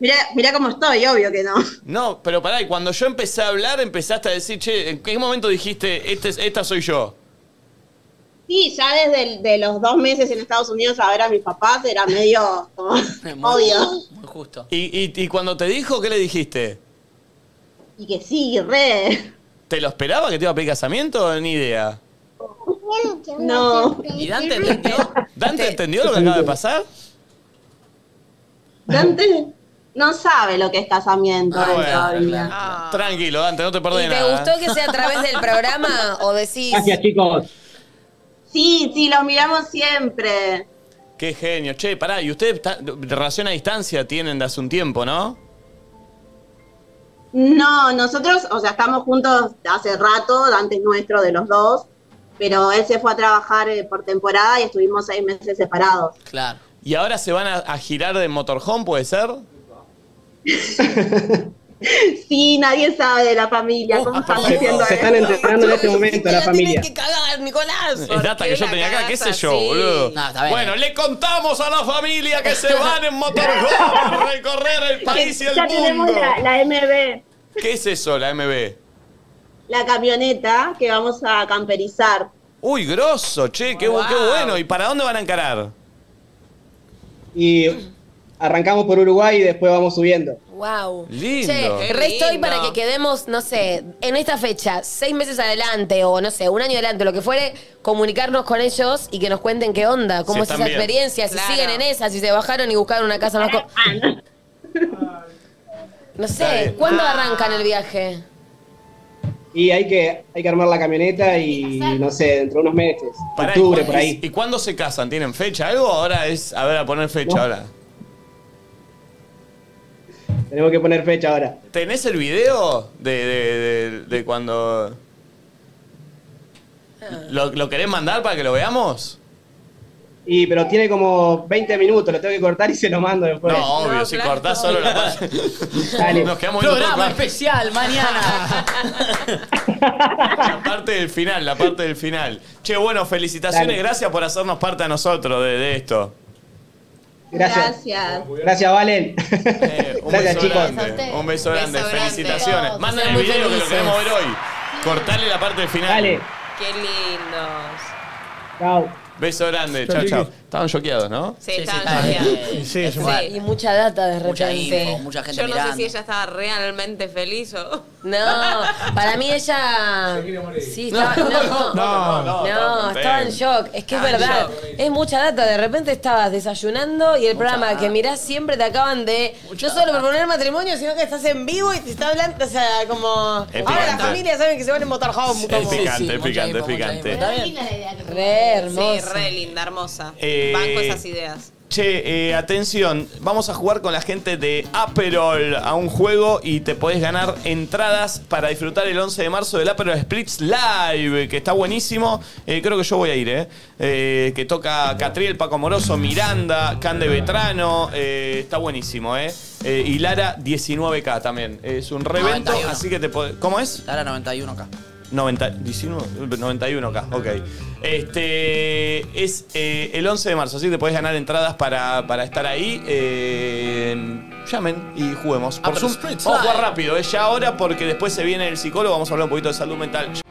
Speaker 22: Mirá, mirá cómo estoy, obvio que no.
Speaker 1: No, pero pará, y cuando yo empecé a hablar, empezaste a decir, che, ¿en qué momento dijiste, este, es- esta soy yo?
Speaker 22: Sí, ya desde el- de los dos meses en Estados Unidos a ver a mis papás era medio como, obvio.
Speaker 20: Muy justo.
Speaker 1: Y, y- y cuando te dijo, ¿qué le dijiste?
Speaker 22: Y que sí, re.
Speaker 1: ¿Te lo esperaba que te iba a pedir casamiento? Ni idea.
Speaker 22: No.
Speaker 20: ¿Y Dante entendió?
Speaker 1: ¿Dante entendió lo que acaba de pasar?
Speaker 22: Dante no sabe lo que es casamiento.
Speaker 1: Ah, bueno.
Speaker 22: todavía.
Speaker 1: Tranquilo, Dante, no te perdés
Speaker 2: ¿Y te
Speaker 1: nada.
Speaker 2: gustó que sea a través del programa o decís?
Speaker 1: Gracias, chicos.
Speaker 22: Sí, sí, lo miramos siempre.
Speaker 1: Qué genio. Che, pará, y ustedes ta- relación a distancia tienen de hace un tiempo, ¿no?
Speaker 22: No, nosotros, o sea, estamos juntos hace rato, antes nuestro de los dos, pero él se fue a trabajar eh, por temporada y estuvimos seis meses separados.
Speaker 20: Claro.
Speaker 1: ¿Y ahora se van a, a girar de motorhome, puede ser?
Speaker 22: Sí, nadie sabe de la
Speaker 1: Oh,
Speaker 22: familia,
Speaker 1: ah,
Speaker 22: ¿cómo estamos diciendo
Speaker 21: Se están enterando en este momento la familia.
Speaker 2: cagar, Nicolás!
Speaker 1: Es data que yo tenía acá, qué sé yo, boludo. Bueno, le contamos a la familia que se van en motorhome a recorrer el país y el
Speaker 22: ya tenemos
Speaker 1: mundo.
Speaker 22: la, la MB,
Speaker 1: ¿Qué es eso, la MB?
Speaker 22: la camioneta que vamos a camperizar.
Speaker 1: Uy, grosso, che, qué, bu- qué bueno. ¿Y para dónde van a encarar?
Speaker 21: Y eh, arrancamos por Uruguay y después vamos subiendo.
Speaker 2: Wow.
Speaker 1: Lindo.
Speaker 2: Che,
Speaker 1: Qué
Speaker 2: re estoy
Speaker 1: lindo.
Speaker 2: para que quedemos, no sé, en esta fecha, seis meses adelante o no sé, un año adelante, lo que fuere, comunicarnos con ellos y que nos cuenten qué onda,
Speaker 1: Si
Speaker 2: cómo es
Speaker 1: están
Speaker 2: esa
Speaker 1: bien.
Speaker 2: experiencia, si
Speaker 1: Claro.
Speaker 2: siguen en esa, si se bajaron y buscaron una casa más. co- No
Speaker 1: Está
Speaker 2: sé,
Speaker 1: bien. Ah.
Speaker 2: ¿cuándo arrancan el viaje?
Speaker 21: Y hay que, hay que armar la camioneta y no sé, dentro de unos meses,
Speaker 1: Pará, ¿y
Speaker 21: octubre,
Speaker 1: cuándo-
Speaker 21: por ahí.
Speaker 1: ¿Y cuándo se casan? ¿Tienen fecha? ¿Algo? Ahora es. A ver, a poner fecha
Speaker 21: No.
Speaker 1: ahora.
Speaker 21: Tenemos que poner fecha ahora.
Speaker 1: ¿Tenés el video de, de- de- de cuando. ¿Lo, lo querés mandar para que lo veamos?
Speaker 21: Y pero tiene como 20 minutos, lo tengo que cortar y se lo mando después.
Speaker 1: no, obvio, si cortás solo la parte.
Speaker 21: *laughs*
Speaker 1: Nos quedamos viendo todo el
Speaker 16: Programa
Speaker 1: programa.
Speaker 16: especial
Speaker 1: *laughs*
Speaker 16: mañana.
Speaker 1: La parte del final, la parte del final. Che, bueno, felicitaciones,
Speaker 21: Dale.
Speaker 1: gracias por hacernos parte a nosotros de, de esto.
Speaker 21: Gracias.
Speaker 22: Gracias.
Speaker 21: Gracias, Valen.
Speaker 1: Eh, Un
Speaker 21: Gracias,
Speaker 1: beso
Speaker 21: chicos.
Speaker 1: grande. Un beso grande,
Speaker 21: Beso grande.
Speaker 1: felicitaciones.
Speaker 21: Todos,
Speaker 1: Manden
Speaker 21: sean
Speaker 1: el
Speaker 21: muy
Speaker 1: video que lo
Speaker 21: felices.
Speaker 1: queremos ver hoy. Cortale la parte del final.
Speaker 15: Qué lindos.
Speaker 21: Chao.
Speaker 1: Beso grande,
Speaker 21: Chau,
Speaker 1: chao, chao.
Speaker 21: chiquis.
Speaker 1: Estaban choqueados, ¿no?
Speaker 15: Sí, estaban choqueados.
Speaker 1: Sí,
Speaker 2: Y mucha data de repente.
Speaker 1: Mucha info, mucha
Speaker 15: Yo no sé si ella estaba realmente feliz o.
Speaker 2: No, para mí ella. Sí,
Speaker 15: No,
Speaker 2: estaba,
Speaker 15: no,
Speaker 2: no, no,
Speaker 15: no, no,
Speaker 2: no,
Speaker 15: no,
Speaker 2: estaba en shock. Es que es
Speaker 15: Estaba en
Speaker 2: verdad. Es mucha data. De repente estabas desayunando y el programa que mirás siempre te acaban de. no solo proponer matrimonio, sino que estás en vivo y te está hablando. O sea, como.
Speaker 1: Es
Speaker 2: ahora las
Speaker 1: picante.
Speaker 2: familias saben que se van en motorhome.
Speaker 1: Es
Speaker 2: como-
Speaker 1: picante, es picante, es picante.
Speaker 2: Re hermosa.
Speaker 15: Sí, re linda, hermosa.
Speaker 1: Eh,
Speaker 15: Banco esas ideas.
Speaker 1: Che, eh, atención, vamos a jugar con la gente de Aperol a un juego y te podés ganar entradas para disfrutar el 11 de marzo del Aperol Splits Live, que está buenísimo. Eh, creo que yo voy a ir, ¿eh? Eh, que toca Catriel, Paco Moroso, Miranda, Cande Vetrano. eh, está buenísimo, ¿eh? Eh, Y Lara 19K también. Es un revento,
Speaker 20: 91.
Speaker 1: así que te podés... ¿Cómo es?
Speaker 20: Ahora 91K.
Speaker 1: 90, 19, 91K, ok. Este es eh, el 11 de marzo, así que te podés ganar entradas para, para estar ahí. Eh, llamen y juguemos. Por
Speaker 20: Apple
Speaker 1: Zoom.
Speaker 20: Street
Speaker 1: Vamos a jugar
Speaker 20: Live.
Speaker 1: rápido, es ya ahora porque después se viene el psicólogo, vamos a hablar un poquito de salud mental.